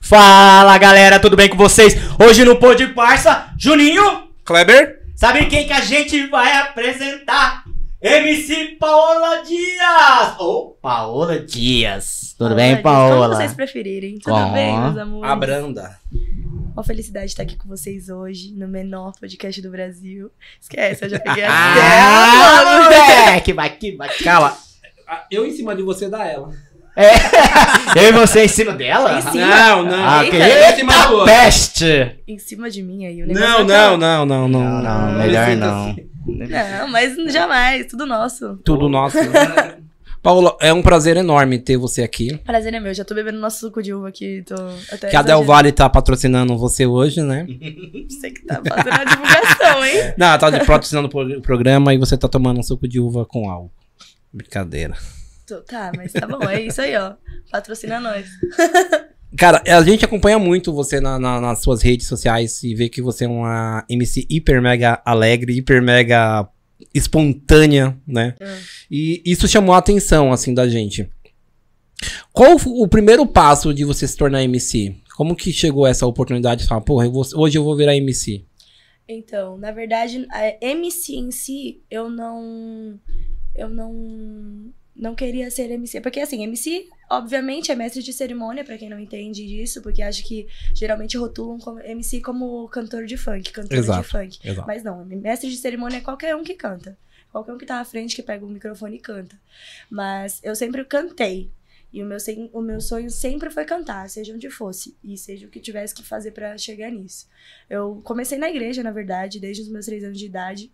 Fala galera, tudo bem com vocês? Hoje no Pô de Parça, Juninho, Kleber? sabe quem que a gente vai apresentar? MC Paola Dias! Ô, Paola Dias! Tudo bem, Olá, gente, Paola? Como vocês preferirem. Tudo Ó. bem, meus amores? Abranda. Uma felicidade estar aqui com vocês hoje, no menor podcast do Brasil. Esquece, eu já peguei Ah. a ideia. Ah, moleque! Vai que vai que- Cala. Eu em cima de você dá ela. Eu e você em cima dela? Em cima. Não, não. Ah, que Eita, eu em cima do Eita outro. peste! Em cima de mim aí, o negócio Não, é não, não, não, não. Não, não, Eu melhor sinto não. assim. Não, mas jamais, tudo nosso. Tudo nosso. Paulo, é um prazer enorme ter você aqui. Prazer é meu, já tô bebendo nosso suco de uva aqui, tô até É Que a Del Valle tá patrocinando você hoje, né? Hum. Você que tá fazendo a divulgação, hein? Não, ela tá patrocinando o pro- programa e você tá tomando um suco de uva com álcool. Brincadeira. Tô- tá, mas tá bom, é isso aí, ó. Patrocina nós. Cara, a gente acompanha muito você na- na- nas suas redes sociais e vê que você é uma MC hiper mega alegre, hiper mega espontânea, né? Hum. E isso chamou a atenção, assim, da gente. Qual foi o primeiro passo de você se tornar MC? Como que chegou essa oportunidade de falar, porra, eu vou- hoje eu vou virar MC? Então, na verdade, a MC em si, eu não. Eu não. Não queria ser MC. Porque, assim, MC, obviamente, é mestre de cerimônia, pra quem não entende disso, porque acho que geralmente rotulam como MC como cantor de funk, cantor Exato. de funk. Exato. Mas não, mestre de cerimônia é qualquer um que canta. Qualquer um que tá na frente, que pega o microfone e canta. Mas eu sempre cantei. E o meu, sen- o meu sonho sempre foi cantar, seja onde fosse. E seja o que tivesse que fazer pra chegar nisso. Eu comecei na igreja, na verdade, desde os meus três anos de idade.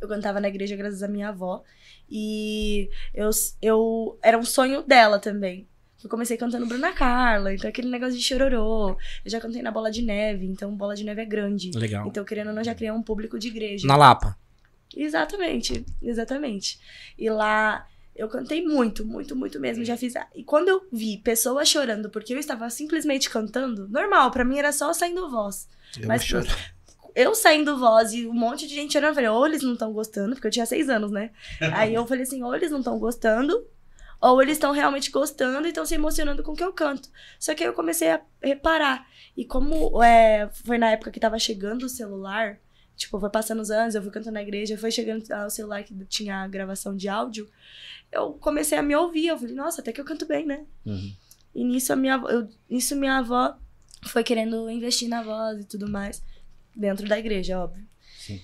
Eu cantava na igreja graças à minha avó. E eu, eu era um sonho dela também. Eu comecei cantando Bruna Carla, então aquele negócio de chororô. Eu já cantei na Bola de Neve, então Bola de Neve é grande. Legal. Então, querendo ou não, já criei um público de igreja. Na Lapa. Exatamente, exatamente. E lá eu cantei muito, muito, muito mesmo. Já fiz. E quando eu vi pessoas chorando porque eu estava simplesmente cantando, normal, pra mim era só saindo voz. Mas eu saindo voz e um monte de gente chorando, eu falei, ou eles não estão gostando, porque eu tinha seis anos, né? Aí eu falei assim, ou eles não estão gostando, ou eles estão realmente gostando e estão se emocionando com o que eu canto. Só que aí eu comecei a reparar. E como é, foi na época que tava chegando o celular, tipo, foi passando os anos, eu fui cantando na igreja, foi chegando ao celular que tinha a gravação de áudio, eu comecei a me ouvir. Eu falei, nossa, até que eu canto bem, né? Uhum. E nisso a minha, avó- eu, nisso minha avó foi querendo investir na voz e tudo mais, dentro da igreja, óbvio. Sim.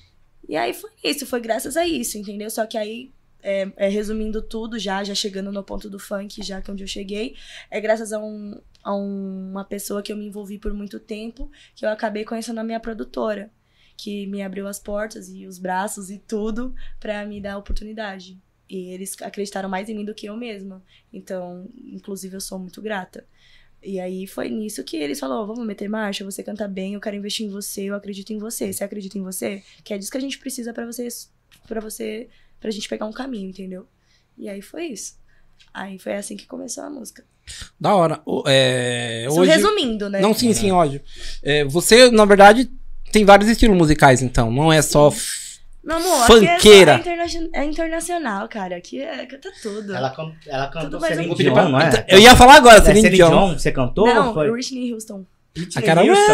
E aí foi isso, foi graças a isso, entendeu? Só que aí, é, é, resumindo tudo já, já chegando no ponto do funk, já que é onde eu cheguei, é graças a, um, a um- uma pessoa que eu me envolvi por muito tempo, que eu acabei conhecendo a minha produtora, que me abriu as portas e os braços e tudo pra me dar a oportunidade. E eles acreditaram mais em mim do que eu mesma. Então, inclusive, eu sou muito grata. E aí foi nisso que eles falaram: "Ó, vamos meter marcha, você canta bem, eu quero investir em você, eu acredito em você. Você acredita em você? Que é disso que a gente precisa pra você para você pra gente pegar um caminho, entendeu? E aí foi isso. Aí foi assim que começou a música. Da hora. O- é, Isso hoje... resumindo, né? Não, sim, sim, óbvio. É, você, na verdade, tem vários estilos musicais, então. Não é só. f- Meu amor, aqui é- Funkeira. é, interna- é internacional, cara. Aqui é canta tudo. Ela, can- ela cantou Tudo mais Celine um- Dion, não é? Então, Eu ia falar agora, É Celine Dion. você cantou? Não, foi? Whitney Houston. A cara- Houston.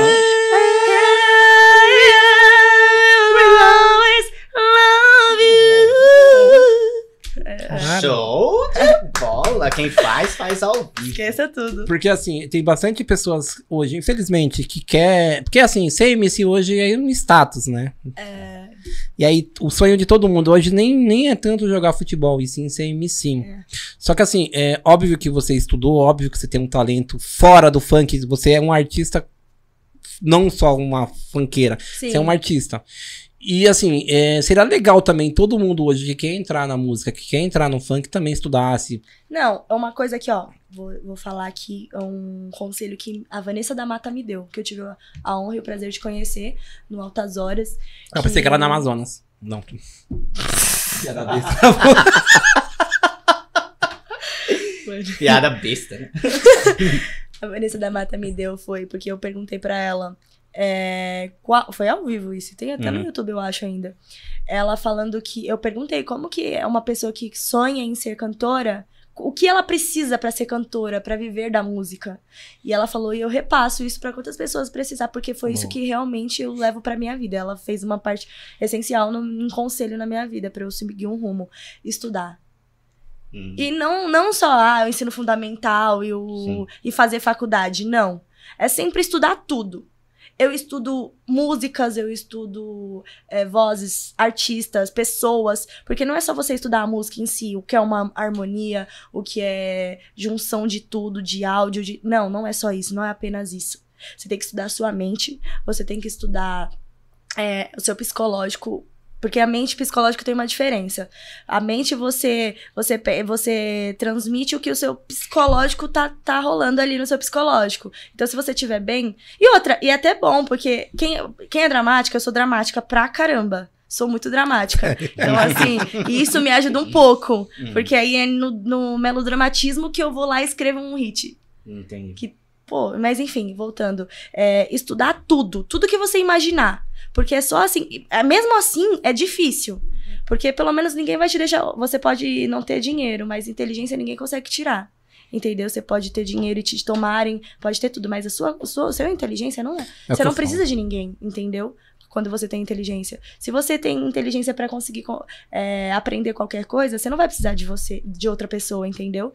Caralho. Show de bola! Quem faz, faz ao vivo. Esqueça tudo. Porque assim, tem bastante pessoas hoje, infelizmente, que quer. Porque assim, ser MC hoje é um status, né? É, E aí, o sonho de todo mundo hoje nem, nem é tanto jogar futebol, e sim ser MC. É. Só que assim, é óbvio que você estudou, óbvio que você tem um talento fora do funk, você é um artista, não só uma funkeira. sim. Você é um artista. E assim, é, seria legal também todo mundo hoje que quer entrar na música, que quer entrar no funk, também estudasse. Não, é uma coisa que, ó, vou, vou falar aqui, é um conselho que a Vanessa da Mata me deu, que eu tive a- a honra e o prazer de conhecer no Altas Horas. Eu pensei que era na Amazônia. Amazonas. Não. Piada besta, né? a Vanessa da Mata me deu foi porque eu perguntei pra ela. é, qual, foi ao vivo isso, tem até Uhum. no YouTube, eu acho ainda. Ela falando que. Eu perguntei como que é uma pessoa que sonha em ser cantora, o que ela precisa pra ser cantora, pra viver da música. E ela falou, e eu repasso isso pra quantas pessoas precisar, porque foi isso Bom. que realmente eu levo pra minha vida. Ela fez uma parte essencial, num, um conselho na minha vida, pra eu seguir um rumo, estudar. Hum. E não, não só ah, o ensino fundamental e, o, e fazer faculdade, não. É sempre estudar tudo. Eu estudo músicas, eu estudo é, vozes, artistas, pessoas, porque não é só você estudar a música em si, o que é uma harmonia, o que é junção de tudo, de áudio, de. Não, não é só isso, não é apenas isso. Você tem que estudar a sua mente, você tem que estudar é, o seu psicológico, porque a mente e psicológico tem uma diferença. A mente você você pe- você transmite o que o seu psicológico tá, tá rolando ali no seu psicológico. Então se você tiver bem, e outra, e é até bom, porque quem quem é dramática, eu sou dramática pra caramba. Sou muito dramática. Então, assim, isso me ajuda um pouco. Hum, Porque aí é no, no melodramatismo que eu vou lá e escrevo um hit. Entendi. Pô, mas enfim, voltando. É, estudar tudo, tudo que você imaginar. Porque é só assim. é, Mesmo assim, é difícil. Porque pelo menos ninguém vai te deixar. Você pode não ter dinheiro, mas inteligência ninguém consegue tirar. Entendeu? Você pode ter dinheiro e te tomarem, pode ter tudo, mas a sua, a sua, a sua inteligência não É é. o que você eu não falo. precisa de ninguém, entendeu? Quando você tem inteligência. Se você tem inteligência pra conseguir co- é, aprender qualquer coisa, você não vai precisar de você, de outra pessoa, entendeu?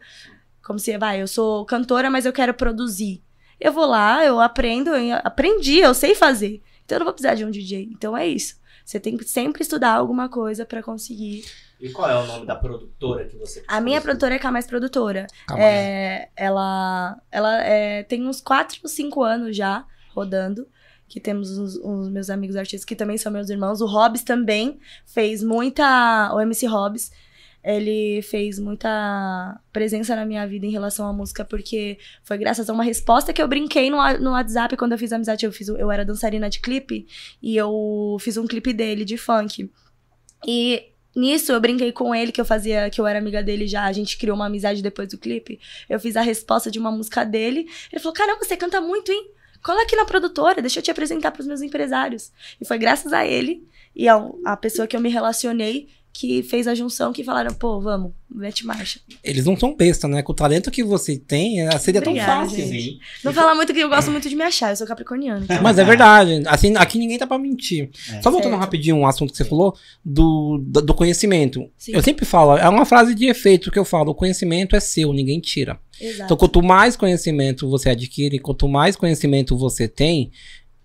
Como se, vai, eu sou cantora, mas eu quero produzir. Eu vou lá, eu aprendo, eu aprendi, eu sei fazer. Então eu não vou precisar de um DJ. Então é isso. Você tem que sempre estudar alguma coisa pra conseguir. E qual é o nome da produtora que você A minha produtora é a K mais produtora. Calma, né? É, ela ela é, tem uns 4 ou 5 anos já rodando. Que temos os, os meus amigos artistas que também são meus irmãos. O Hobbs também fez muita. O MC Hobbs. Ele fez muita presença na minha vida em relação à música, porque foi graças a uma resposta que eu brinquei no, wa- no WhatsApp quando eu fiz amizade. Eu, fiz, o- eu era dançarina de clipe e eu fiz um clipe dele de funk. E nisso eu brinquei com ele, que eu fazia, que eu era amiga dele já. A gente criou uma amizade depois do clipe. Eu fiz a resposta de uma música dele. Ele falou: Caramba, você canta muito, hein? Cola aqui na produtora, deixa eu te apresentar pros meus empresários. E foi graças a ele e ao- à pessoa que eu me relacionei que fez a junção, que falaram: pô, vamos, mete marcha. Eles não são besta, né? Com o talento que você tem, é- seria tão Obrigada, fácil. gente. Sim. Não fala muito que eu gosto muito de me achar, eu sou capricorniana. então. Mas é verdade. Assim, aqui ninguém tá pra mentir. É. Só voltando Certo. rapidinho um assunto que você falou do, do do conhecimento. Sim, Eu sempre falo, é uma frase de efeito que eu falo: o conhecimento é seu, ninguém tira. exato. Então, quanto mais conhecimento você adquire, quanto mais conhecimento você tem,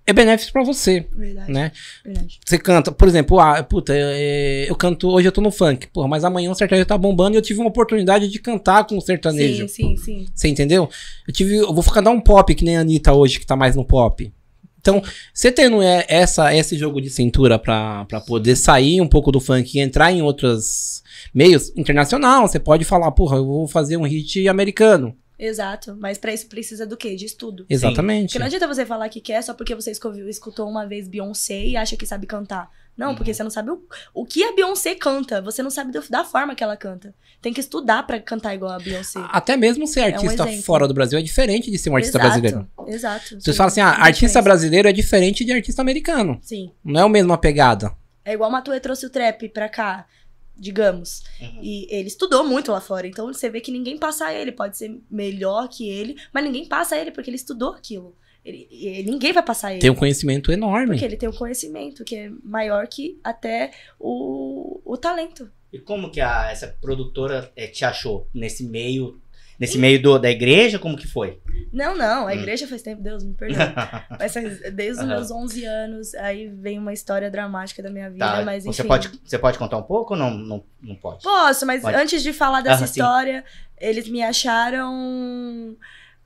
é benefício pra você, Verdade, né? verdade. Você canta, por exemplo, ah, puta, é, eu canto, hoje eu tô no funk, porra, mas amanhã o sertanejo tá bombando e eu tive uma oportunidade de cantar com o sertanejo. Sim, sim, sim. Você entendeu? Eu tive, eu vou cantar um pop que nem a Anitta hoje, que tá mais no pop. Então, você tendo é, essa, esse jogo de cintura pra, pra poder sair um pouco do funk e entrar em outros meios internacional, você pode falar, porra, eu vou fazer um hit americano. Exato. Mas pra isso precisa do quê? De estudo. Exatamente. Porque não adianta você falar que quer só porque você escoveu- escutou uma vez Beyoncé e acha que sabe cantar. Não, Uhum. porque você não sabe o, o que a Beyoncé canta. Você não sabe do- da forma que ela canta. Tem que estudar pra cantar igual a Beyoncé. Até mesmo ser um artista exemplo. fora do Brasil é diferente de ser Ah, um artista Exato, brasileiro. Exato. Vocês Sim, falam assim, ah, tem artista diferença. brasileiro é diferente de artista americano. Sim. Não é a mesma pegada. É igual o Matuê trouxe o trap pra cá, digamos. Uhum. E ele estudou muito lá fora. Então você vê que ninguém passa ele. Pode ser melhor que ele, mas ninguém passa ele porque ele estudou aquilo. Ele, e- ninguém vai passar ele. Tem um conhecimento enorme. Porque ele tem um conhecimento que é maior que até o, o talento. E como que a, essa produtora eh, te achou nesse meio, nesse meio do, da igreja? Como que foi? Não, não, a Hum. igreja faz tempo, Deus me perdoa. Mas faz- desde os Aham. meus 11 anos, aí vem uma história dramática da minha vida, Tá, mas enfim. você, pode, você pode contar um pouco ou não, não, não pode? Posso, mas Pode. antes de falar dessa Aham, sim. história, eles me acharam.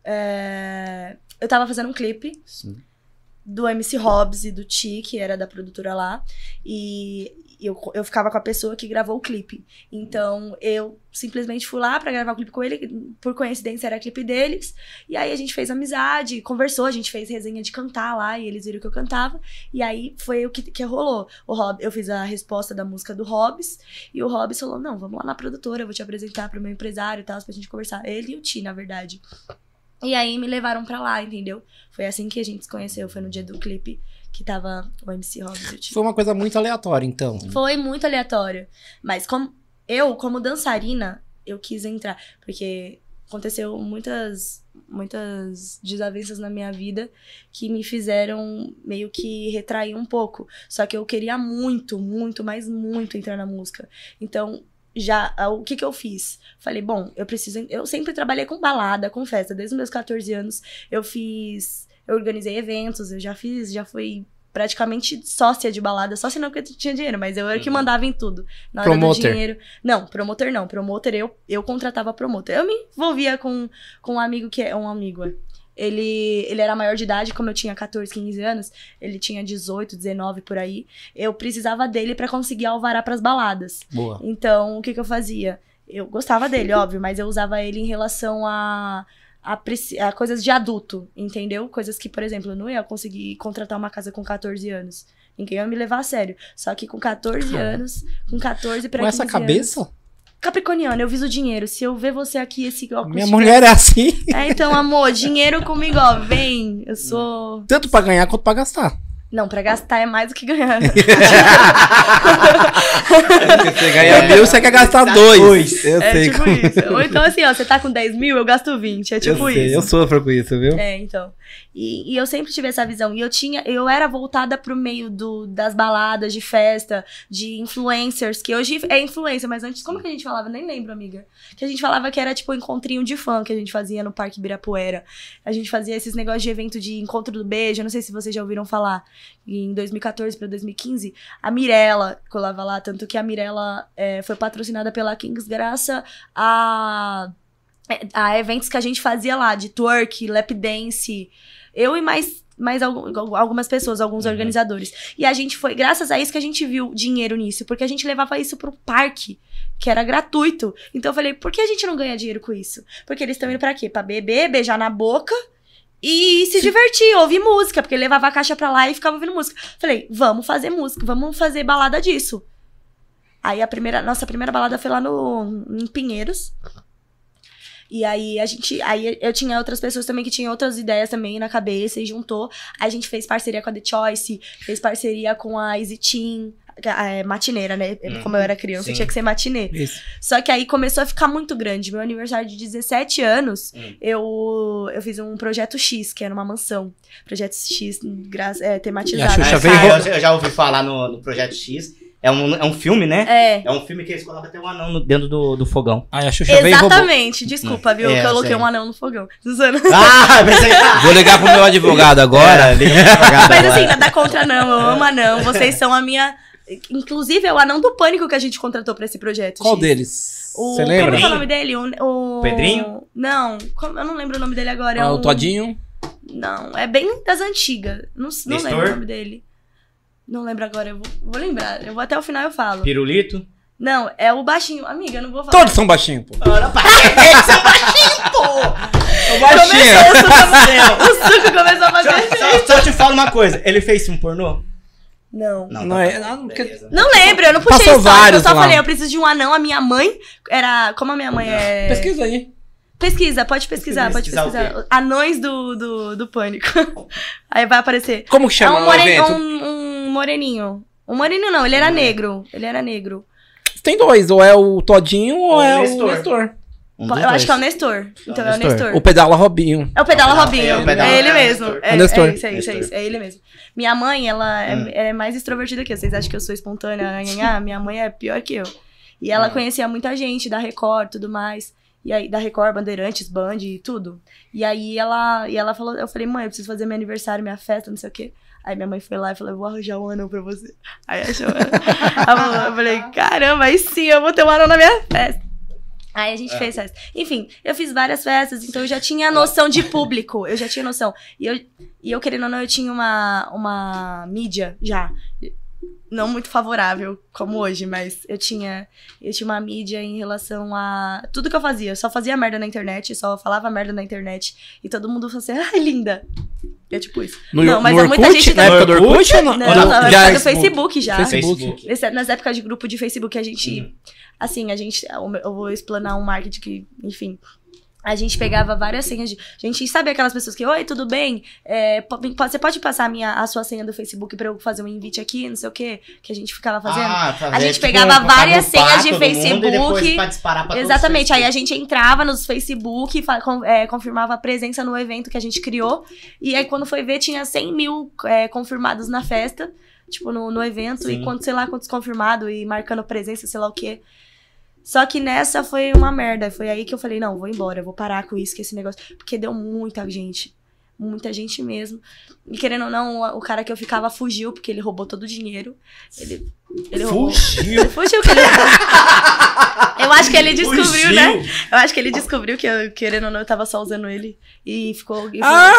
é, Eu tava fazendo um clipe Sim. do MC Hobbs e do Ti, que era da produtora lá. E eu, eu ficava com a pessoa que gravou o clipe. Então eu simplesmente fui lá pra gravar o clipe com ele, que por coincidência era clipe deles. E aí a gente fez amizade, conversou, a gente fez resenha de cantar lá, e eles viram que eu cantava. E aí foi o que, que rolou. O Hob, eu fiz a resposta da música do Hobbs, e o Hobbs falou: não, vamos lá na produtora, eu vou te apresentar pro meu empresário e tal, pra gente conversar. Ele e o Ti, na verdade. E aí me levaram pra lá, entendeu? Foi assim que a gente se conheceu, foi no dia do clipe que tava o MC Hobbs e o Ti. Foi uma coisa muito aleatória, então. Foi muito aleatório. Mas como eu, como dançarina, eu quis entrar. Porque aconteceu muitas, muitas desavenças na minha vida que me fizeram meio que retrair um pouco. Só que eu queria muito, muito, mas muito entrar na música. Então, já, ah, o que que eu fiz? Falei, bom, eu preciso. Eu sempre trabalhei com balada, com festa, desde os meus 14 anos. Eu fiz. Eu organizei eventos, eu já fiz, já fui praticamente sócia de balada, sócia não porque eu tinha dinheiro, mas eu era que Uhum. mandava em tudo. Na hora Promoter. do dinheiro. Não, promotor não. Promotor eu, eu contratava promotor. Eu me envolvia com, com um amigo que é um amigo. é. Ele, ele era maior de idade, como eu tinha 14, 15 anos, ele tinha 18, 19 por aí. Eu precisava dele pra conseguir alvará pras baladas. Boa. Então, o que, que eu fazia? Eu gostava dele, óbvio, mas eu usava ele em relação a, a, preci- a coisas de adulto, entendeu? Coisas que, por exemplo, eu não ia conseguir contratar uma casa com 14 anos. Ninguém ia me levar a sério. Só que com 14 Cara. anos, com 14 pra Com 15 essa anos- cabeça? Capricorniano, eu viso dinheiro. Se eu ver você aqui, esse óculos. Minha de- mulher é assim. É, então, amor, dinheiro comigo, ó. Vem. Eu sou. Tanto pra ganhar quanto pra gastar. Não, pra gastar é mais do que ganhar. Você Ganha ganha mil, você quer gastar Dá dois. dois. Eu É sei. tipo isso. Ou então, assim, ó, você tá com 10 mil, eu gasto 20. É tipo eu isso. sei, eu sofro com isso, viu? É, então. E, e eu sempre tive essa visão. E eu tinha, eu era voltada pro meio do, das baladas, de festa, de influencers, que hoje é influencer, mas antes, como que a gente falava? Nem lembro, amiga. Que a gente falava que era tipo um encontrinho de fã que a gente fazia no Parque Ibirapuera. A gente fazia esses negócios de evento de encontro do beijo, eu não sei se vocês já ouviram falar. E em 2014 pra 2015, a Mirella colava lá, tanto que a Mirella eh, foi patrocinada pela Kings Graça a é, a eventos que a gente fazia lá, de twerk, lap dance. Eu e mais, mais algu- algumas pessoas, alguns Uhum. organizadores. E a gente foi, graças a isso que a gente viu dinheiro nisso, porque a gente levava isso pro parque, que era gratuito. Então eu falei, por que a gente não ganha dinheiro com isso? Porque eles estão indo pra quê? Pra beber, beijar na boca. E se divertir, ouvir música, porque levava a caixa pra lá e ficava ouvindo música. Falei, vamos fazer música, vamos fazer balada disso. Aí a primeira, nossa primeira balada foi lá no em Pinheiros. E aí a gente, aí eu tinha outras pessoas também que tinham outras ideias também na cabeça e juntou. Aí a gente fez parceria com a The Choice, fez parceria com a Easy Team, é, matineira, né? Hum, Como eu era criança, sim. tinha que ser matinê. Isso. Só que aí começou a ficar muito grande. Meu aniversário de 17 anos, Hum. eu, eu fiz um projeto X, que era uma mansão. Projeto X gra- é, E a tematizado. Xuxa sabe? Mas, veio cara, roubar- Ah, eu, eu já ouvi falar no, no Projeto X. É um, é um filme, né? É. É um filme que eles colocam até um anão no- dentro do, do fogão. Aí a Xuxa veio e roubou. Exatamente, desculpa, viu? É, que eu coloquei sei. um anão no fogão. Suzana. Ah, pensei Vou ligar pro meu advogado agora. Bora, liga pra jogada Mas assim, agora. nada contra não, eu amo anão. Vocês são a minha. Inclusive, é o anão do pânico que a gente contratou pra esse projeto. Qual X. deles? O- Você lembra? Como que é o nome dele? O, o... Pedrinho? Não, como- eu não lembro o nome dele agora. é Ah, um- o Todinho. Não, é bem das antigas. Não, não Nestor? lembro o nome dele. Não lembro agora, eu vou, vou lembrar. Eu vou até o final eu falo. Pirulito. Não, é o baixinho. Amiga, eu não vou falar. Todos são baixinhos, pô. Ora, pai, esse é baixinho, Ah, pô! São Começou, o suco, Céu. o suco começou a fazer. Só, só, só te falo uma coisa. Ele fez um pornô? tá Não. Não, é- ah, não, beleza. Não lembro, eu não puxei Passou histórico, vários Eu só lá. falei, eu preciso de um anão. A minha mãe era. Como a minha mãe é. Pesquisa aí. Pesquisa, pode pesquisar, pode Pesquisar o pesquisar. Anões do, do, do pânico. Aí vai aparecer. Como que chama é um, o more- evento? um- um moreninho. Um moreninho não, ele era negro. Ele era negro. Tem dois, ou é o Todinho ou, Ou é o o Nestor. Nestor. Um eu dos dois. acho que é o Nestor. Então é o Nestor. O Pedala Robinho. É o Pedala Pedala- Robinho. é É, o Pedala- ele é o mesmo. Nestor. É, É é, o Nestor. isso, é isso, é Nestor. isso. É ele mesmo. Minha mãe, ela é, Hum. é mais extrovertida que eu. Vocês acham que eu sou espontânea? nhanhá? Minha mãe é pior que eu. E ela Hum. conhecia muita gente da Record tudo mais. E aí, da Record, Bandeirantes, Band e tudo. E aí ela, e ela falou, eu falei, mãe, eu preciso fazer meu aniversário, minha festa, não sei o quê. Aí minha mãe foi lá e falou, eu vou arranjar um anão pra você. Aí achou. eu falei, caramba, aí sim, eu vou ter um anão na minha festa. Aí a gente É. fez festa. Enfim, eu fiz várias festas, então eu já tinha noção de público. Eu já tinha noção. E eu, e eu querendo ou não, eu tinha uma, uma mídia já. Não muito favorável, como hoje, mas eu tinha, eu tinha uma mídia em relação a tudo que eu fazia. Eu só fazia merda na internet, só falava merda na internet. E todo mundo falou assim, ai, linda. E é tipo isso. No, Não, mas no é muita Orkut? gente Na época do Orkut? Orkut ou não? Não, Ou não, na Já época do é- Facebook já. Facebook. Nesse- nas épocas de grupo é, de Facebook, a gente. Assim, a gente. Eu vou explanar um marketing que, enfim. A gente pegava várias senhas de. A gente sabe aquelas pessoas que, oi, tudo bem? É, po- po- você pode passar a, minha, a sua senha do Facebook pra eu fazer um invite aqui, não sei o quê, que a gente fica lá tá fazendo? Ah, fazer, A gente tipo, pegava botar várias no par senhas de todo mundo e depois Facebook. pra disparar pra todos Exatamente. os Aí a gente entrava nos Facebook, fa- con- é, confirmava a presença no evento que a gente criou. E aí, quando foi ver, tinha 100 mil é, confirmados na festa, tipo, no, no evento. Sim. E quanto, sei lá, quantos confirmados e marcando presença, sei lá o quê. Só que nessa foi uma merda. Foi aí que eu falei, não, vou embora, vou parar com isso, com esse negócio. Porque deu muita gente. Muita gente mesmo. E querendo ou não, o- o cara que eu ficava fugiu, porque ele roubou todo o dinheiro. Ele, ele roubou. Fugiu. Fugiu que ele Eu acho que ele descobriu, Fugiu. né? Eu acho que ele descobriu que eu, querendo ou não, eu tava só usando ele. E ficou. e Ah,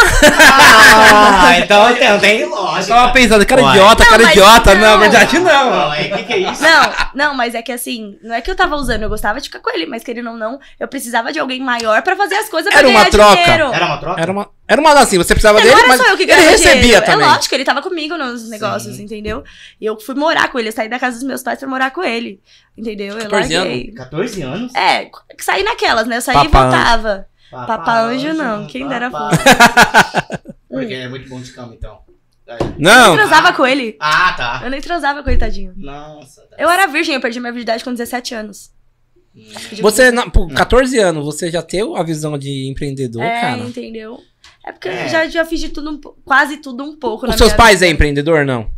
Ah, então não tem eu lógica. tava pensando, cara Ué. idiota, Não, cara mas idiota. Não, na não. verdade não. Não, é que que é isso? Não, não, mas é que assim, não é que eu tava usando, eu gostava de ficar com ele, mas querendo ou não, eu precisava de alguém maior pra fazer as coisas pra Era uma ganhar troca. dinheiro. Era uma troca? Era uma, era uma assim, você precisava Não dele, era mas só eu que ele ganhava recebia dinheiro. também. É lógico, ele tava comigo nos negócios, Sim. entendeu? E eu fui morar com ele, eu saí da casa dos meus pais pra morar com ele, entendeu? Eu 14 anos. larguei. 14 anos? É, saí naquelas, né? Eu saí e Papa anjo. voltava. Papa anjo não, quem dera Papa- fosse. Porque ele é muito bom de cama, então. Aí. Eu Não, nem transava com ele. Ah, tá. Eu nem transava com ele, tadinho. Nossa. tá. Eu era virgem, eu perdi minha virgindade com 17 anos. É, você, é na- por 14 anos, você já teve a visão de empreendedor, é, cara? entendeu? É porque É. eu já, já fiz de tudo, um, po- quase tudo um pouco. na Os seus minha pais é vida. empreendedor, não?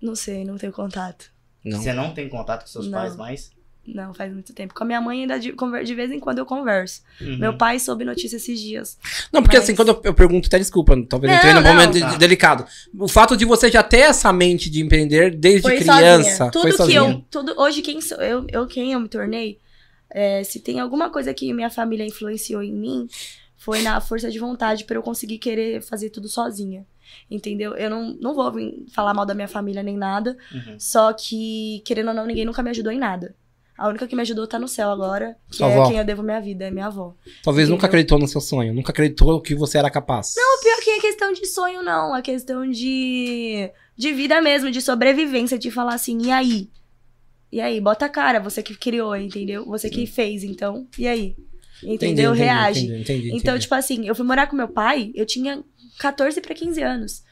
Não sei, não tenho contato. Não. Você não tem contato com seus Não. pais mais? Não, faz muito tempo. Com a minha mãe ainda de, conver- de vez em quando eu converso. Uhum. Meu pai soube notícia esses dias. Não, porque Mas- assim, quando eu, eu pergunto, até desculpa, talvez Não, entrei num não, momento de- tá. delicado. O fato de você já ter essa mente de empreender desde Foi criança, sozinha. Tudo foi que sozinha. eu, tudo hoje quem sou, eu, eu quem eu me tornei, é, se tem alguma coisa que minha família influenciou em mim, foi na força de vontade pra eu conseguir querer fazer tudo sozinha. Entendeu? Eu não, não vou vir falar mal da minha família nem nada, Uhum. só que querendo ou não, ninguém nunca me ajudou em nada. A única que me ajudou tá no céu agora, que Sua é avó. quem eu devo minha vida, é minha avó. Talvez nunca Entendeu? acreditou no seu sonho, nunca acreditou que você era capaz. Não, Pior que é questão de sonho, não. É questão de. de vida mesmo, de sobrevivência, de falar assim, e aí? E aí, bota a cara, você que criou, entendeu? Você que fez, então, e aí? Entendeu? Reage. Entendi, entendi, Então, entendi. tipo assim, eu fui morar com meu pai, eu tinha 14 pra 15 anos.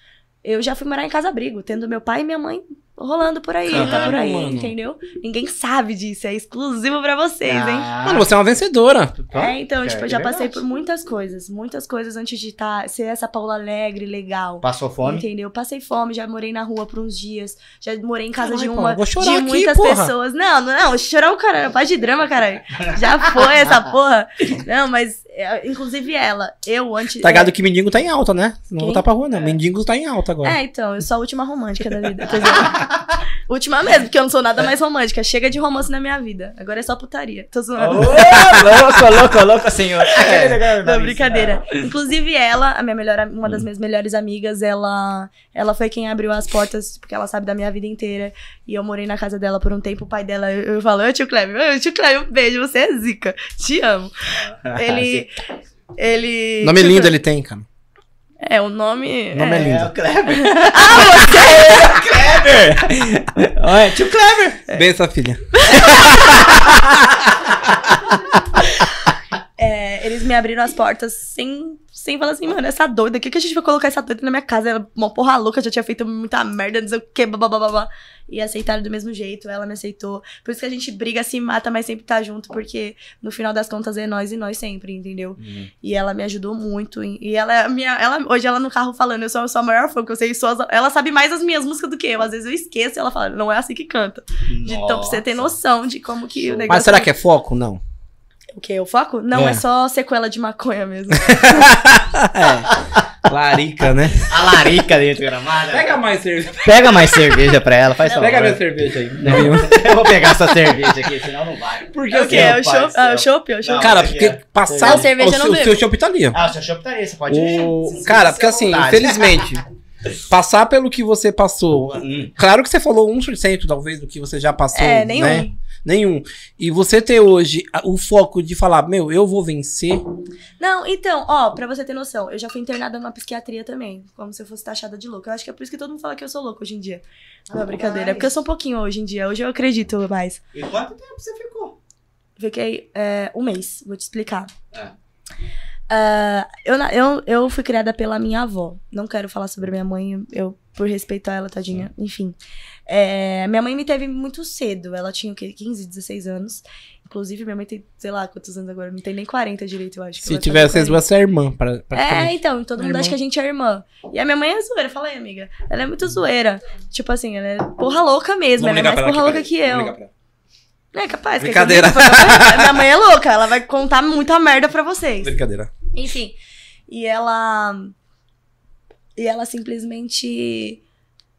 Eu já fui morar em casa abrigo, tendo meu pai e minha mãe rolando por aí, tá por Caralho, aí, mano. entendeu? Ninguém sabe disso, é exclusivo pra vocês, hein? Ah, Mano, você é uma vencedora. tá? É, então, É, tipo, é eu já passei verdade. por muitas coisas, muitas coisas antes de tá, ser essa Paula alegre, legal. Passou fome? Entendeu? Passei fome, já morei na rua por uns dias, já morei em casa Caralho, de Paula, uma, vou chorar de aqui, muitas porra. pessoas. Não, não, não, chorar o caralho, faz de drama, caralho. Já foi essa porra. Não, mas, é, inclusive ela, eu antes... Tá ligado que mendigo tá em alta, né? Não vou É. Quem? tá pra rua, não. Mendigo tá em alta agora. É, então, eu sou a última romântica da vida. quer dizer, última mesmo, porque eu não sou nada mais romântica. Chega de romance na minha vida. Agora é só putaria. Tô zoando. louco, louco, louco, senhor. Aquele negócio, Não, nariz. brincadeira. Inclusive, ela, a minha melhor, am- Hum. uma das minhas melhores amigas, ela, ela foi quem abriu as portas, porque ela sabe da minha vida inteira. E eu morei na casa dela por um tempo. O pai dela, eu, eu falo, ô tio Cleber, ô tio Cleber, um beijo, você é zica. Te amo. Ele. ele. Nome tio lindo Kleber- ele tem, cara. É, o nome. Nome é é. lindo. É, o Kleber. Olha, tio Clever. Bem, essa filha. É, eles me abriram as portas sem, sem falar assim, mano, essa doida, o que, que a gente vai colocar essa doida na minha casa? Ela é uma porra louca, já tinha feito muita merda, não sei o que, babá. E aceitaram do mesmo jeito, ela me aceitou. Por isso que a gente briga, se mata, mas sempre tá junto, porque no final das contas é nós e nós sempre, entendeu? E ela me ajudou muito. em- E ela, é a minha, ela hoje ela no carro falando, eu sou, eu sou a maior fã que eu sei, sou as- ela sabe mais as minhas músicas do que eu. Às vezes eu esqueço e ela fala, não é assim que canta. De, então, pra você ter noção de como que Show. o Mas negócio. Mas será que é foco? Não. O que? O foco? Não, É. é só sequela de maconha mesmo. Larica, né? A larica dentro da gramada. mais cerveja. Pega mais cerveja pra ela, faz favor. cerveja aí. Eu vou pegar essa cerveja aqui, senão não vai. Por que É o quê? assim, ó, ó? É pai o chopp? do Ah, o céu. chopp? É o chopp? Cara, Não, porque peguei. passar Não, cerveja o, eu não seu- o bebo. seu chopp tá ali, ó. Ah, o seu chopp tá ali, você pode ir. O... Se- se- Cara, se- porque à assim, vontade. infelizmente, passar pelo que você passou. Hum, Claro que você falou 1% talvez do que você já passou. É, nenhum. né? Nenhum. E você ter hoje a- o foco de falar, meu, eu vou vencer. Tipo, Não, então, ó, pra você ter noção, eu já fui internada numa psiquiatria também, como se eu fosse taxada de louca. Eu acho que é por isso que todo mundo fala que eu sou louca hoje em dia. Não é brincadeira, é porque eu sou um pouquinho hoje em dia. Hoje eu acredito mais. E quanto tempo você ficou? Fiquei é, um mês, vou te explicar. Ah. Ah, eu, na- eu, eu fui criada pela minha avó. Não quero falar sobre a minha mãe, eu por respeito a ela, tadinha. Enfim. É, minha mãe me teve muito cedo. Ela tinha o quê? 15, 16 anos. Inclusive, minha mãe tem, sei lá, quantos anos agora? Não tem nem 40 direito, eu acho. que Se vai fazer tivesse, vocês 40. duas ser irmã, pra, É, praticamente. então, todo mundo Irmã. acha que a gente é irmã. E a minha mãe é zoeira, fala aí, amiga. Ela é muito zoeira. Tipo assim, ela é porra louca mesmo. Vamos ela ligar é pra mais ela porra aqui, louca que peraí. Vamos eu. ligar pra ela. É capaz. quer que eu Brincadeira. diga pra você? minha mãe é louca, ela vai contar muita merda pra vocês. Brincadeira. Enfim. E ela. E ela simplesmente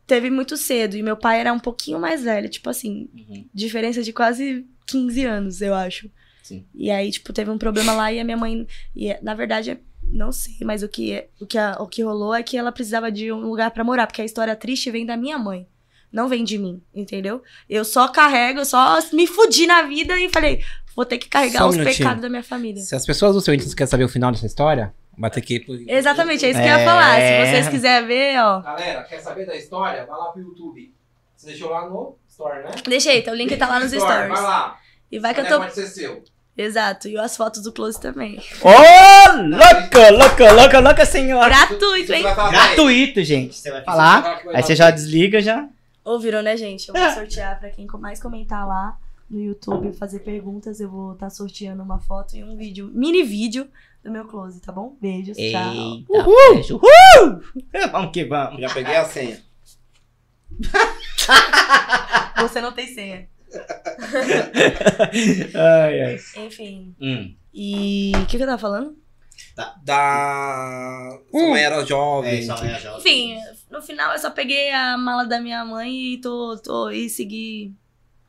teve muito cedo. E meu pai era um pouquinho mais velho, tipo assim, Uhum. diferença de quase 15 anos, eu acho. Sim. E aí, tipo, teve um problema lá e a minha mãe. E, na verdade, não sei, mas o que, o, que a- o que rolou é que ela precisava de um lugar pra morar, porque a história triste vem da minha mãe. Não vem de mim, entendeu? Eu só carrego, eu só me fudi na vida e falei, vou ter que carregar Só um os minutinho. pecados da minha família. Se as pessoas do seu índice querem saber o final dessa história, bater aqui. pro- Exatamente, é isso que eu ia É. falar. Se vocês quiserem ver, ó. Galera, quer saber da história? Vai lá pro YouTube. Você deixou lá no Store, né? Deixa aí, tá, o link tá lá nos stories. lá. É, E vai que eu tô. ser seu. Exato, e as fotos do close também. Ô, louco, louco, louco, louco, senhor. Gratuito, hein? Gratuito, gente. Você vai Falar. Aí você já desliga, já. Ouviram, né, gente? Eu vou sortear pra quem mais comentar lá no YouTube, fazer perguntas. Eu vou estar sorteando uma foto e um vídeo, mini vídeo do meu close, tá bom? Beijos, tchau. Eita, beijo. Uhul! Vamos que vamos. Já peguei a senha. Você não tem senha. Ai, ai. Enfim. Hum. E. O que, que eu tava falando? Da. Como era É, jovem. isso aí, já. Enfim, no final eu só peguei a mala da minha mãe e tô, tô e segui,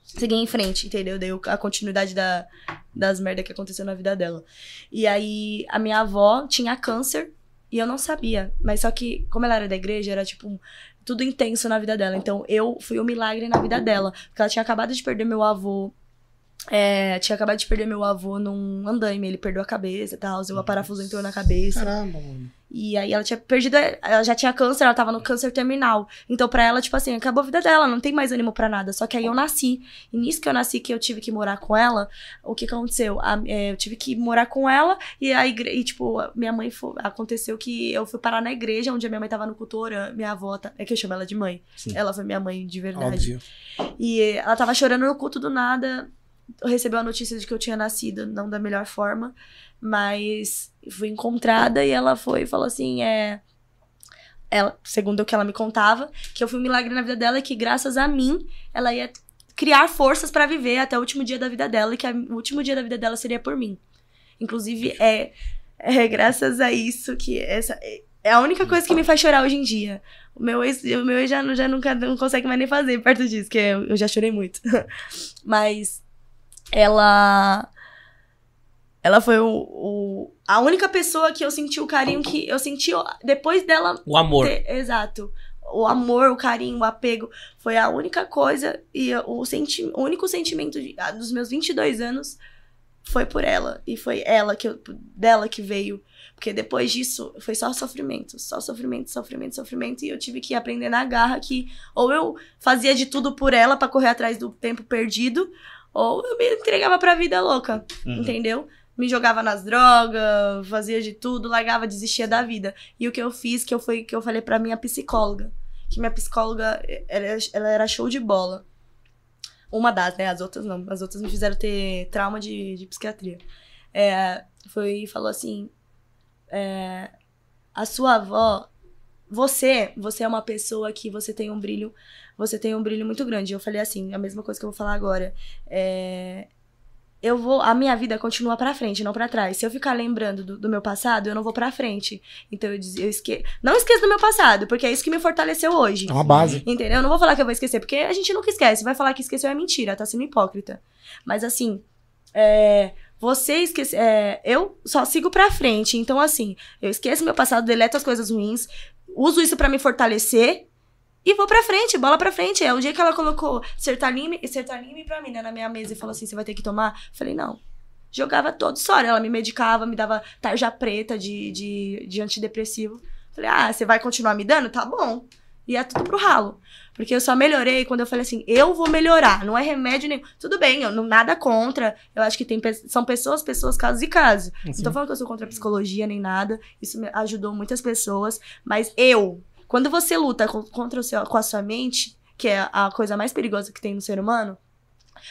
segui em frente, entendeu? Dei o- a continuidade da, das merdas que aconteceu na vida dela. E aí a minha avó tinha câncer e eu não sabia, mas só que como ela era da igreja, era tipo um- tudo intenso na vida dela. Então eu fui um milagre na vida dela, porque ela tinha acabado de perder meu avô. é, tinha acabado de perder meu avô num andaime, ele perdeu a cabeça e tal, o parafuso entrou na cabeça. Caramba, mano. E aí ela tinha perdido, ela já tinha câncer, ela tava no câncer terminal. Então pra ela, tipo assim, acabou a vida dela, não tem mais ânimo pra nada. Só que aí eu nasci. E nisso que eu nasci, que eu tive que morar com ela, o que que aconteceu? A- é, eu tive que morar com ela e a igre... e, tipo, a minha mãe fo- aconteceu que eu fui parar na igreja, onde a minha mãe tava no culto orando, minha avó, tá- é que eu chamo ela de mãe. Sim. Ela foi minha mãe de verdade. Óbvio. E eh, ela tava chorando no culto do nada. Recebeu a notícia de que eu tinha nascido, não da melhor forma. Mas fui encontrada e ela foi e falou assim: é. Ela, segundo o que ela me contava, que eu fui um milagre na vida dela e que graças a mim ela ia criar forças pra viver até o último dia da vida dela e que a- o último dia da vida dela seria por mim. Inclusive, é, é graças a isso que essa é- é a única coisa que me faz chorar hoje em dia. O meu ex, o meu ex já, não- já nunca não consegue mais nem fazer perto disso, que eu, eu já chorei muito. Mas ela ela foi o, o- a única pessoa que eu senti o carinho que eu senti o- depois dela O amor. ter- exato. O amor, o carinho, o apego foi a única coisa e o, senti o único sentimento de- ah, dos meus 22 anos foi por ela e foi ela que eu- dela que veio, porque depois disso foi só sofrimento, só sofrimento, sofrimento, sofrimento e eu tive que aprender na garra que ou eu fazia de tudo por ela pra correr atrás do tempo perdido, ou eu me entregava pra vida louca Uhum. entendeu? Me jogava nas drogas, fazia de tudo, largava, desistia da vida. E o que eu fiz, que eu foi que eu falei pra minha psicóloga, que minha psicóloga eh, ela, ela era show de bola. Uma das, né? As outras não. As outras me fizeram ter trauma de, de psiquiatria. É, foi e falou assim: é, a sua avó, você, você é uma pessoa que você tem um brilho, você tem um brilho muito grande. Eu falei assim, a mesma coisa que eu vou falar agora. É, eu vou, a minha vida continua pra frente, não pra trás. Se eu ficar lembrando do, do meu passado, eu não vou pra frente. Então eu, diz- eu esque... não esqueço do meu passado, porque é isso que me fortaleceu hoje. É uma base. Entendeu? Eu não vou falar que eu vou esquecer, porque a gente nunca esquece. Vai falar que esqueceu é mentira, tá sendo hipócrita. Mas assim, é, você esquece. é, eu só sigo pra frente. Então, assim, eu esqueço meu passado, deleto as coisas ruins, uso isso pra me fortalecer. E vou pra frente, bola pra frente. É o dia que ela colocou sertanime, sertanime pra mim, né, na minha mesa e falou assim: você vai ter que tomar. Eu Falei, não. Jogava todo soro. Ela me medicava, me dava tarja preta de, de, de antidepressivo. Falei, ah, você vai continuar me dando? Tá bom. ia tudo pro ralo. Porque eu só melhorei quando eu falei assim, eu vou melhorar, não é remédio nenhum. Tudo bem, eu não nada contra. Eu acho que tem pe- são pessoas, pessoas, casos e casos. Não tô falando que eu sou contra a psicologia nem nada. Isso me ajudou muitas pessoas, mas eu, quando você luta co- contra o seu, com a sua mente, que é a coisa mais perigosa que tem no ser humano,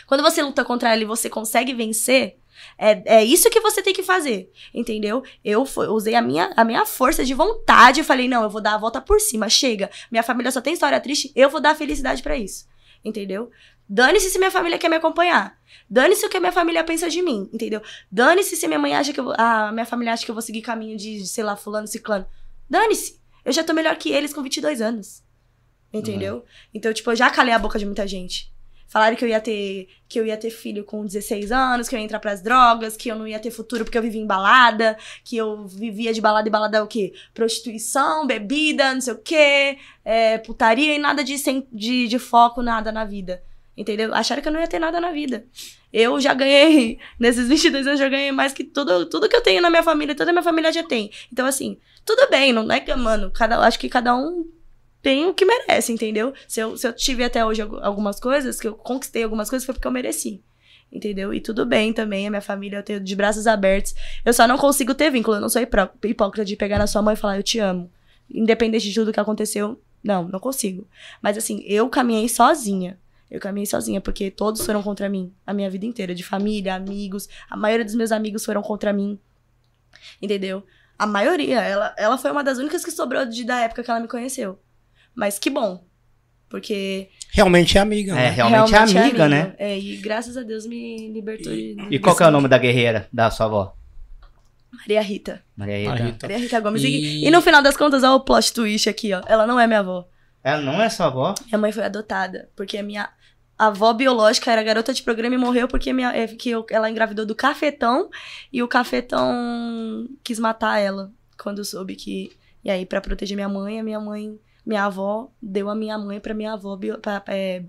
quando você luta contra ela e você consegue vencer, é, é isso que você tem que fazer, entendeu? Eu fo- usei a minha, a minha força de vontade e falei, não, eu vou dar a volta por cima, chega. Minha família só tem história triste, eu vou dar felicidade pra isso, entendeu? Dane-se se minha família quer me acompanhar. Dane-se o que a minha família pensa de mim, entendeu? Dane-se se minha mãe acha que eu vou, a minha família acha que eu vou seguir caminho de, sei lá, fulano, ciclano. Dane-se. Eu já tô melhor que eles com 22 anos. Entendeu? Então, tipo, eu já calei a boca de muita gente. Falaram que eu ia ter que eu ia ter filho com 16 anos, que eu ia entrar pras drogas, que eu não ia ter futuro porque eu vivia em balada, que eu vivia de balada e balada é o quê? Prostituição, bebida, não sei o quê, é, putaria e nada de, sem- de, de foco, nada na vida. Entendeu? Acharam que eu não ia ter nada na vida. Eu já ganhei, nesses 22 anos, eu já ganhei mais que tudo, tudo que eu tenho na minha família, toda a minha família já tem. Então, assim, tudo bem, não é que, mano, cada, acho que cada um tem o que merece, entendeu? Se eu, se eu tive até hoje algu- algumas coisas, que eu conquistei algumas coisas, foi porque eu mereci. Entendeu? E tudo bem também, a minha família eu tenho de braços abertos. Eu só não consigo ter vínculo, eu não sou hipro- hipócrita de pegar na sua mãe e falar eu te amo. Independente de tudo que aconteceu, não, não consigo. Mas assim, eu caminhei sozinha. Eu caminhei sozinha, porque todos foram contra mim a minha vida inteira, de família, amigos. A maioria dos meus amigos foram contra mim. Entendeu? A maioria, ela, ela foi uma das únicas que sobrou de, da época que ela me conheceu. Mas que bom. Porque Realmente é amiga, É, né? realmente, é amiga, né? É, e graças a Deus me libertou de. E qual que é o nome da guerreira da sua avó? Maria Rita. Maria Ah, Rita. Rita. Maria Rita Gomes. E... E- e no final das contas, olha o plot twist aqui, ó. Ela não é minha avó. Ela não é sua avó? Minha mãe foi adotada, porque a minha avó biológica era garota de programa e morreu porque minha, é, que eu- ela engravidou do cafetão e o cafetão quis matar ela quando soube que. E aí, pra proteger minha mãe, a minha mãe, minha avó, deu a minha mãe pra minha avó bio, pra- é,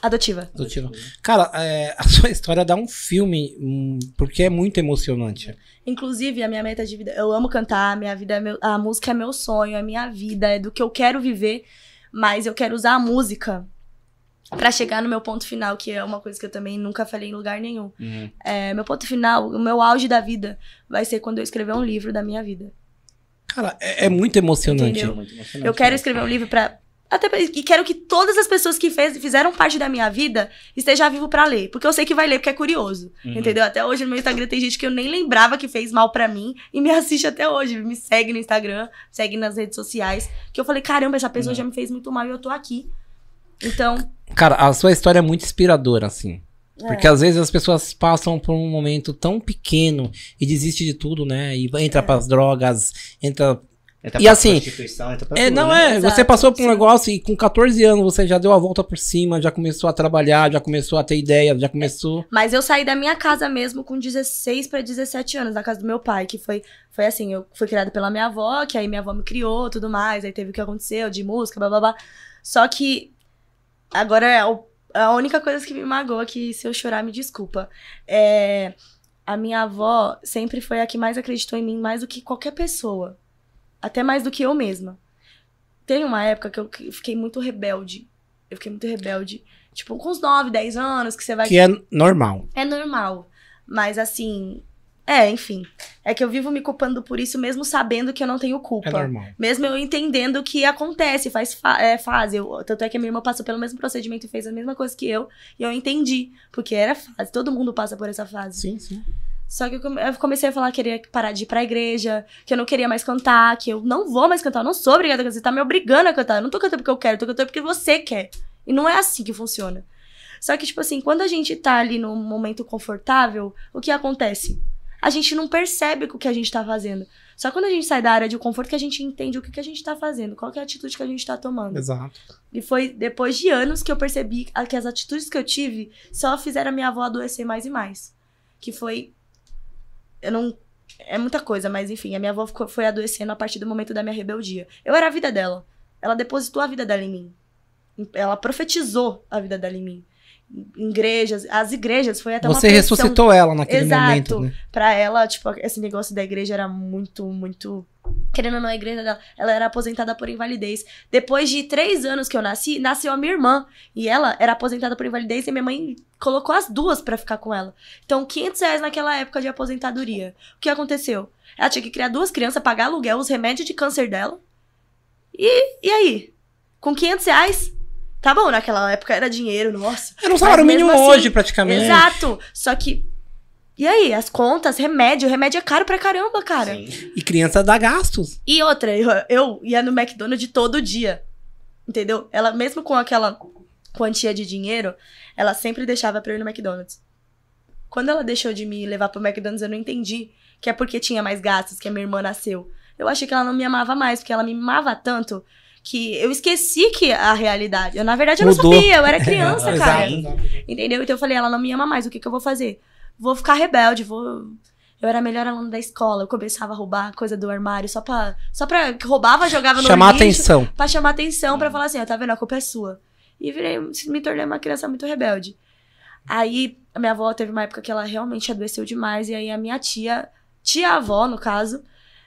adotiva. Do tipo- Cara, é, a sua história dá um filme, hum, porque é muito emocionante. Inclusive, a minha meta de vida, eu amo cantar, a minha vida é meu- a música é meu sonho, é minha vida, é do que eu quero viver, mas eu quero usar a música pra chegar no meu ponto final, que é uma coisa que eu também nunca falei em lugar nenhum. Uhum. É, meu ponto final, o meu auge da vida vai ser quando eu escrever um livro da minha vida. Cara, é, é muito emocionante. Entendeu? Muito emocionante. né? Eu quero escrever um livro pra. Até pra- e quero que todas as pessoas que fez- fizeram parte da minha vida estejam vivo pra ler, porque eu sei que vai ler porque é curioso, Uhum. entendeu? Até hoje no meu Instagram tem gente que eu nem lembrava que fez mal pra mim e me assiste até hoje, me segue no Instagram, segue nas redes sociais, que eu falei, caramba, essa pessoa Uhum. já me fez muito mal e eu tô aqui. Então, Cara, a sua história é muito inspiradora, assim. É. Porque às vezes as pessoas passam por um momento tão pequeno e desiste de tudo, né? E entra É. pras drogas, entra. Entra E tá pra assim, prostituição, entra pra É, tudo, não né? é. Exato, você passou por um sim. negócio e com 14 anos você já deu a volta por cima, já começou a trabalhar, já começou a ter ideia, já começou. Mas eu saí da minha casa mesmo com 16 pra 17 anos, na casa do meu pai, que foi, foi assim, eu fui criada pela minha avó, que aí minha avó me criou, tudo mais, aí teve o que aconteceu de música, blá blá blá. Só que agora é o- a única coisa que me magoa, é que se eu chorar, me desculpa. É, a minha avó sempre foi a que mais acreditou em mim, mais do que qualquer pessoa. Até mais do que eu mesma. Teve uma época que eu que- fiquei muito rebelde. Eu fiquei muito rebelde. Tipo, com uns 9, 10 anos, que você vai Que é normal. é normal. Mas assim. É, enfim. É que eu vivo me culpando por isso, mesmo sabendo que eu não tenho culpa. É normal. Mesmo eu entendendo o que acontece, faz fa é, fase. Eu- tanto é que a minha irmã passou pelo mesmo procedimento e fez a mesma coisa que eu. E eu entendi. Porque era fase. Todo mundo passa por essa fase. Sim, sim. Só que eu come- eu comecei a falar que queria parar de ir pra igreja, que eu não queria mais cantar, que eu não vou mais cantar, eu não sou obrigada a cantar. Você tá me obrigando a cantar. Eu não tô cantando porque eu quero, eu tô cantando porque você quer. E não é assim que funciona. Só que, tipo assim, quando a gente tá ali num momento confortável, o que acontece? A gente não percebe o que a gente tá fazendo. Só quando a gente sai da área de conforto que a gente entende o que, que a gente tá fazendo, qual que é a atitude que a gente tá tomando. Exato. E foi depois de anos que eu percebi a- que as atitudes que eu tive só fizeram a minha avó adoecer mais e mais. Que foi. Eu não. É muita coisa, mas enfim, a minha avó ficou- foi adoecendo a partir do momento da minha rebeldia. Eu era a vida dela. Ela depositou a vida dela em mim. Ela profetizou a vida dela em mim. Em igrejas, as igrejas foi até É, tá uma você pressão ressuscitou ela naquele Exato. momento, né? pra ela, tipo, esse negócio da igreja era muito, muito Querendo ou não, a igreja dela, ela era aposentada por invalidez. Depois de três anos que eu nasci, nasceu a minha irmã. E ela era aposentada por invalidez e minha mãe colocou as duas pra ficar com ela. Então, 500 reais naquela época de aposentadoria. O que aconteceu? Ela tinha que criar duas crianças, pagar aluguel, os remédios de câncer dela. E, e aí? Com 500 reais? Tá bom, naquela época era dinheiro, nossa. Era um salário Mas mesmo mínimo assim, hoje, praticamente. Exato. Só que. E aí? As contas, remédio. Remédio é caro pra caramba, cara. Sim. E criança dá gastos. E outra, eu, eu ia no McDonald's todo dia. Entendeu? Ela, mesmo com aquela quantia de dinheiro, ela sempre deixava pra eu ir no McDonald's. Quando ela deixou de me levar pro McDonald's, eu não entendi. Que é porque tinha mais gastos, que a minha irmã nasceu. Eu achei que ela não me amava mais, porque ela me amava tanto que eu esqueci que a realidade. Eu, na verdade, eu Mudou. não sabia, eu era Uhum. criança, cara. Exato. Entendeu? Então eu falei, ela não me ama mais, o que, que eu vou fazer? Vou ficar rebelde, vou. Eu era a melhor aluna da escola, eu começava a roubar coisa do armário só pra. Só pra. Roubava, jogava no Chamar lixo. atenção. Pra chamar atenção, pra falar assim, ó, tá vendo? A culpa é sua. E virei, me tornei uma criança muito rebelde. Aí, a minha avó teve uma época que ela realmente adoeceu demais, e aí a minha tia, tia-avó, no caso,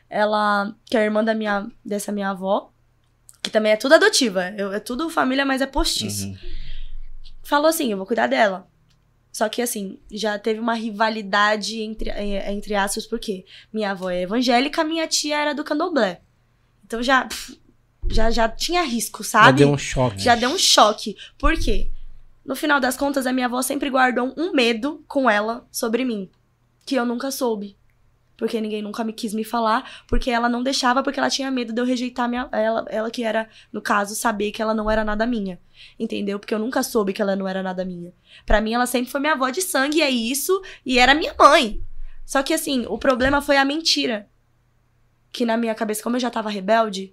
ela, que é a irmã da minha, dessa minha avó, que também é tudo adotiva, eu- é tudo família, mas é postiço Uhum. falou assim: eu vou cuidar dela. Só que assim, já teve uma rivalidade entre, eh, entre aspas, porque minha avó é evangélica, minha tia era do candomblé. Então já, pff, já, já tinha risco, Já sabe? deu um choque. Já deu um choque. Por quê? No final das contas, a minha avó sempre guardou um medo com ela sobre mim. Que eu nunca soube. Porque ninguém nunca me quis me falar. Porque ela não deixava, porque ela tinha medo de eu rejeitar minha, ela, ela que era, no caso, saber que ela não era nada minha. Entendeu? Porque eu nunca soube que ela não era nada minha. Pra mim, ela sempre foi minha avó de sangue, é isso. E era minha mãe. Só que assim, o problema foi a mentira. Que na minha cabeça, como eu já tava rebelde,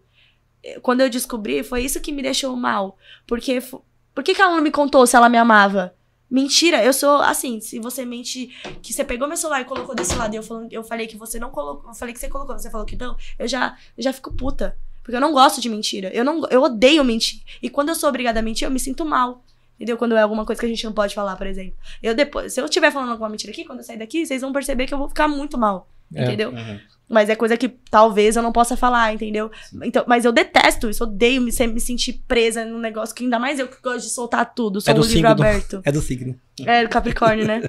eh, quando eu descobri, foi isso que me deixou mal. Porque. fo- Por que, que ela não me contou se ela me amava? Mentira, eu sou assim, se você mente que você pegou meu celular e colocou desse lado e eu, falando, eu falei que você não colocou, eu falei que você colocou, você falou que não, eu já, eu já fico puta. Porque eu não gosto de mentira. Eu, não, eu odeio mentir. E quando eu sou obrigada a mentir, eu me sinto mal. Entendeu? Quando é alguma coisa que a gente não pode falar, por exemplo. Eu depois, se eu estiver falando alguma mentira aqui, quando eu sair daqui, vocês vão perceber que eu vou ficar muito mal. É. Entendeu? Uhum. Mas é coisa que talvez eu não possa falar, entendeu? Então, mas eu detesto isso, odeio me, se- me sentir presa num negócio que ainda mais eu que gosto de soltar tudo, sou É do um livro signo do- aberto. É do signo. É, do Capricórnio, né?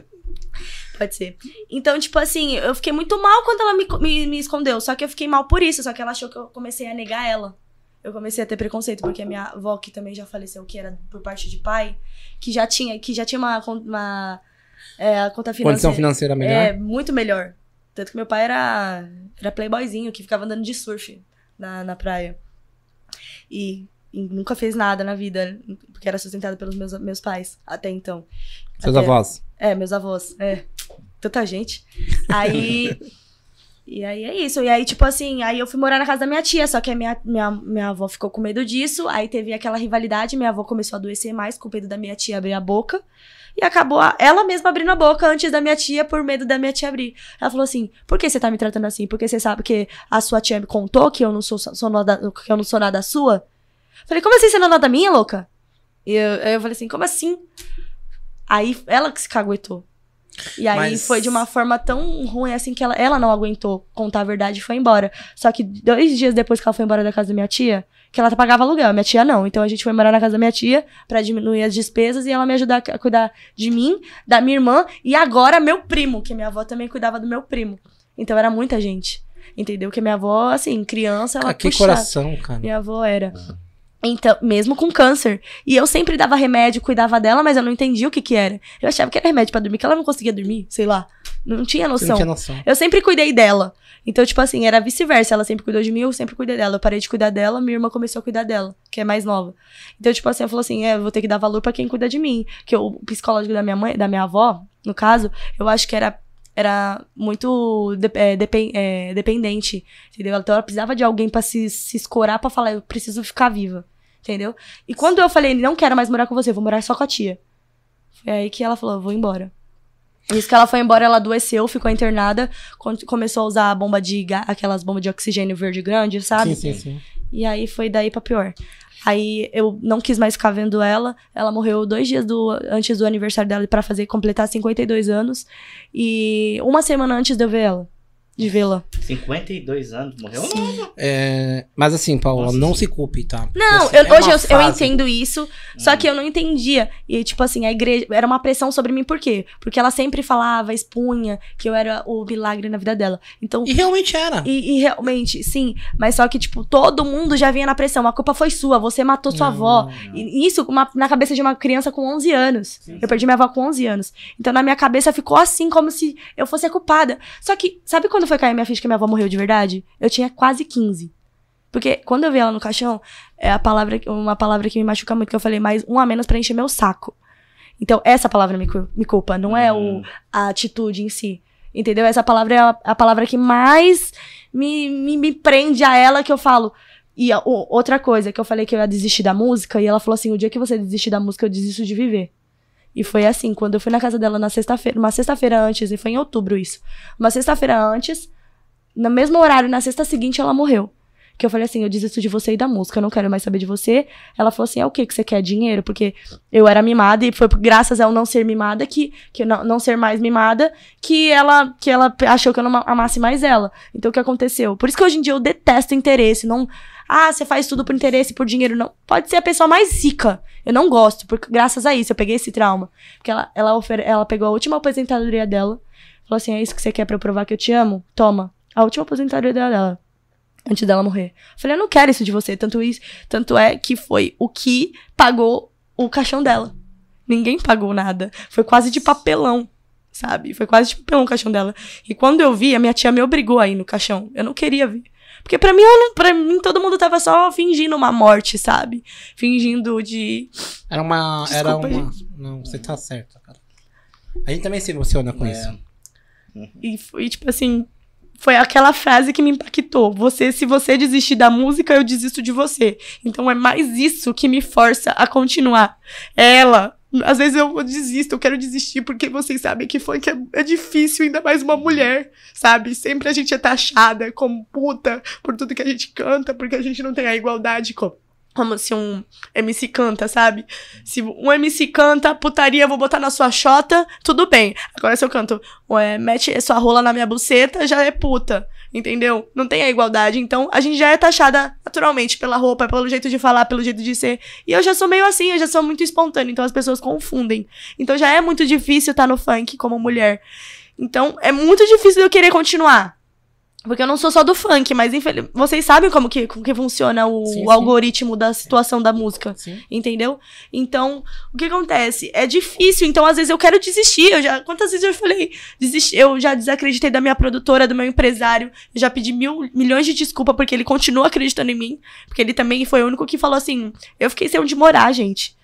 Pode ser. Então, tipo assim, eu fiquei muito mal quando ela me, co- me, me escondeu. Só que eu fiquei mal por isso, só que ela achou que eu comecei a negar ela. Eu comecei a ter preconceito, porque a minha avó, que também já faleceu, que era por parte de pai, que já tinha, que já tinha uma, con- uma é, conta financeira. Condição financeira melhor. É, muito melhor. Tanto que meu pai era, era playboyzinho, que ficava andando de surf na, na praia. E, e nunca fez nada na vida, porque era sustentado pelos meus, meus pais até então. Seus Até- avós. É, meus avós. É. Tanta gente. Aí. E aí é isso. E aí, tipo assim, aí eu fui morar na casa da minha tia, só que a minha, minha, minha avó ficou com medo disso. Aí teve aquela rivalidade, minha avó começou a adoecer mais com medo da minha tia abrir a boca. E acabou a- ela mesma abrindo a boca antes da minha tia, por medo da minha tia abrir. Ela falou assim: por que você tá me tratando assim? Porque você sabe que a sua tia me contou que eu não sou, sou nada, que eu não sou nada sua? Falei, como assim você não é nada minha, louca? E eu, eu falei assim, como assim? Aí ela que se caguetou. E aí Mas- foi de uma forma tão ruim assim que ela, ela não aguentou contar a verdade e foi embora. Só que dois dias depois que ela foi embora da casa da minha tia, que ela pagava aluguel, minha tia não. Então a gente foi morar na casa da minha tia pra diminuir as despesas e ela me ajudar a cuidar de mim, da minha irmã e agora meu primo, que minha avó também cuidava do meu primo. Então era muita gente. Entendeu? Que minha avó, assim, criança, ela Cara, Ah, que puxava. coração, Ah. cara. Minha avó era. Então, mesmo com câncer. E eu sempre dava remédio, cuidava dela, mas eu não entendia o que que era. Eu achava que era remédio pra dormir, que ela não conseguia dormir, sei lá. Não tinha Você não noção. tinha noção. Eu sempre cuidei dela. Então, tipo assim, era vice-versa. Ela sempre cuidou de mim, eu sempre cuidei dela. Eu parei de cuidar dela, minha irmã começou a cuidar dela, que é mais nova. Então, tipo assim, ela falou assim: é, eu vou ter que dar valor pra quem cuida de mim. Que o psicológico da minha mãe, da minha avó, no caso, eu acho que era. Era muito de- é, depen- é, dependente, entendeu? Então ela precisava de alguém pra se, se escorar pra falar, eu preciso ficar viva, entendeu? E quando eu falei, não quero mais morar com você, vou morar só com a tia. Foi aí que ela falou, vou embora. Isso que ela foi embora, ela adoeceu, ficou internada, con- começou a usar a bomba de ga- aquelas bombas de oxigênio verde grande, sabe? Sim, sim, sim. E aí foi daí pra pior. Aí eu não quis mais ficar vendo ela. Ela morreu dois dias do, antes do aniversário dela pra fazer completar 52 anos. E uma semana antes de eu ver ela. de vê-la. 52 anos, morreu? É, mas assim, Paola, Nossa, não sim. se culpe, tá? Porque, Não, assim, é eu- uma hoje eu, eu fase. entendo isso, só que eu não entendia. E, tipo assim, a igreja. Era uma pressão sobre mim, por quê? Porque ela sempre falava, expunha, que eu era o milagre na vida dela. Então. E realmente era. E, e realmente, sim, mas só que, tipo, todo mundo já vinha na pressão. A culpa foi sua, você matou sua avó. E isso uma- na cabeça de uma criança com 11 anos. Sim, Eu perdi minha avó com 11 anos. Então, na minha cabeça ficou assim, como se eu fosse a culpada. Só que, sabe quando foi cair minha ficha que minha avó morreu de verdade? Eu tinha quase 15. Porque quando eu vi ela no caixão, é a palavra, uma palavra que me machuca muito, que eu falei, mais um a menos pra encher meu saco. Então, essa palavra me, cu- me culpa, não é Uhum. o, Uhum. a atitude em si. Entendeu? Essa palavra é a, a palavra que mais me, me, me prende a ela que eu falo. E a- o- outra coisa, que eu falei que eu ia desistir da música, e ela falou assim: o dia que você desistir da música, eu desisto de viver. E foi assim, quando eu fui na casa dela na sexta-feira, uma sexta-feira antes, e foi em outubro isso. Uma sexta-feira antes, no mesmo horário, na sexta seguinte, ela morreu. Que eu falei assim, eu desisto de você e da música, eu não quero mais saber de você. Ela falou assim, é o que que você quer? Dinheiro? Porque eu era mimada e foi por- graças a eu não ser mimada que, que eu não, não ser mais mimada, que ela, que ela achou que eu não ma- amasse mais ela. Então o que aconteceu? Por isso que hoje em dia eu detesto interesse, não... Ah, você faz tudo por interesse, por dinheiro, não. Pode ser a pessoa mais rica. Eu não gosto, porque graças a isso eu peguei esse trauma. Porque ela, ela, ofer- ela pegou a última aposentadoria dela, falou assim: é isso que você quer pra eu provar que eu te amo? Toma. A última aposentadoria dela, antes dela morrer. Eu falei: eu não quero isso de você. Tanto, isso, tanto é que foi o que pagou o caixão dela. Ninguém pagou nada. Foi quase de papelão, sabe? Foi quase de papelão o caixão dela. E quando eu vi, a minha tia me obrigou a ir no caixão. Eu não queria vir. Porque pra mim, eu não, pra mim, todo mundo tava só fingindo uma morte, sabe? Fingindo de. Era uma. era Desculpa, uma... Não, você tá certa, cara. A gente também se emociona com isso. E foi tipo assim, foi aquela frase que me impactou. Você, se você desistir da música, eu desisto de você. Então é mais isso que me força a continuar. É Ela, às vezes eu desisto, eu quero desistir porque vocês sabem que foi que é, é difícil, ainda mais uma mulher, sabe? Sempre a gente é taxada como puta por tudo que a gente canta, porque a gente não tem a igualdade co- Como se um MC canta, sabe? Se um MC canta, putaria, vou botar na sua xota, tudo bem. Agora se eu canto Ué, mete sua rola na minha buceta, já é puta. Entendeu? Não tem a igualdade. Então, a gente já é taxada naturalmente pela roupa, pelo jeito de falar, pelo jeito de ser. E eu já sou meio assim, eu já sou muito espontânea. Então, as pessoas confundem. Então, já é muito difícil estar no funk como mulher. Então, é muito difícil eu querer continuar. Porque eu não sou só do funk, mas infeliz... vocês sabem como que, como que funciona o Sim, sim. algoritmo da situação da música. Sim. Entendeu? Então, o que acontece? É difícil, então às vezes eu quero desistir. Eu já, quantas vezes eu falei, desisti, eu já desacreditei da minha produtora, do meu empresário, eu já pedi mil, milhões de desculpa porque ele continua acreditando em mim, porque ele também foi o único que falou assim: eu fiquei sem onde morar, gente.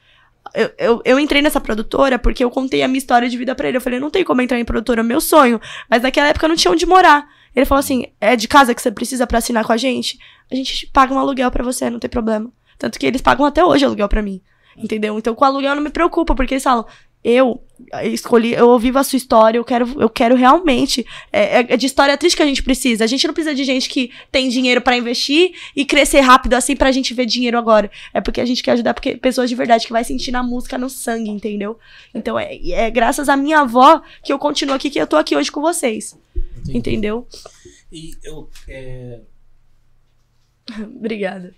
Eu, eu, eu entrei nessa produtora porque eu contei a minha história de vida pra ele. Eu falei, não tem como entrar em produtora, é meu sonho. Mas naquela época eu não tinha onde morar. Ele falou assim: é de casa que você precisa pra assinar com a gente? A gente paga um aluguel pra você, não tem problema. Tanto que eles pagam até hoje aluguel pra mim. Entendeu? Então com aluguel eu não me preocupo, porque eles falam, eu eh, escolhi, eu ouvi a sua história, eu quero, eu quero realmente. É, é- é de história triste que a gente precisa. A gente não precisa de gente que tem dinheiro pra investir e crescer rápido assim pra gente ver dinheiro agora. É porque a gente quer ajudar porque pessoas de verdade que vai sentir na música, no sangue, entendeu? Então é, é graças à minha avó que eu continuo aqui, que eu tô aqui hoje com vocês. Entendi. Entendeu? E eu. é, Obrigada.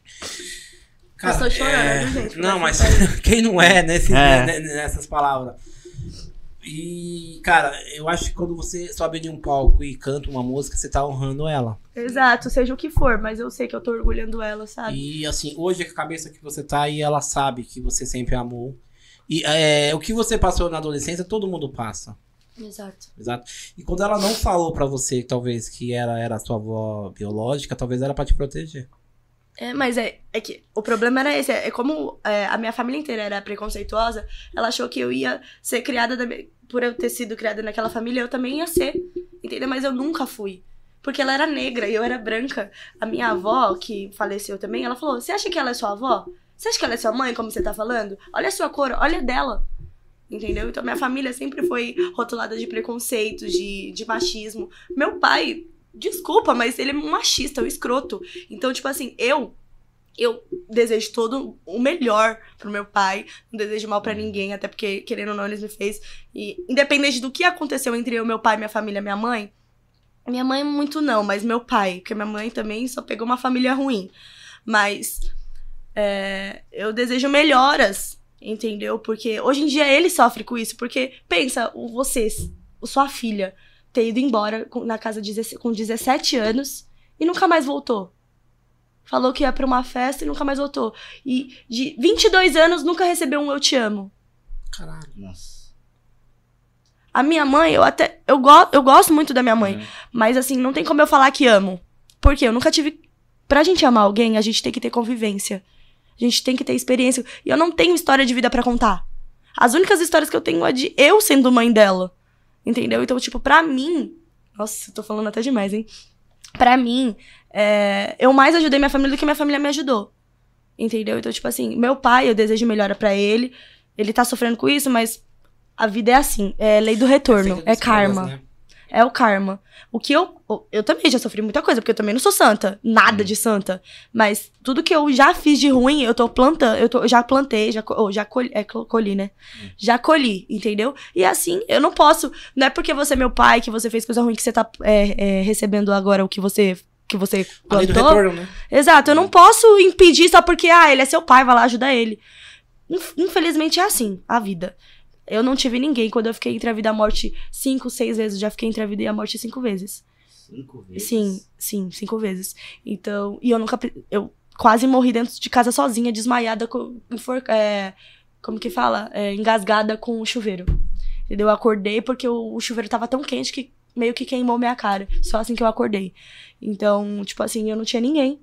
cara, estou chorando, é, viu, gente? Não, mas quem não é, nesse, É. né, nessas palavras? E, cara, eu acho que quando você sobe de um palco e canta uma música, você tá honrando ela. Exato, seja o que for, mas eu sei que eu tô orgulhando ela, sabe? E assim, hoje a cabeça que você tá aí, ela sabe que você sempre amou. E é, o que você passou na adolescência, todo mundo passa. Exato. Exato. E quando ela não falou pra você, talvez, que ela era sua avó biológica, talvez era pra te proteger. É, mas é, é que o problema era esse. É, é como é, a minha família inteira era preconceituosa, ela achou que eu ia ser criada da me- por eu ter sido criada naquela família, eu também ia ser. Entendeu? Mas eu nunca fui. Porque ela era negra e eu era branca. A minha avó, que faleceu também, ela falou: Você acha que ela é sua avó? Você acha que ela é sua mãe, como você tá falando? Olha a sua cor, olha a dela. Entendeu? Então, minha família sempre foi rotulada de preconceito, de, de machismo. Meu pai, desculpa, mas ele é um machista, um escroto. Então, tipo assim, eu eu desejo todo o melhor pro meu pai, não desejo mal pra ninguém, até porque querendo ou não eles me fez e independente do que aconteceu entre eu, meu pai, minha família, minha mãe, Minha mãe muito não, mas meu pai, porque minha mãe também só pegou uma família ruim. Mas é, eu desejo melhoras, entendeu? Porque hoje em dia ele sofre com isso, porque pensa, o- você, sua filha, ter ido embora com- na casa deze- com 17 anos e nunca mais voltou. Falou que ia pra uma festa e nunca mais voltou. E de 22 anos nunca recebeu um eu te amo. Caralho. Nossa. A minha mãe, eu até. Eu, go eu gosto muito da minha mãe. Uhum. Mas assim, não tem como eu falar que amo. Porque eu nunca tive. Pra gente amar alguém, a gente tem que ter convivência. A gente tem que ter experiência. E eu não tenho história de vida pra contar. As únicas histórias que eu tenho é de eu sendo mãe dela. Entendeu? Então, tipo, pra mim. Nossa, eu tô falando até demais, hein? Pra mim, é, eu mais ajudei minha família do que minha família me ajudou. Entendeu? Então, tipo assim, meu pai, eu desejo melhora pra ele. Ele tá sofrendo com isso, mas a vida é assim. É lei do retorno. tá É karma. né? É o karma. O que eu. Eu também já sofri muita coisa, porque eu também não sou santa. Nada de santa. Mas tudo que eu já fiz de ruim, eu tô plantando. Eu, tô- eu já plantei, já, co- ou já colhi, é, col- colhi, né? Já colhi, entendeu? E assim, eu não posso. Não é porque você é meu pai, que você fez coisa ruim, que você tá é, é, recebendo agora o que você. Que você Além do plantou. retorno, né? Exato, eu não posso impedir só porque, ah, ele é seu pai, vai lá ajudar ele. Inf- Infelizmente é assim a vida. Eu não tive ninguém quando eu fiquei entre a vida e a morte cinco, seis vezes. Já fiquei entre a vida e a morte cinco vezes. Cinco vezes? Sim, sim, cinco vezes. Então, e eu nunca. pre- Eu quase morri dentro de casa sozinha, desmaiada, com, enfor- é, como que fala? É, engasgada com o chuveiro. Entendeu? Eu acordei porque o, o chuveiro tava tão quente que meio que queimou minha cara. Só assim que eu acordei. Então, tipo assim, eu não tinha ninguém.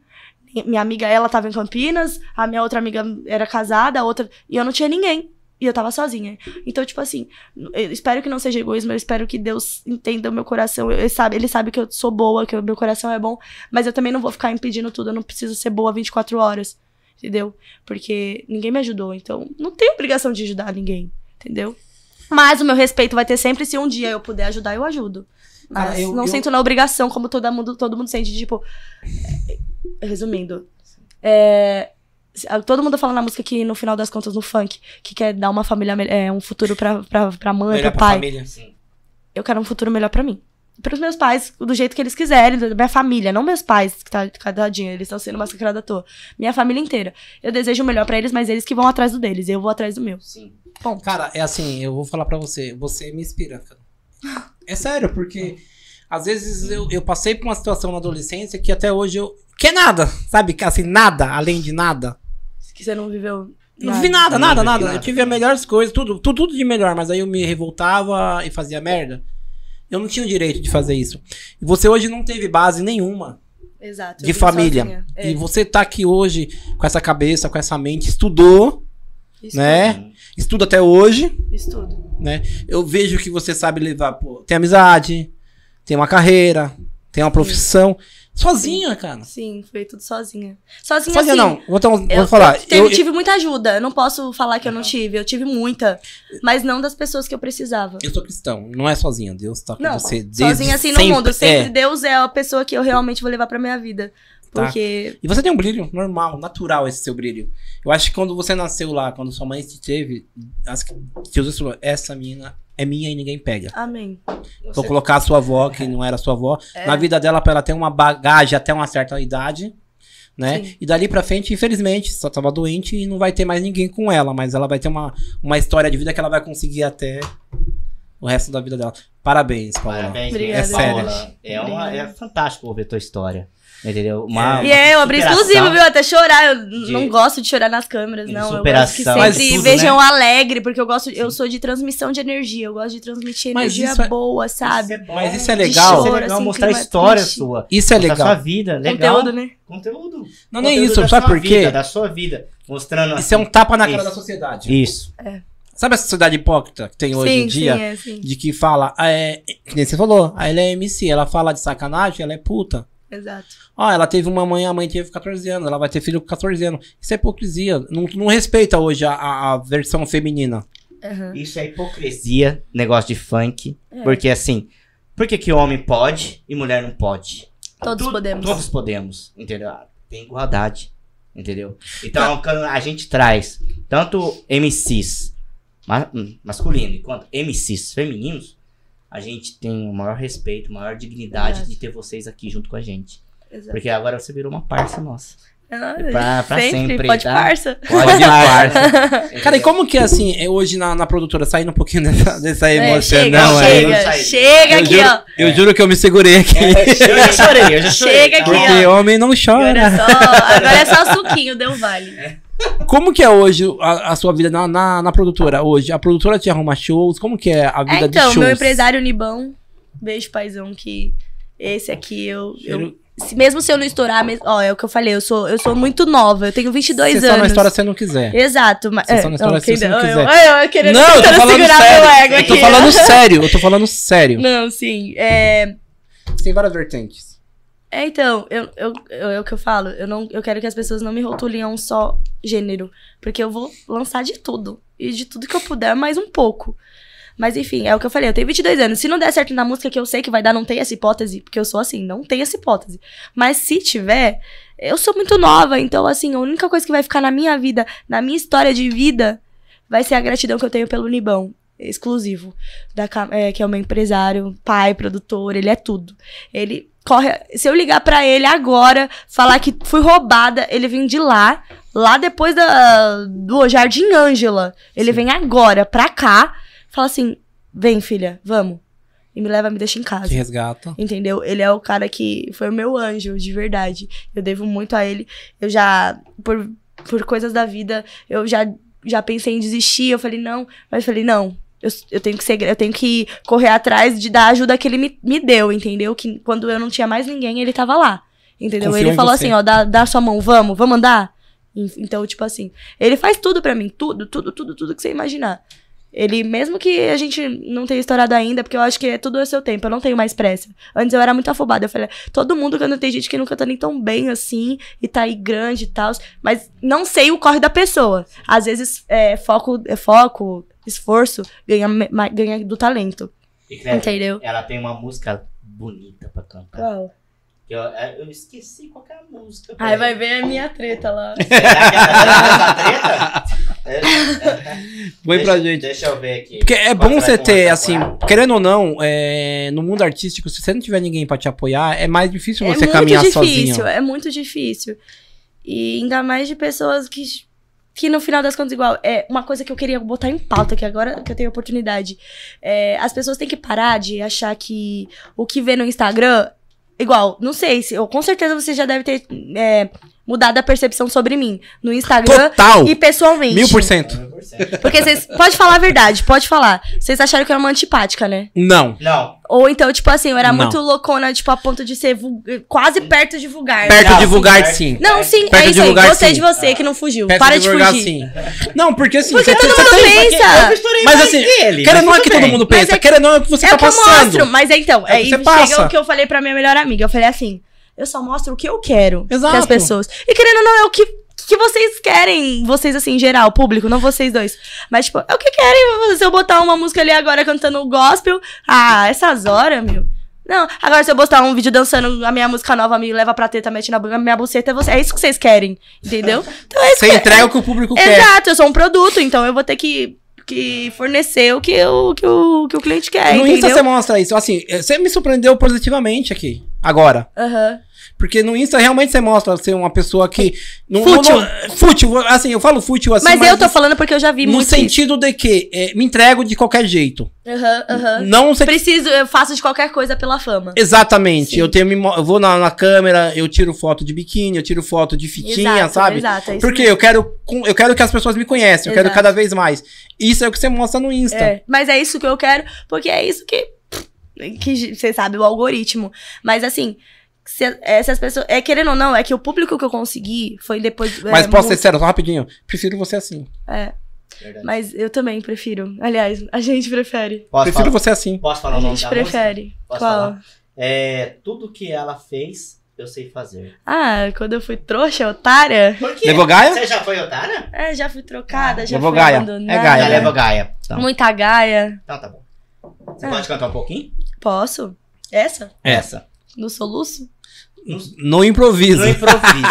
Minha amiga, ela tava em Campinas, a minha outra amiga era casada, a outra. E eu não tinha ninguém. E eu tava sozinha. Então, tipo assim, eu espero que não seja egoísmo, eu espero que Deus entenda o meu coração. Ele sabe, ele sabe que eu sou boa, que o meu coração é bom, mas eu também não vou ficar impedindo tudo, eu não preciso ser boa 24 horas, entendeu? Porque ninguém me ajudou, então não tenho obrigação de ajudar ninguém, entendeu? Mas o meu respeito vai ter sempre se um dia eu puder ajudar, eu ajudo. Mas Ah, eu- não eu- sinto na obrigação, como todo mundo, todo mundo sente, de, tipo. Resumindo. É, todo mundo fala na música que, no final das contas, no funk, que quer dar uma família, me- é, um futuro pra, pra, pra mãe, Melhor pro pra pai família. Sim. eu quero um futuro melhor pra mim. Para os meus pais, do jeito que eles quiserem, da minha família, não meus pais, que tá cadadinha, eles estão sendo massacrados à toa. Minha família inteira. Eu desejo o melhor pra eles, mas eles que vão atrás do deles, eu vou atrás do meu. Sim. Cara, é assim, eu vou falar pra você, você me inspira, cara. É sério, porque às vezes eu, eu passei por uma situação na adolescência que até hoje eu. Que é nada, sabe? Que Assim, nada, além de nada. Que você não viveu. Não vi nada, Nada, nada, nada. nada. Eu tive as melhores coisas, tudo, tudo, tudo de melhor, mas aí eu me revoltava e fazia merda. Eu não tinha o direito de fazer isso. E você hoje não teve base nenhuma. Exato. eu de vim família. sozinha. É, E você tá aqui hoje com essa cabeça, com essa mente, estudou, isso, né? Uhum. Estuda até hoje. Isso tudo. Eu vejo que você sabe levar, pô, tem amizade, tem uma carreira, tem uma profissão. Sozinha, cara. Sim, foi tudo sozinha. Sozinha, Sozinha assim, não. Vou, então- vou eu- falar. Teve, eu, tive muita ajuda. Eu não posso falar que eu não tive. Eu tive muita. Mas não das pessoas que eu precisava. eu sou cristão, não é sozinho. Deus tá com Não, você desde Sozinha assim sempre. no mundo. Sempre É. Deus é a pessoa que eu realmente vou levar pra minha vida. Tá. Porque E você tem um brilho normal, natural esse seu brilho. Eu acho que quando você nasceu lá, quando sua mãe te teve, as, Deus falou, essa menina é minha e ninguém pega. Amém. Vou colocar a sua avó, que não era sua avó, É. na vida dela pra ela ter uma bagagem até uma certa idade, né? Sim. E dali pra frente, infelizmente, só tava doente e não vai ter mais ninguém com ela, mas ela vai ter uma, uma história de vida que ela vai conseguir até o resto da vida dela. Parabéns, Paola. Parabéns, Obrigada, né, Paola? É, uma, Obrigada. é fantástico ouvir tua história. Entendeu? Uma, E é, eu abri superação. exclusivo, viu? Até chorar. Eu De- não gosto de chorar nas câmeras, de não. Eu gosto que superação. Mas sempre tudo, né? vejam alegre, porque eu gosto. Eu sou de transmissão de energia. Eu gosto de transmitir Mas energia isso é- boa, Isso sabe? é bom. Mas isso é legal. Isso é Choro, legal assim, mostrar a clima história triste. sua. Isso é Da sua legal. vida, legal. Conteúdo, né? Conteúdo. Não, nem Conteúdo isso, da sabe sua por vida, quê? Da sua vida. Mostrando Isso é assim, tipo, um tapa na cara Isso. da sociedade. Isso. Sabe essa sociedade hipócrita que tem hoje sim, em dia? sim, é, sim. De que fala, ah, é, que nem você falou, ah, ela é MC, ela fala de sacanagem, ela é puta. Exato. Ah, ela teve uma mãe, a mãe teve 14 anos, ela vai ter filho com 14 anos. Isso é hipocrisia. Não, não respeita hoje a, a- a versão feminina. Aham. Isso é hipocrisia, negócio de funk. É. Porque assim, por que, que homem pode e mulher não pode? Todos Tu- podemos. Todos podemos, entendeu? Ah, Tem igualdade, entendeu? Tá. Então, quando a gente traz tanto MCs ma- hum, masculinos quanto MCs femininos, a gente tem o maior respeito, maior dignidade Verdade. de ter vocês aqui junto com a gente. Exato. Porque agora você virou uma parça nossa. É, pra- pra sempre, pode tá? parça. Pode parça. Cara, e como que é assim, é hoje na, na produtora, saindo um pouquinho dessa, dessa É, emoção, chega, não, é? eu chega, saí. Eu, chega aqui, juro, ó. eu juro que eu me segurei aqui. eu já chorei, eu já chorei. Chega tá? aqui, ó. Porque homem não Olha chora. só, agora é só suquinho, deu vale. Como que é hoje a, a sua vida na, na, na produtora? Hoje, a produtora te arruma shows? Como que é a É, vida de então, shows? meu empresário Nibão, beijo, paizão, que esse aqui eu. eu se- mesmo se eu não estourar, mes- ó, é o que eu falei, eu sou, eu sou muito nova, eu tenho 22 Você anos. só na história se você não quiser. Exato, mas. Você só não estoura se quem você não dá- quiser. Eu, eu, eu, querendo Não, eu tô tentando falando segurar meu ego sério. Eu tô aqui, falando sério, eu tô falando sério. Não, sim. É, Tem várias vertentes. é, então, eu, eu, eu- é o que eu falo. Eu, não, eu quero que as pessoas não me rotulem a um só gênero. Porque eu vou lançar de tudo. E de tudo que eu puder, mais um pouco. Mas enfim, é o que eu falei. Eu tenho 22 anos. Se não der certo na música, que eu sei que vai dar, não tem essa hipótese. Porque eu sou assim, não tem essa hipótese. Mas se tiver, eu sou muito nova. Então, assim, a única coisa que vai ficar na minha vida, na minha história de vida, vai ser a gratidão que eu tenho pelo Nibão. Exclusivo. Da, Ca- é, que é o meu empresário, pai, produtor, ele é tudo. Ele corre. Se eu ligar pra ele agora, falar que fui roubada, ele vem de lá, lá depois da, do Jardim Ângela. Ele vem agora pra cá, fala assim: vem, filha, vamos. E me leva, me deixa em casa. Te resgata. Entendeu? Ele é o cara que foi o meu anjo, de verdade. Eu devo muito a ele. Eu já, por, por coisas da vida, eu já, já pensei em desistir. Eu falei, não. Mas eu falei, não. Eu, eu tenho que ser, eu tenho que correr atrás de dar a ajuda que ele me, me deu, entendeu? Que quando eu não tinha mais ninguém, ele tava lá. Entendeu? Confiou ele em falou você. assim, ó, dá, dá sua mão, vamos, vamos andar. En- Então, tipo assim, ele faz tudo pra mim, tudo, tudo, tudo, tudo que você imaginar. Ele, mesmo que a gente não tenha estourado ainda, porque eu acho que é tudo ao seu tempo, eu não tenho mais pressa. Antes eu era muito afobada, eu falei, todo mundo quando tem gente que não canta nem tão bem assim, e tá aí grande e tal, mas não sei o corre da pessoa. Às vezes, é, foco, é foco, esforço, ganha, me- ma- ganha do talento, E, Cleve, entendeu? é, Ela tem uma música bonita pra cantar. Qual? Eu, eu esqueci qual que é a música. Aí vai ver a minha treta lá. Será que é ela tá essa treta? Põe pra Deixa- gente. Deixa eu ver aqui. Porque é Qual bom que vai você ter, assim, conversar com querendo ou não, é, no mundo artístico, se você não tiver ninguém pra te apoiar, é mais difícil é você muito caminhar difícil, sozinho. É muito difícil. E ainda mais de pessoas que, que no final das contas, igual, é uma coisa que eu queria botar em pauta, que agora que eu tenho oportunidade. É, as pessoas têm que parar de achar que o que vê no Instagram. Igual, não sei, se, eu, com certeza você já deve ter é, mudado a percepção sobre mim no Instagram Total! e pessoalmente. Mil por cento. ela. 100%. Porque vocês. Pode falar a verdade, pode falar. Vocês acharam que eu era uma antipática, né? Não. Não. Ou então, tipo assim, eu era Não. muito loucona, tipo, a ponto de ser vul- quase perto de vulgar. Perto Não, de vulgar, perto- sim. Não, sim, Perto é de isso aí. vulgar, Gostei sim. de você que não fugiu. Perto assim. Para de, vulgar, fugir. sim. Não, porque assim, Porque todo mundo é, Eu pensa. misturei Mas mais assim, dele. Querendo ou não mas é que tudo todo bem. mundo Mas pensa, é- querendo ou não é que você é tá o que eu mostro. passando. Mas é então, É o que aí você chega passa. o que eu falei pra minha melhor amiga. Eu falei assim, eu só mostro o que eu quero Exato. pras pessoas. E querendo ou não, é o que, que vocês querem. Vocês, assim, em geral, público, não vocês dois. Mas, tipo, é o que querem. Se eu botar uma música ali agora cantando gospel, ah, essas horas, meu. Não, agora se eu postar um vídeo dançando a minha música nova, me leva pra teta, mete na bu- minha buceta, é você- é isso que vocês querem, entendeu? Então é isso Você que- entrega o que o público quer. Exato, eu sou um produto, então eu vou ter que, que fornecer o que, eu, que, o, que o cliente quer, No Insta É, entendeu? você mostra isso. Assim, você me surpreendeu positivamente aqui, agora. Aham. Porque no Insta realmente você mostra ser uma pessoa que. Não, Fútil. não- não- fútil, assim, eu falo fútil assim. Mas, eu tô falando porque eu já vi No muito isso. sentido de que é, me entrego de qualquer jeito. Aham, aham. Não sei. Preciso, eu faço de qualquer coisa pela fama. Exatamente. Sim. Eu tenho me mo- eu vou na, na câmera, eu tiro foto de biquíni, eu tiro foto de fitinha, Exato, sabe? Exato, é isso Porque mesmo. eu quero, com- eu quero que as pessoas me conhecem, eu quero Exato. cada vez mais. Isso é o que você mostra no Insta. É, mas é isso que eu quero, porque é isso que. que você sabe, o algoritmo. Mas assim. Se, é, se as pessoas. É querendo ou não, é que o público que eu consegui foi depois. Mas é, posso mu- ser sério, só rapidinho. Prefiro você assim. é, Verdade. mas eu também prefiro. Aliás, a gente prefere. Posso Prefiro falar, você assim. posso falar A o nome gente da música? prefere. Posso Qual? falar? É, tudo que ela fez, eu sei fazer. Ah, quando eu fui trouxa, otária? Por quê? Levou Gaia? Você já foi otária? É, já fui trocada, já Levou fui Ah, Gaia. abandonada. É Gaia, já né? levou Gaia. Então, Muita gaia. então tá bom. Você Ah. pode cantar um pouquinho? Posso? Essa? É. Essa. No soluço? No improviso. No improviso.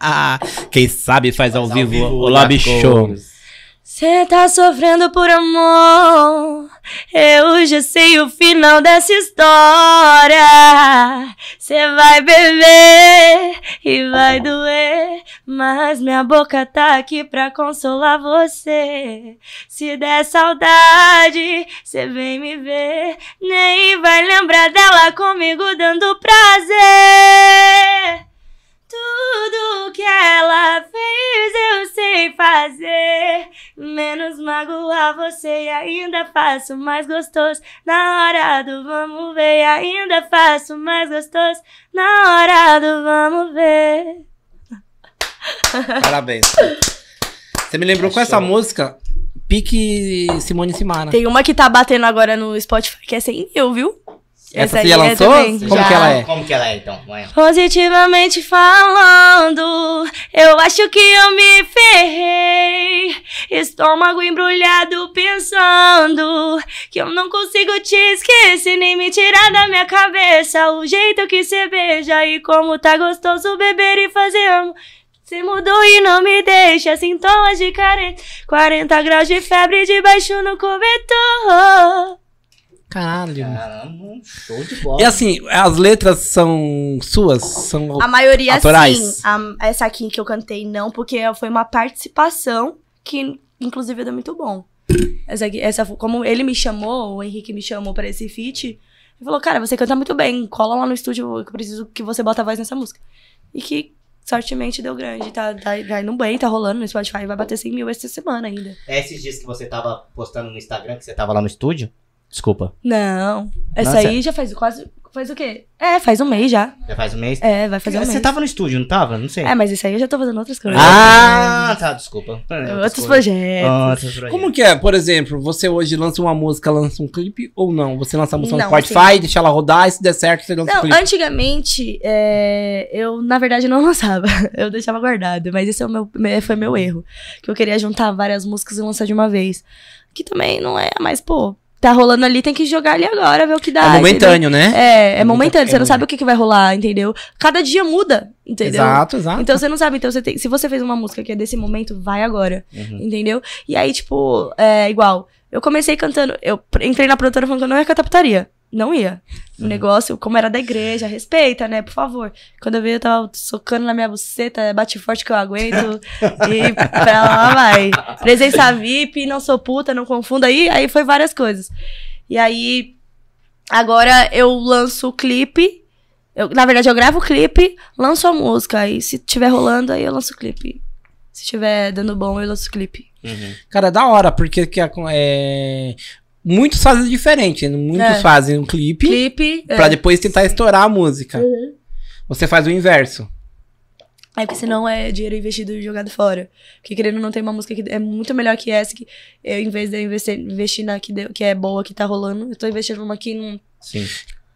Ah, quem sabe faz, ao, vivo. o Olá, bicho. Cê tá sofrendo por amor. Eu já sei o final dessa história. Cê vai beber e vai doer. Mas minha boca tá aqui pra consolar você. Se der saudade, cê vem me ver. Nem vai lembrar dela comigo dando prazer. Tudo que ela fez eu sei fazer. Menos magoar você e ainda faço mais gostoso. Na hora do vamos ver, e ainda faço mais gostoso. Na hora do vamos ver. Parabéns. Você me lembrou com essa música, Pique Simone Simara. Tem uma que tá batendo agora no Spotify que é 100 mil, viu? Essa essa que ela aí é lançou? também. Como Já. que ela é? Como que ela é, então? Vai. Positivamente falando, eu acho que eu me ferrei. Estômago embrulhado pensando que eu não consigo te esquecer nem me tirar da minha cabeça o jeito que você beija e como tá gostoso beber e fazer amor. Se mudou e não me deixa sintomas de carência. 40 graus de febre debaixo no cobertor. Caralho. Caramba, um show de bola. E assim, as letras são suas? São A maioria Autorais. sim. A- essa aqui que eu cantei não, porque foi uma participação que, inclusive, deu muito bom. Essa, aqui- essa, como ele me chamou, o Henrique me chamou pra esse feat, ele falou, cara, você canta muito bem, cola lá no estúdio que eu preciso que você bota a voz nessa música. E que, sortemente, deu grande. Tá, tá, tá indo bem, tá rolando no Spotify, vai bater 100 mil essa semana ainda. É esses dias que você tava postando no Instagram, que você tava lá no estúdio? Desculpa. Não, essa Nossa. aí já faz quase... Faz o quê? É, faz um mês já. Já faz um mês? É, vai fazer um você mês. tava no estúdio, não tava? Não sei. É, mas isso aí eu já tô fazendo outras coisas. Ah, tá, desculpa. É, coisas. Outros projetos. Outros projetos. Como que é? Por exemplo, você hoje lança uma música, lança um clipe ou não? Você lança a música Não, no Spotify, deixa ela rodar, e se der certo, você lança um Não, clipe. antigamente, é, eu, na verdade, não lançava. Eu deixava guardado. Mas esse é o meu, me- foi meu erro. Que eu queria juntar várias músicas e lançar de uma vez. Que também não é, mas, pô, tá rolando ali, tem que jogar ali agora, ver o que dá. É momentâneo, ah, entendeu? né? É, é É muita- momentâneo. Você é não sabe o que, que vai rolar, entendeu? Cada dia muda, entendeu? Exato, exato. Então você não sabe, então você tem, se você fez uma música que é desse momento, vai agora, Uhum. entendeu? E aí, tipo, é igual, eu comecei cantando, eu pr- entrei na produtora falando que eu não ia cantar putaria, não ia. O negócio, como era da igreja, respeita, né, por favor. Quando eu vi, eu tava socando na minha buceta, é, bate forte que eu aguento, e pra lá vai. Presença VIP, não sou puta, não confunda, aí, aí foi várias coisas. E aí, agora eu lanço o clipe, eu- na verdade, eu gravo o clipe, lanço a música. Aí se tiver rolando, aí eu lanço o clipe. Se tiver dando bom, eu lanço o clipe. Uhum. Cara, da hora, porque que a- é... muitos fazem diferente. Muitos É. fazem um clipe, Uhum. Clipe. É, pra depois tentar estourar a música. Você faz o inverso. é porque senão é dinheiro investido e jogado fora. Porque querendo ou não tem uma música que é muito melhor que essa, que eu, em vez de eu investir, investir na que, deu- que é boa, que tá rolando, eu tô investindo numa que não. Sim.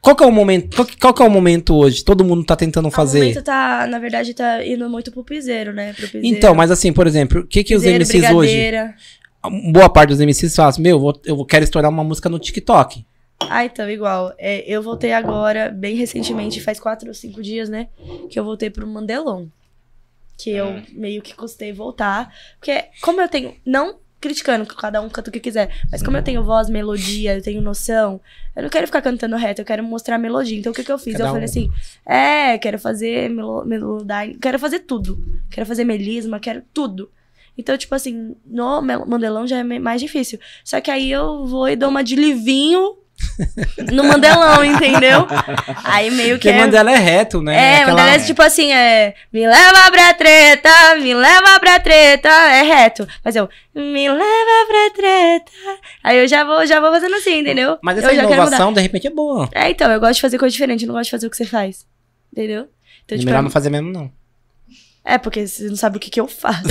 Qual que é o momento? Qual que, qual que é o momento hoje? Todo mundo tá tentando O fazer. momento tá, na verdade, tá indo muito pro piseiro, né? Pro piseiro. Então, mas assim, por exemplo, o que que os Piseiro, MCs hoje? brigadeira. Boa parte dos MCs fazem, meu, vou- eu quero estourar uma música no TikTok. Ah, então, igual. É, eu voltei agora, bem recentemente, faz quatro ou cinco dias, né? Que eu voltei pro Mandelon. Que eu Hum. meio que custei voltar. Porque, como eu tenho. Não criticando, que cada um canta o que quiser. Mas como eu tenho voz, melodia, eu tenho noção, eu não quero ficar cantando reto, eu quero mostrar a melodia. Então o que, que eu fiz? Cada eu falei um. assim, é, quero fazer melo- melodyne, quero fazer tudo. Quero fazer melisma, quero tudo. Então, tipo assim, no mel- Mandelão já é me- mais difícil. Só que aí eu vou e dou uma de livinho no Mandelão, entendeu? Aí meio Porque que é Mandela é reto, né? é, Aquela- aquela... é tipo assim, é. Me leva pra treta, me leva pra treta. É reto. Mas eu, me leva pra treta. Aí eu já vou, já vou fazendo assim, entendeu? Mas eu essa já inovação, de repente, é boa. É, então, eu gosto de fazer coisa diferente, eu não gosto de fazer o que você faz. Entendeu? Então, É tipo, melhor não fazer mesmo, não. é porque você não sabe o que, que eu faço.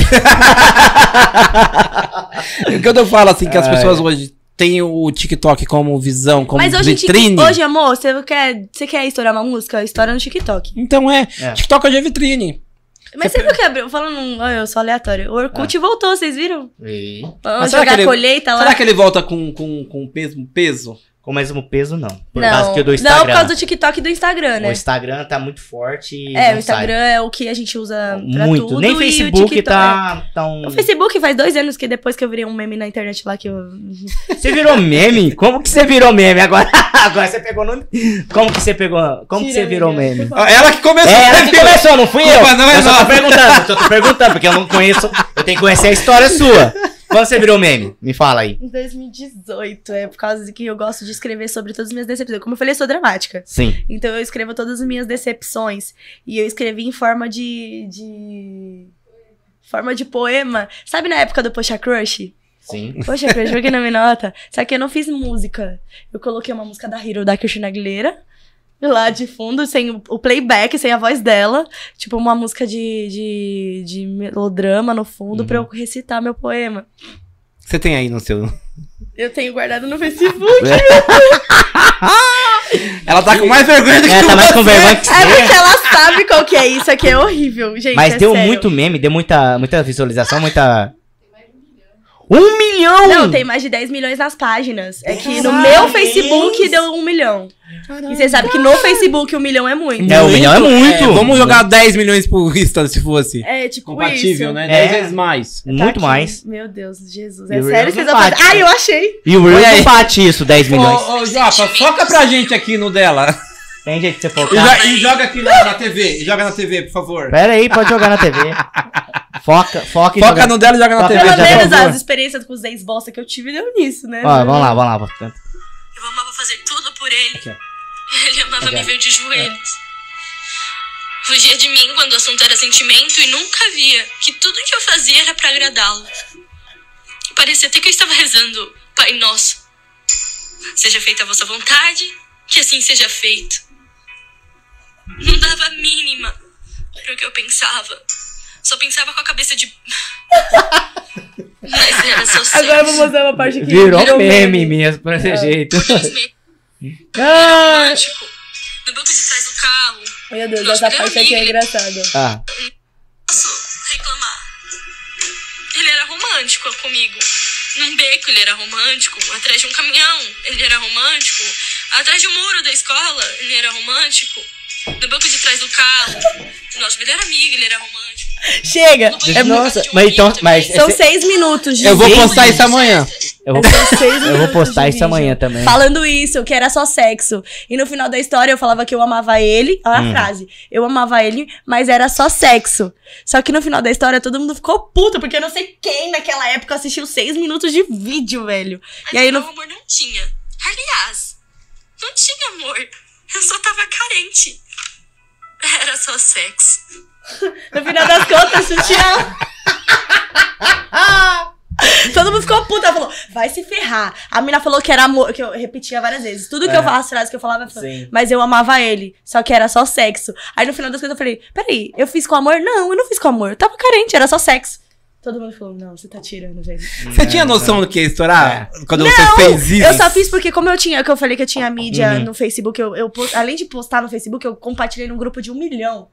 E Quando eu falo assim que as pessoas hoje têm o TikTok como visão, como Mas hoje, em vitrine. dia- hoje, amor, você quer, você quer estourar uma música? Estoura no TikTok. Então é, É. TikTok hoje é vitrine. Mas você viu que abriu? Falando, um- olha, eu sou aleatório. O Orkut Ah. voltou, vocês viram? E... Vamos Mas será jogar que ele- colheita lá. Será que ele volta com, com, com peso? peso? com o mesmo peso, não. Por não, causa que do Instagram. não por causa do TikTok e do Instagram, né? O Instagram tá muito forte. e É, não o Instagram é o que a gente usa sai. pra Muito. tudo. Nem e o Facebook TikTok- tá tão. é. O Facebook faz dois anos que depois que eu virei um meme na internet lá que eu. Você virou meme? Como que você virou meme agora? Agora você pegou no. Como que você pegou. Como que Tira, você virou amiga. meme? Ela que começou. É, ela que começou, não fui eu. Culpa não é eu só nossa. tô perguntando, só tô perguntando, porque eu não conheço. Eu tenho que conhecer a história sua. Quando você virou meme? Me fala aí. Em 2018, é por causa de que eu gosto de escrever sobre todas as minhas decepções. Como eu falei, eu sou dramática. Sim. Então eu escrevo todas as minhas decepções. E eu escrevi em forma de. de... Forma de poema. Sabe na época do Poxa Crush? Sim. Poxa Crush, por que não me nota? Só que eu não fiz música. Eu coloquei uma música da Hiro da Christina Aguilera. Lá de fundo, sem o- o playback, sem a voz dela. Tipo, uma música de, de, de melodrama no fundo Uhum. pra eu recitar meu poema. Você tem aí no seu. Eu tenho guardado no Facebook. Ela tá com mais vergonha do que É, tá mais com vergonha que É você. porque ela sabe qual que é isso aqui, é horrível, gente. Mas é deu sério. muito meme, deu muita, muita visualização, muita. Um milhão! Não, tem mais de 10 milhões nas páginas. É que no Caralho, meu é Facebook isso? deu um milhão. E você sabe que no Facebook um milhão é muito. É, um milhão é muito. É, vamos jogar 10 milhões pro Insta se fosse. É, tipo isso. né? É. Dez mais. Tá Muito aqui. mais. Meu Deus, Jesus. E É o sério Reels que vocês não vão fazer? bate. Ah, eu achei. E o Olha Reels aí. não bate isso, 10 Ô, milhões. ô, Japa, foca pra gente aqui no dela. Tem jeito de você E, focar. jo- e joga aqui na, na TV. E joga na TV, por favor. Pera aí, pode jogar na TV. Foca, foca e Foca joga- no dela e joga na Tá TV. vendo, Pelo já menos acabou. as experiências com os ex-bosta que eu tive deu nisso, né? Ó, vamos lá, vamos lá. Eu amava fazer tudo por ele. Aqui, ó. Ele amava Aqui, ó. É. me ver de joelhos. Fugia de mim quando o assunto era sentimento e nunca via que tudo que eu fazia era pra agradá-lo. Parecia até que eu estava rezando, Pai Nosso. Seja feita a vossa vontade, que assim seja feito. Não dava a mínima para o que eu pensava. Só pensava com a cabeça de. Mas era só sexo. Agora eu vou mostrar uma parte que Virou meme mesmo, por esse jeito. Ah, Romântico. No banco de trás do carro. Meu Deus, essa parte aqui é engraçada. Ah, posso reclamar. Ele era romântico comigo. Num beco ele era romântico, atrás de um caminhão ele era romântico, atrás de um muro da escola ele era romântico, no banco de trás do carro, nosso melhor amigo ele era romântico. Chega! é É mu- nossa, mas então, mas São esse- seis minutos de Eu vou vídeo. postar isso amanhã. eu vou, Seis eu vou minutos postar de isso vídeo. amanhã também. Falando isso, que era só sexo. E no final da história eu falava que eu amava ele. Olha Hum. a frase. Eu amava ele, mas era só sexo. Só que no final da história todo mundo ficou puto, porque eu não sei quem naquela época assistiu seis minutos de vídeo, velho. Mas E aí meu no. amor não tinha. Aliás, não tinha amor. Eu só tava carente. Era só sexo. No final das contas, eu tinha. Todo mundo ficou puta, falou, vai se ferrar. A mina falou que era amor, que eu repetia várias vezes. Tudo que eu falava, as frases que eu falava, eu falava, Sim. mas eu amava ele, só que era só sexo. Aí no final das coisas eu falei, peraí, eu fiz com amor? Não, eu não fiz com amor, eu tava carente, era só sexo. Todo mundo falou, não, você tá tirando, velho. Você tinha noção do que ia estourar? Quando Não, você fez isso? Uhum. Eu só fiz porque, como eu tinha, que eu falei que eu tinha mídia no Facebook, eu, eu pos- além de postar no Facebook, eu compartilhei num grupo de um milhão.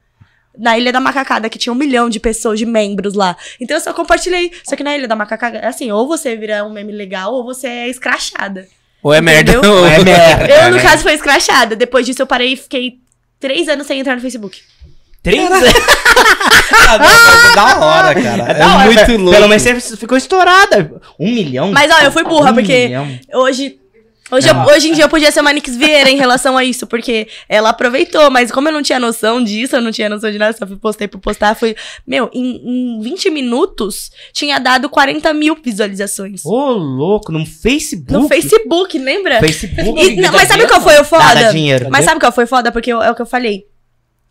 Na Ilha da Macacada, que tinha um milhão de pessoas, de membros lá. Então eu só compartilhei. Só que na Ilha da Macacada, é assim, ou você vira um meme legal, ou você é escrachada. Ou é merda? Entendeu? Ou É merda. Eu, né? no caso, fui escrachada. Depois disso, eu parei e fiquei três anos sem entrar no Facebook. Trinta- Ah, não, mas é da hora, cara. É, Da hora, muito velho. louco. Pelo menos você ficou estourada. Um milhão? Mas ó, eu fui burra, um Hum. porque milhão. hoje. Hoje, eu- É. hoje em dia eu podia ser uma Nix Vieira em relação a isso, porque ela aproveitou, mas como eu não tinha noção disso, eu não tinha noção de nada, só fui postei por postar, fui. Meu, em, em 20 minutos tinha dado 40 mil visualizações. Ô, louco, no Facebook. no Facebook, lembra? Facebook. E- não, mas sabe qual foi o Dá- dá foda? dinheiro. Mas sabe qual foi foda? Porque eu- é o que eu falei.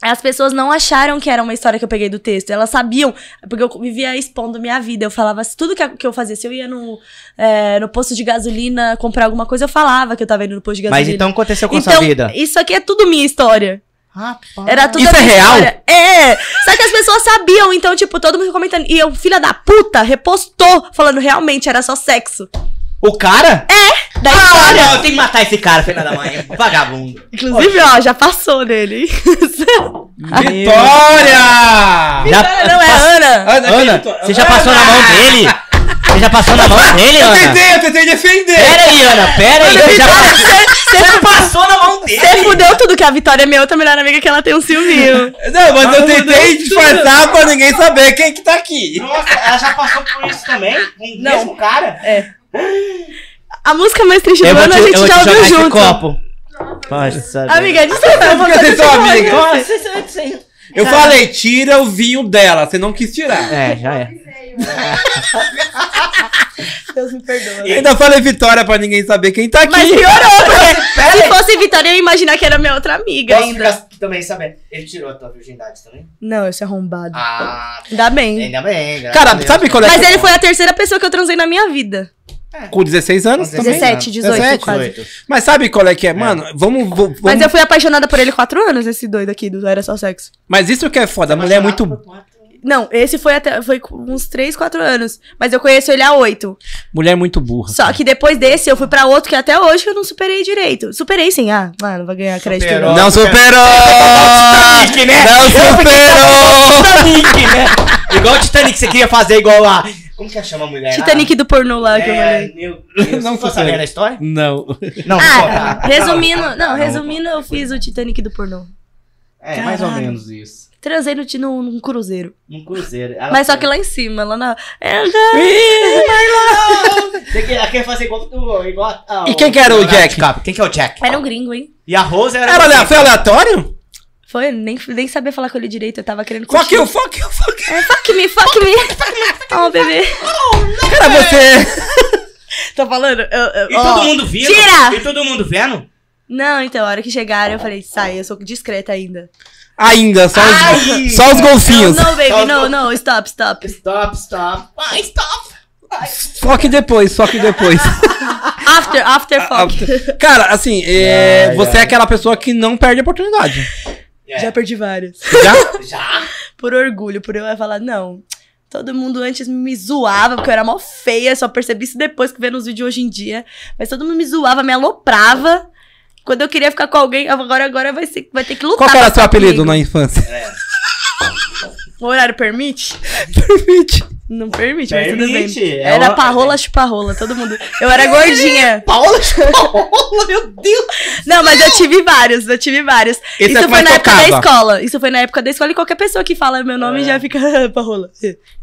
As pessoas não acharam que era uma história que eu peguei do texto. Elas sabiam, porque eu vivia expondo minha vida. Eu falava assim, tudo que, a- que eu fazia. Se eu ia no, é, no posto de gasolina comprar alguma coisa, eu falava que eu tava indo no posto de gasolina. Mas então aconteceu com a sua Então, vida. isso aqui é tudo minha história. Rapaz. Era tudo Isso a minha é real? história. É! Só que as pessoas sabiam, então, tipo, todo mundo comentando. E eu, filha da puta, repostou, falando realmente era só sexo. O cara? É, Da Ah, história. não, eu tenho que matar esse cara, filha da mãe. Vagabundo. Inclusive, ó, já passou nele. Vitória! Já- Vitória não é Ana. Ana, você já passou na mão dele? Você já passou na mão dele, Eu Ana? tentei, eu tentei defender. Pera aí, Ana, pera aí. Você já passou- Você passou na mão Você dele. fudeu tudo que a Vitória é minha outra melhor amiga que ela tem um ciúminho. Não, mas eu tentei disfarçar pra ninguém saber quem que tá aqui. Nossa, ela já passou por isso também? Com o Não. mesmo cara? a música mais triste do Eu vou ano te, a gente eu vou te já jogar ouviu esse junto. copo. assim, Nossa, velho. Amiga, desculpa, eu vou Porque vocês fazer são esse amigas. jogo. Eu falei, tira o vinho dela. Você não quis tirar. É, já é. Deus me perdoa. né? Eu ainda falei vitória pra ninguém saber quem tá aqui. Mas piorou, porque se fosse Vitória, eu ia imaginar que era minha outra amiga Posso ainda. ficar também sabendo. Ele tirou a tua virgindade também? Não, esse arrombado. Ah, Ainda bem. ainda bem, graças a Cara, Deus. sabe qual é? Mas que- ele foi a terceira pessoa que eu transei na minha vida. Com 16 anos Com também. 17, 18, quase. 18. Mas sabe qual é que é, mano? Vamos, vo- vamos- Mas Mas, eu fui apaixonada por ele quatro anos, esse doido aqui do Era Só Sexo. isso que é foda. A mulher é muito. Não, esse foi até foi com uns três, quatro anos. Mas eu conheço ele há oito. Mulher é muito burra. Só que depois desse, eu fui pra outro que até hoje eu não superei direito. Superei sim. Ah, ah, não vai ganhar crédito. Superou. Não. Não superou! né? Não superou! Titanic, né? Igual o Titanic, você queria fazer igual a. Como que chama a mulher? lá? Titanic do pornô lá que eu É, falei. meu Deus. Não Não funciona. tô sabendo a história? Não. Não, Ah, não. resumindo, não, resumindo, eu fiz o Titanic do pornô. É, mais ou Caralho. menos isso. Transei no, no, num cruzeiro. Um cruzeiro. Ela Mas só foi- que lá em cima, lá na. É, Você quer, ela quer fazer igual, o- igual a- a- E quem que era o Leonardo Jack? DiCaprio? Quem que é o Jack? Era um gringo, hein? E a Rose era. Era olha, foi aleatório? Foi, nem, nem sabia falar com ele direito, eu tava querendo Fuck curtir. you, fuck you, fuck you. É, fuck me, fuck me. Ó, bebê. Cara, você. Tô falando? Eu, eu, E ó. todo mundo vendo? tira! E todo mundo vendo? Não, então, a hora que chegaram, eu falei, sai, eu sou discreta ainda. Ainda, só Ai. os, só os golfinhos. Não, Só não, baby, os não, dois. não, stop, stop. Stop, stop. Ai, stop. Só que depois, só que depois. After, after fuck. Cara, assim, é, Ai, você é ai. aquela pessoa que não perde a oportunidade. É, Já perdi várias. Já? já. Por orgulho, por eu falar, não. Todo mundo antes me zoava, porque eu era mó feia, só percebi isso depois que vendo os vídeos hoje em dia. Mas todo mundo me zoava, me aloprava. Quando eu queria ficar com alguém, agora, agora vai, ser, vai ter que lutar. Qual que era pra seu ficar apelido comigo. na infância? O horário permite? Perfeito. Não permite, mas tudo Permite, bem. é Era uma- parrola chuparrola, todo mundo. Eu era gordinha. Paola Paola, Oh, meu Deus. Não, mas eu tive vários, eu tive vários. Esse é Isso que foi mais na época tocava. É. da escola. Isso foi na época da escola e qualquer pessoa que fala meu nome já fica "Ah, parrola.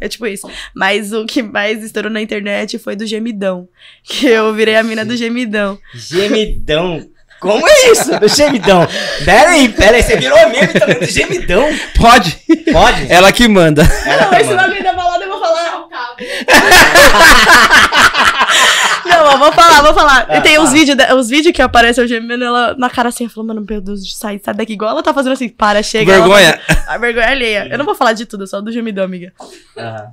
É tipo isso. Mas o que mais estourou na internet foi do gemidão. Que eu virei a mina do gemidão. Gemidão. Como é isso? Do gemidão. Pera aí, pera aí. Você virou meme também do gemidão? Pode. Pode? Ela que manda. Ela Não, tá esse mandando. nome da balada eu vou falar. Não, eu vou falar, vou falar. É, Ah, Tem uns fala. vídeos os vídeos que aparece eu gemendo ela na cara assim, falando, mano, meu Deus, sai, sai daqui. Igual ela tá fazendo assim, para, chega. ela Vergonha. faz- A vergonha alheia. Eu não vou falar de tudo, só do gemidão, amiga. Ah.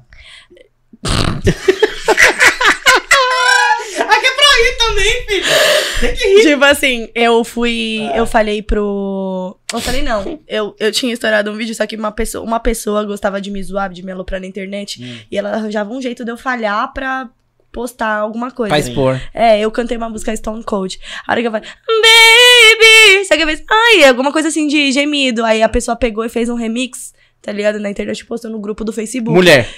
ah, que é pra rir também, filho. Tem que rir. Tipo assim, eu fui. Eu falei pro. Eu falei, não. Eu, eu tinha estourado um vídeo, só que uma pessoa, uma pessoa gostava de me zoar, de me aloprar na internet. Hum. E ela arranjava um jeito de eu falhar pra postar alguma coisa. Pra expor. É, eu cantei uma música Stone Cold. A hora que eu falei, baby! Só que eu fiz, ai, alguma coisa assim de gemido. Aí a pessoa pegou e fez um remix, tá ligado? Na internet postou no grupo do Facebook. Mulher.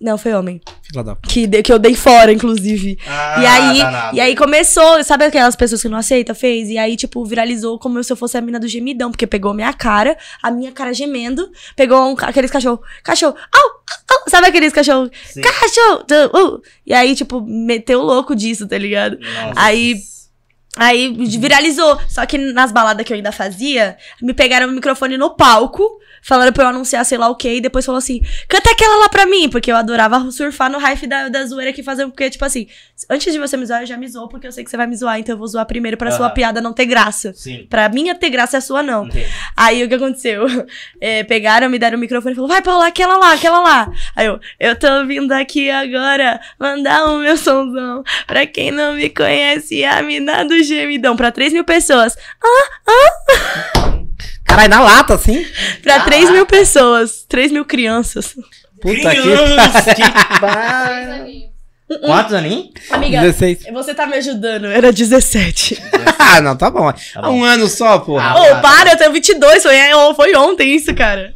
Não, foi homem. Filha da p. Que, de- que eu dei fora, inclusive. Ah, E aí, danado. e aí começou, sabe aquelas pessoas que não aceitam, fez? E aí, tipo, viralizou como se eu fosse a mina do gemidão, porque pegou a minha cara, a minha cara gemendo, pegou um ca- aqueles cachorro, cachorro, au, au, au, sabe aqueles cachorro, Sim. cachorro, tu, uh. e aí, tipo, meteu louco disso, tá ligado? Nossa. Aí, aí viralizou, só que nas baladas que eu ainda fazia, me pegaram o microfone no palco, falaram pra eu anunciar sei lá o quê, e depois falou assim, canta aquela lá pra mim, porque eu adorava surfar no hype da, da zoeira que fazer, porque, tipo assim, antes de você me zoar, eu já me zoo, porque eu sei que você vai me zoar, então eu vou zoar primeiro pra sua Aham. piada não ter graça. Sim. Pra minha ter graça, a sua não. entendi. Aí o que aconteceu? É, pegaram, me deram o microfone e falaram, vai Paula, aquela lá, aquela lá. Aí eu, eu tô vindo aqui agora mandar o meu somzão pra quem não me conhece, é a mina do gemidão, pra 3 mil pessoas. Caralho, na lata, assim? Pra 3 mil pessoas, 3 mil crianças. Puta que. Criança, que... bar- Quantos aninhos? Amiga, 16. você tá me ajudando. Era 17. Ah, não, tá bom. bom. Um ano só, porra. Ah, Ô, para, eu tenho 22. Foi, é, foi ontem isso, cara.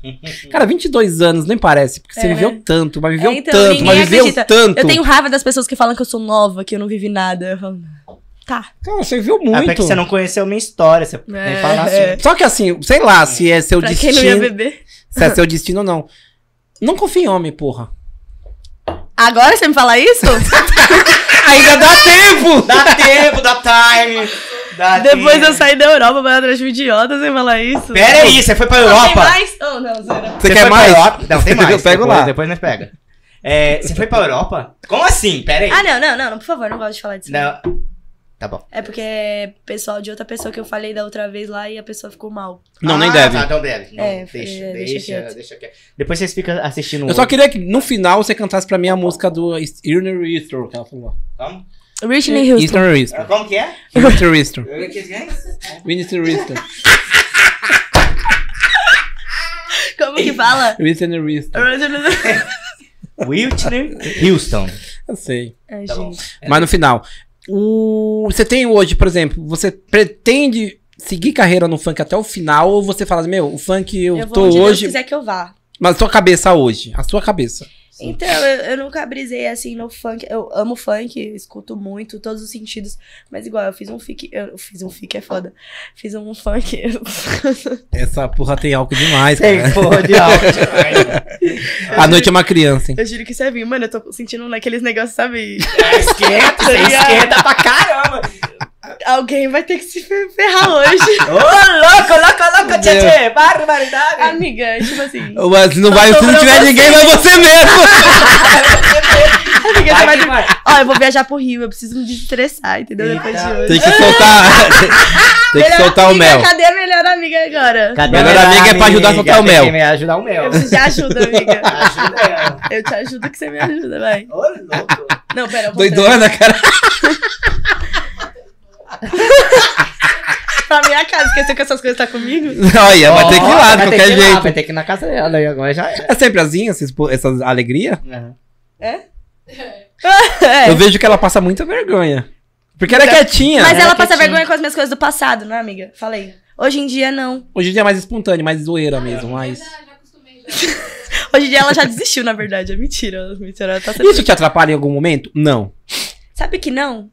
Cara, 22 anos, nem parece, porque você É. viveu tanto, mas viveu É, então, tanto, ninguém mas viveu acredita. tanto. Eu tenho raiva das pessoas que falam que eu sou nova, que eu não vivi nada. Eu falo, tá. Cara, você viveu É muito. porque você não conheceu minha história. Você É, nem fala assim. é. Só que assim, sei lá, se é seu pra quem não ia destino, beber. se é seu destino ou não. Não confia em homem, porra. Agora você me fala isso? Ainda dá tempo! Dá tempo, dá time. Dá Depois tempo. eu saí da Europa pra ir atrás de um idiota sem falar isso. Pera aí, você foi pra Não, tem Europa. mais? Oh, não, será? Você foi quer pra mais? Europa? Não, tem mais. Eu pego depois, lá. Depois nós pega. É, você foi pra Europa? Como assim? Pera aí. Ah, não, não, não, não, por favor, não gosto de falar disso. Não. Tá bom. É porque é pessoal de outra pessoa que eu falei da outra vez lá e a pessoa ficou mal. Não, Ah, nem deve. Tá, então deve. Não, É, deixa, é, deixa deixa, quieto. deixa, quieto. Depois vocês ficam assistindo. Eu só queria que no final você cantasse pra mim a música do Irner Easter, que ela falou. Como? Whitney Houston. Easter Easter. Como que é? Easter Easter. Minister Easter. Como que fala? Minister Easter. Whitney Houston. Eu sei. Ai, Tá bom. gente. Mas no final, o... você tem hoje, por exemplo, você pretende seguir carreira no funk até o final ou você fala, meu, o funk eu, Eu vou tô onde Deus hoje, quiser que eu vá. mas a sua cabeça hoje, a sua cabeça. Sim. Então, eu, eu nunca brisei assim no funk. Eu amo funk, eu escuto muito, todos os sentidos. Mas igual, eu fiz um fic. Eu fiz um fic, é foda. Fiz um funk. Essa porra tem álcool demais, cara. Tem porra de áudio. A noite é uma criança, hein? Eu juro que isso é vinho. Mano, eu tô sentindo naqueles negócios, sabe? Esquenta, você esquenta pra caramba. Alguém vai ter que se fer- ferrar hoje. Ô, louco, louco, louco, tchê, tchê. Barbaridade. Amiga, tipo assim. Mas não vai, se não sobrou tiver você. ninguém, vai você mesmo. Amiga, você Vai vai que vai. Ó, eu vou viajar pro Rio, eu preciso me desestressar, entendeu? Depois de hoje. Tem que soltar, tem que Melhor soltar o amiga, mel. Cadê a melhor amiga agora? Cadê Melhor amiga é pra ajudar a amiga? soltar o Tem mel. que me ajudar o mel. Eu preciso de ajuda, amiga. Ajuda ela. Eu te ajudo que você me ajuda, vai. Ô, louco. Não, pera, eu vou Doidona, cara. pra minha casa. Esqueceu que essas coisas tá comigo? Olha, vai ter que ir lá de Vai ter que qualquer ir lá, jeito. Vai ter que ir na casa dela, aí agora já era. É sempre assim, essas, essas alegria? Uhum. É. Eu vejo que ela passa muita vergonha. Porque ela é quietinha. Mas ela passa quietinha. vergonha com as minhas coisas do passado, né, amiga? Falei. Hoje em dia, não. Hoje em dia é mais espontâneo, mais zoeira mesmo, Ah, é mas... Hoje em dia ela já desistiu, na verdade. É mentira. Mentira, ela tá sendo... Isso te atrapalha em algum momento? Não. Sabe que não?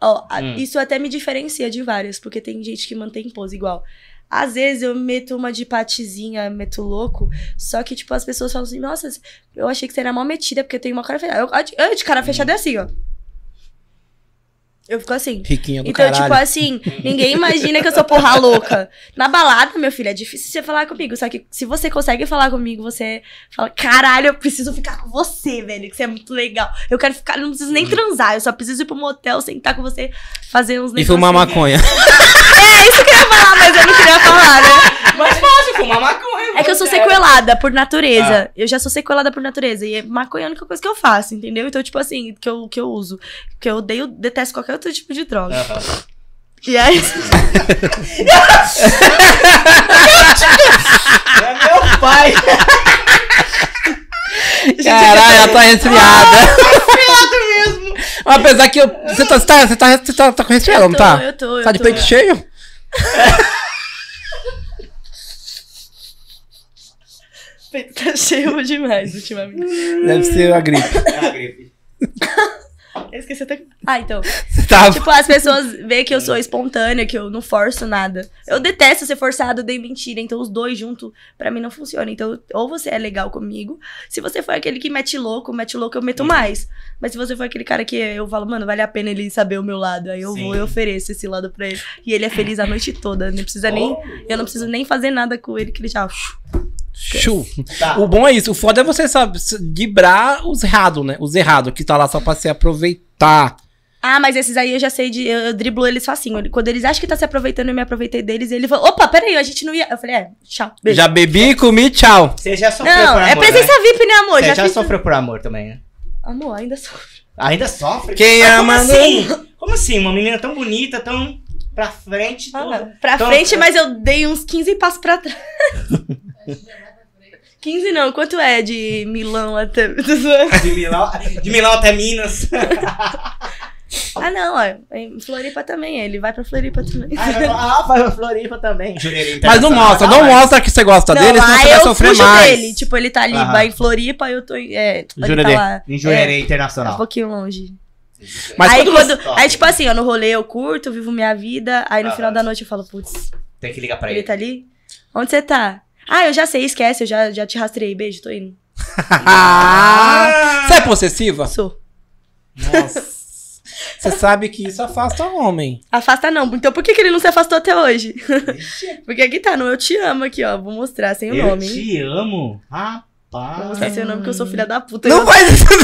Ó, a- Hum. isso até me diferencia de várias, porque tem gente que mantém pose igual. Às vezes eu meto uma de patizinha, meto louco, só que, tipo, as pessoas falam assim, nossa, eu achei que você era mal metida, porque eu tenho uma cara fechada. Eu, eu de cara fechada é assim, ó. Eu fico assim. Riquinha do Então, caralho. tipo assim, ninguém imagina que eu sou porra louca. Na balada, meu filho, é difícil você falar comigo. Só que se você consegue falar comigo, você fala: caralho, eu preciso ficar com você, velho, que você é muito legal. Eu quero ficar, eu não preciso Uhum. nem transar, eu só preciso ir pro motel, sentar com você, fazer uns E fumar negocinhos. maconha. É isso que eu ia falar, mas eu não queria falar, né? Mas fácil, fumar maconha. É que eu sou sequelada por natureza. Ah. Eu já sou sequelada por natureza. E maconha é a única coisa que eu faço, entendeu? Então, tipo assim, que eu, que eu uso. Que eu odeio, detesto qualquer outro tipo de droga. E aí. É meu pai. Caralho, ela tá resfriada. Ah, mesmo. Apesar que eu... Você tá, você tá, você tá, você tá, tá com resfriado, Eu não tô, tá? eu tô, eu tá de tô. peito cheio? Peito tá cheio demais ultimamente. Deve ser a gripe. Eu esqueci até. Ah, então. Você tá... Tipo, as pessoas veem que eu sou espontânea, que eu não forço nada. Eu detesto ser forçado, eu dei mentira. Então, os dois juntos, pra mim, não funciona. Então, ou você é legal comigo. Se você for aquele que mete louco, mete louco, eu meto mais. Mas se você for aquele cara que eu falo, mano, vale a pena ele saber o meu lado. Aí eu Sim. vou e ofereço esse lado pra ele. E ele é feliz a noite toda. Não precisa nem. Eu não preciso nem fazer nada com ele, que ele já. Chu. Tá. O bom é isso. O foda é você saber librar os errados, né? Os errados, que tá lá só pra se aproveitar. Ah, mas esses aí eu já sei de. Eu, eu driblo eles facinho. Quando eles acham que tá se aproveitando, eu me aproveitei deles. E ele falou: opa, peraí, a gente não ia. Eu falei: é, tchau, beijo. Já bebi, comi, tchau. Você já sofreu não, por amor, é presença né? VIP, né, amor? Você já, fiz- sofreu por amor também, né? Amor, ainda sofro. Ainda sofre? Quem Mas ama né? como assim? Como assim? Uma menina tão bonita, tão pra frente, Ah, tão... pra Então, frente, eu- mas eu dei uns 15 passos pra trás. 15 não, quanto é de Milão até. De Milão, de Milão até Minas. ah, não, ó. Em Floripa também, ele vai pra Floripa também. Ah, vai pra Floripa também. Jurerê Mas não internacional. mostra, Ah, não ah, vai. mostra que você gosta Não, dele, senão lá você vai eu sofrer fujo mais. dele. Tipo, ele tá ali Aham. vai em Floripa, eu tô. em- É, tipo, ele tá Jurerê. lá. Em Jurerê Um Internacional. pouquinho longe. Mas aí, quando você- Ah, quando, aí, tipo assim, eu no rolê eu curto, vivo minha vida. Aí no tá. Aham. final da noite eu falo, putz, Tem que ligar pra ele ele. tá ali? Onde você tá? Ah, eu já sei, esquece, eu já, já te rastreei. Beijo, tô indo. Ah, você é possessiva? Sou. Nossa. Você sabe que isso afasta o homem. Afasta não. Então por que, que ele não se afastou até hoje? Porque aqui tá, no Eu Te Amo aqui, ó. Vou mostrar sem o Eu um nome. hein? te amo. Vou Rapaz. mostrar sem o nome que eu sou filha da puta. Não eu... faz isso,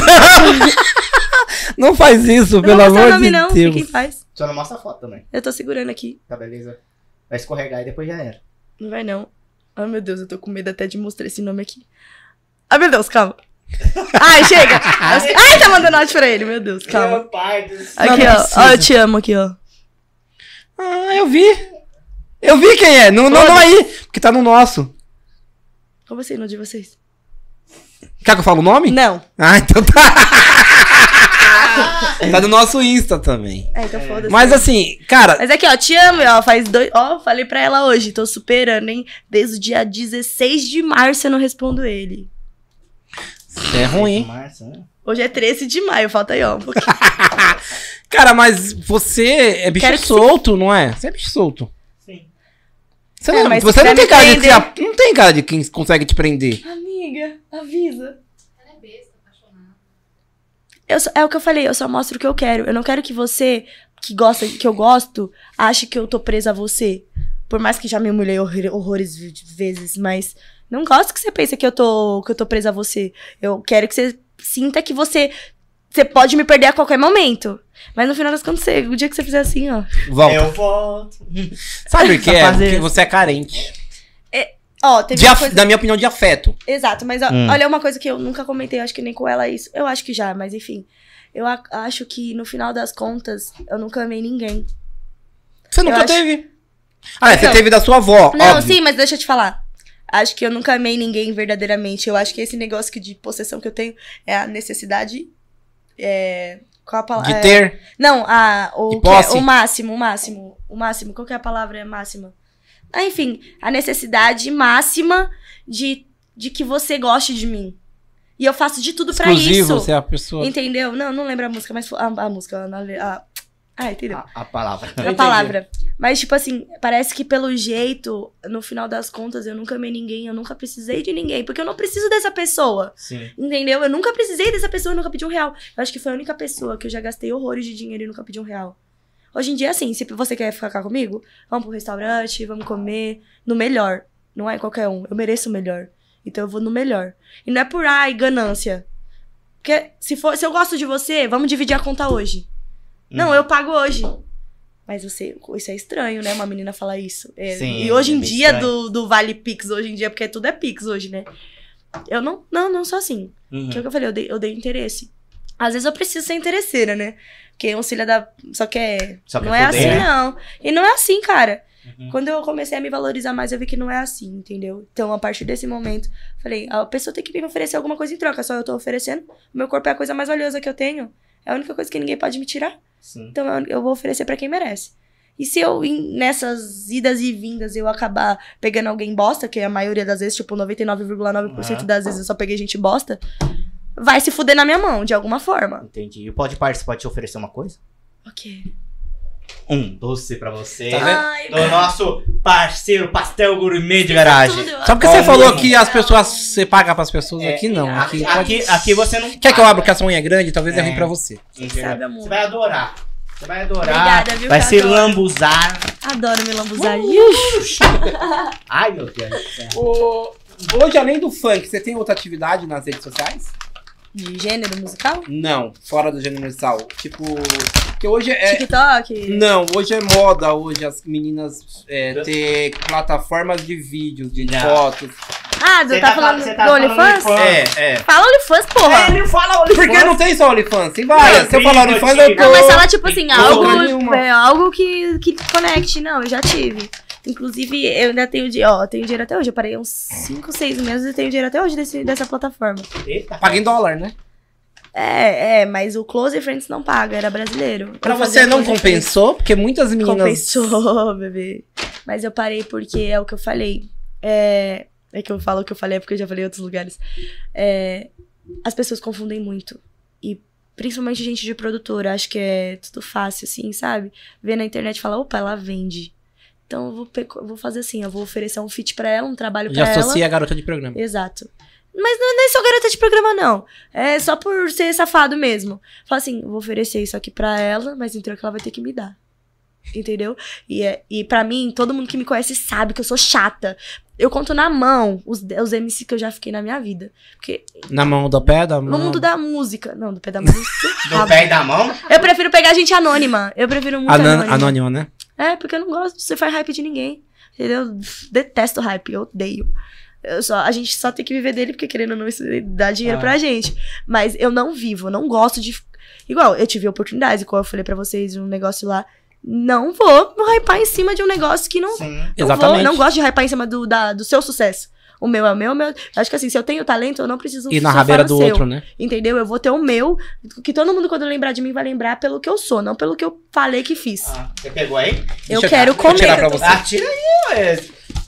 não! Não faz isso, pelo não vou mostrar amor o nome, de não. Deus. Fica em paz. Só não mostra a foto também, Eu tô segurando aqui. tá beleza? Vai escorregar e depois já era. Não vai, não. Ai, meu Deus, eu tô com medo até de mostrar esse nome aqui. Ai, meu Deus, calma. Ai, chega. Ai, tá mandando áudio pra ele, meu Deus, calma. Meu pai do céu. Aqui, Não, não ó. precisa. Ó, eu te amo aqui, ó. Ah, eu vi. Eu vi quem é. Não, não, não aí. Porque tá no nosso. Como assim, no de vocês? Quer que eu fale o nome? Não. Ah, então tá. tá no nosso Insta também. É, então foda-se. Mas assim, cara, Mas aqui, ó, te amo, ó, faz dois... Ó, falei pra ela hoje, tô superando, hein? Desde o dia 16 de março eu não respondo ele. é ruim. Março, né? Hoje é 13 de maio, falta aí, ó, um pouquinho. Cara, mas você é bicho Quero que solto, não é? Você é bicho solto. Sim. Você É, não, mas se você não tem quiser me cara de prender- que- não tem cara de quem consegue te prender. Amiga, avisa. Eu só- é o que eu falei, eu só mostro o que eu quero. Eu não quero que você, que gosta, que eu gosto, ache que eu tô presa a você. Por mais que já me humilhei horror- horrores vi- de vezes, mas não gosto que você pense que eu tô, que eu tô presa a você. Eu quero que você sinta que você, você pode me perder a qualquer momento. Mas no final das contas, você- o dia que você fizer assim, ó. Volta. É, Eu volto. Sabe o que é? Fazer. Porque você é carente. Ó, teve De uma af- coisa- Da minha opinião, de afeto. Exato, mas ó, Hum. olha uma coisa que eu nunca comentei, eu acho que nem com ela é isso. Eu acho que já, mas enfim. Eu a- acho que no final das contas, eu nunca amei ninguém. Você nunca Eu acho- teve. Ah, é, você Então- teve da sua avó. Não, óbvio. sim, mas deixa eu te falar. Acho que eu nunca amei ninguém verdadeiramente. Eu acho que esse negócio que de possessão que eu tenho é a necessidade. É, qual a palavra? De ter. Não, a, o, De que é- posse? o máximo, o máximo, o máximo. Qual que é a palavra é máxima? Ah, enfim, a necessidade máxima de, de que você goste de mim. E eu faço de tudo pra exclusivo, isso. você é a pessoa. Entendeu? Não, não lembro a música, mas fo- a, a música. A, a- ah, entendeu? A, a palavra. a palavra. Mas, tipo assim, parece que pelo jeito, no final das contas, eu nunca amei ninguém, eu nunca precisei de ninguém, porque eu não preciso dessa pessoa. Sim. Entendeu? Eu nunca precisei dessa pessoa, eu nunca pedi um real. Eu acho que foi a única pessoa que eu já gastei horrores de dinheiro e nunca pedi um real. Hoje em dia, é assim, se você quer ficar comigo, vamos pro restaurante, vamos comer no melhor. Não é em qualquer um. Eu mereço o melhor. Então eu vou no melhor. E não é por ai, ganância. Porque se, for, se eu gosto de você, vamos dividir a conta hoje. Uhum. Não, eu pago hoje. Mas você, isso é estranho, né? Uma menina falar isso. É, Sim, e hoje é em bem dia, estranho. do, do Vale Pix, hoje em dia, porque tudo é Pix hoje, né? Eu não, não, não sou assim. Uhum. Que é o que eu falei, eu dei, eu dei interesse. Às vezes eu preciso ser interesseira, né? Porque um filho da. Só que é. Só quer não é poder, assim, né? não. E não é assim, cara. Uhum. Quando eu comecei a me valorizar mais, eu vi que não é assim, entendeu? Então, a partir desse momento, falei, a pessoa tem que me oferecer alguma coisa em troca. Só eu tô oferecendo. Meu corpo é a coisa mais valiosa que eu tenho. É a única coisa que ninguém pode me tirar. Sim. Então eu- eu vou oferecer pra quem merece. E se eu, em- nessas idas e vindas, eu acabar pegando alguém bosta, que a maioria das vezes, tipo, 99,9% Aham. das vezes eu só peguei gente bosta, vai se fuder na minha mão, de alguma forma. Entendi. E o pode participar te oferecer uma coisa? Ok. Um doce pra você. Tá vendo? Ai, Do nosso parceiro Pastel Gourmet de Garagem. tudo, eu Só porque você Olha, falou mano. que as pessoas. Você paga pras pessoas. É, aqui não. Aqui, Aqui, aqui, aqui você não. Quer que eu abra que essa unha é grande? Talvez é, É. ruim pra você. Entendeu? Sabe, amor. Você vai adorar. Você vai adorar. Obrigada, viu, Vai se Cacau? lambuzar. adoro me lambuzar. Ai, meu Deus. do tá céu. tá- Hoje, além do funk, você tem outra atividade nas redes sociais? De gênero musical? Não, fora do gênero universal. Tipo. Porque hoje é. TikTok? Não, hoje é moda hoje as meninas é, ter plataformas de vídeos, de Não. fotos. Ah, Você do, tá, tá falando você tá do falando OnlyFans? OnlyFans. É, é. Fala OnlyFans, porra! Ele fala Porque não tem só OnlyFans, tem várias. Se eu falar OnlyFans, eu Não, Não, mas tô- fala, tipo assim, Porra algo, nenhuma. é, algo que, que conecte. Não, eu já tive. Inclusive, eu ainda tenho, di- ó, eu tenho dinheiro até hoje. Eu parei uns 5, 6 meses e tenho dinheiro até hoje desse, dessa plataforma. Eita. Paga em dólar, né? É, é, mas o Close Friends não paga, era brasileiro. Pra Eu você fazia não Close Friends. compensou, porque muitas meninas. Compensou, bebê. Mas eu parei porque é o que eu falei. É, é que eu falo o que eu falei, é porque eu já falei em outros lugares. É, as pessoas confundem muito. E principalmente gente de produtora, acho que é tudo fácil, assim, sabe? Vê na internet e fala, opa, ela vende. Então eu vou, pe- vou fazer assim, eu vou oferecer um fit pra ela, um trabalho pra Já ela. associa a garota de programa. Exato. Mas não, não é só garota de programa, não. É só por ser safado mesmo. Fala assim, vou oferecer isso aqui pra ela, mas em troca ela vai ter que me dar. Entendeu? E, é, e pra mim, todo mundo que me conhece sabe que eu sou chata. Eu conto na mão os, os MC que eu já fiquei na minha vida. Porque Na mão do pé, da no mão. mundo da música. Não, do pé da música. Do pé e da mão? Eu prefiro pegar gente anônima. Eu prefiro muito Anan- anônima. Anônima, né? É, porque eu não gosto de ser faz hype de ninguém. Entendeu? Detesto hype, eu odeio. Eu só, a gente só tem que viver dele, porque querendo ou não, isso dá dinheiro Ah. pra gente. Mas eu não vivo, eu não gosto de. Igual, eu tive oportunidades, igual eu falei pra vocês, um negócio lá. Não vou hypar em cima de um negócio que não. Sim. não Exatamente. Vou, não gosto de hypar em cima do, da- do seu sucesso. O meu é o meu, o meu. Acho que assim, se eu tenho talento, eu não preciso E na surfar rabeira no do seu. outro, né? Entendeu? Eu vou ter o meu, que todo mundo, quando lembrar de mim, vai lembrar pelo que eu sou, não pelo que eu falei que fiz. Ah, você pegou aí? eu Deixa eu- quero deixa eu tirar comer. pra você. Ah, tira aí, ué.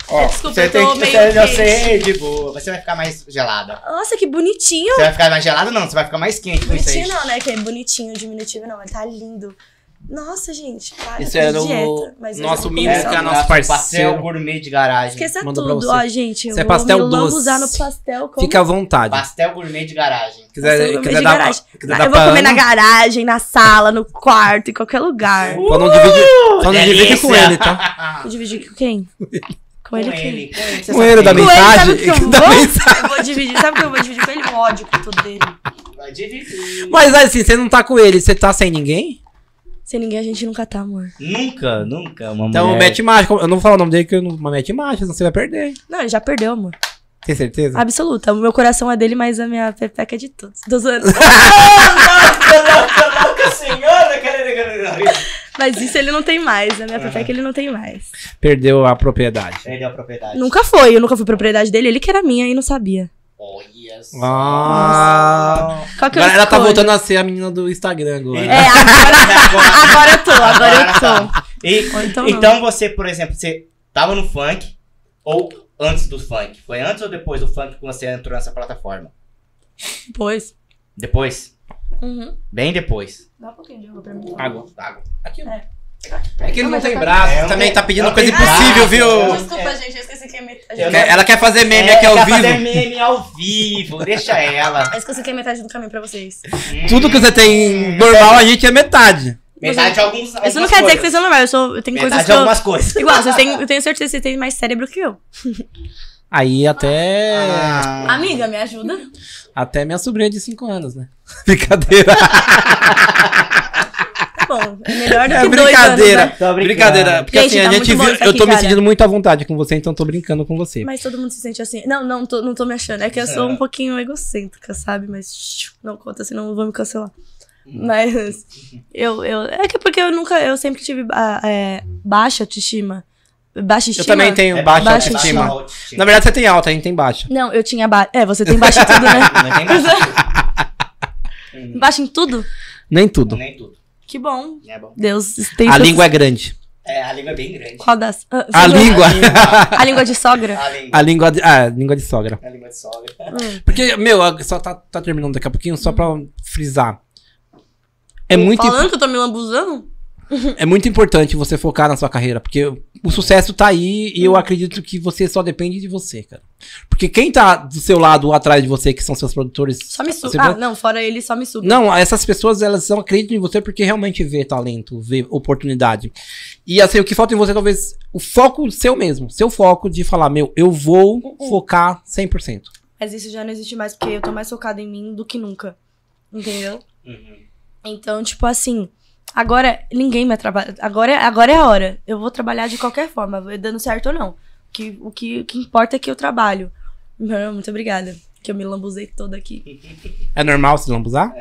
Ó, É, desculpa, você eu tem tô que- meio você- Eu quente. sei, de boa. Você vai ficar mais gelada. Nossa, que bonitinho. Você vai ficar mais gelada? Não, você vai ficar mais quente com isso aí. Bonitinho não, né? Que é bonitinho, diminutivo não, mas tá lindo. Nossa, gente, para Esse com era dieta. o mas hoje nosso eu vou mimo começar que a a nosso parceiro. É, Pastel gourmet de garagem. Esqueça Mandou pra tudo, você. ó, gente. Eu Isso é vou pastel me doce. lambuzar no pastel como Fica à vontade. Pastel gourmet de garagem. pastel gourmet dar- de garagem. quiser Eu dar vou pra comer na Ana, garagem, na sala, no quarto, em qualquer lugar. Só não divide, só não delícia. divide com ele, tá? Vou dividir com quem? Com ele Com quem? ele. Com ele. Você Com sabe ele da quem? Com ele, sabe o que eu mensagem. da vou? mensagem. Eu vou dividir, sabe o que eu vou dividir com ele? O ódio que tudo dele. Vai dividir. Mas assim, você não tá com ele, você tá sem ninguém? Sem ninguém a gente nunca tá, amor. Nunca, nunca. Uma Então, mulher. mete marcha. Eu não vou falar o nome dele, que eu não mas mete marcha, senão você vai perder. Não, ele já perdeu, amor. Tem certeza? Absoluta. O meu coração é dele, mas a minha pepeca é de todos. Tô zoando. Nossa assim, senhora, cara, cara, cara. Mas isso ele não tem mais. A minha pepeca ele não tem mais. Perdeu a propriedade. Perdeu a propriedade. Nunca foi. Eu nunca fui propriedade dele. Ele que era minha e não sabia. Olha só. Ah, Qual que é eu agora ela tá escolho? voltando a ser a menina do Instagram agora. É, agora, agora eu tô. Agora eu tô. tá. E- Ou então, não. então você, por exemplo, você tava no funk ou antes do funk? Foi antes ou depois do funk que você entrou nessa plataforma? Depois. Depois? Uhum. Bem depois. Dá um pouquinho de água pra Ah, mim. Água. Água. É que ele não tem É, eu braço, também não- tá pedindo eu coisa não tenho impossível, braço, viu? eu não- Desculpa, gente, eu esqueci que é metade. Eu Quer- Ela quer fazer meme É, aqui ao quer fazer vivo. meme ao vivo, deixa ela. Eu esqueci que é metade do caminho pra vocês. Tudo que você tem normal, a gente é metade. Metade de alguns. algumas Isso não quer dizer que coisas. vocês são normais. Eu, sou, eu tenho Metade é coisas de que eu... algumas coisas. Igual, vocês têm, eu tenho certeza que vocês têm mais cérebro que eu. Aí até. Ah, Amiga, me ajuda. Até minha sobrinha de 5 anos, né? Brincadeira. Tá bom. É melhor do que É dois brincadeira. anos, né? Tô brincando. Brincadeira. Porque Gente, assim, tá a gente muito bom viu. isso Eu aqui, tô me cara. sentindo muito à vontade com você, então tô brincando com você. Mas todo mundo se sente assim. Não, não tô, não tô me achando. É que eu sou um pouquinho egocêntrica, sabe? Mas shh, não conta, senão eu vou me cancelar. Mas eu, eu. É que porque eu nunca. Eu sempre tive ah, é, baixa autoestima. Baixa Eu estima. também tenho É baixa baixa autoestima. baixa autoestima. Na verdade, você tem alta, a gente tem baixa. Não, eu tinha baixa. É, você tem baixa em tudo, né? Não tem mais. baixa em tudo? Nem tudo. Nem tudo. Que bom. É bom. Deus tem. a seus- língua é grande. É, a língua é bem grande. Qual das? Ah, A você- língua. A língua de sogra? A língua. A língua de, ah, língua de sogra. A língua de sogra. Hum. Porque, meu, a- só tá, tá terminando daqui a pouquinho, só pra frisar. É muito, Falando que eu tô me lambuzando? é muito importante você focar na sua carreira, porque o sucesso tá aí e eu acredito que você só depende de você, cara. Porque quem tá do seu lado ou atrás de você, que são seus produtores. Só me suba. você Ah, vê- não, fora ele, só me suba. Não, essas pessoas, elas são, acreditam em você porque realmente vê talento, vê oportunidade. E assim, o que falta em você talvez o foco seu mesmo, seu foco de falar, meu, eu Uh, vou focar 100%. Mas isso já não existe mais, porque eu tô mais focada em mim do que nunca. Entendeu? Então, tipo assim, agora ninguém me atrapalha. Agora, agora é a hora. Eu vou trabalhar de qualquer forma, vai dando certo ou não. O que, o que, o que importa é que eu trabalho. Meu, Muito obrigada. Que eu me lambuzei toda aqui. É normal se lambuzar?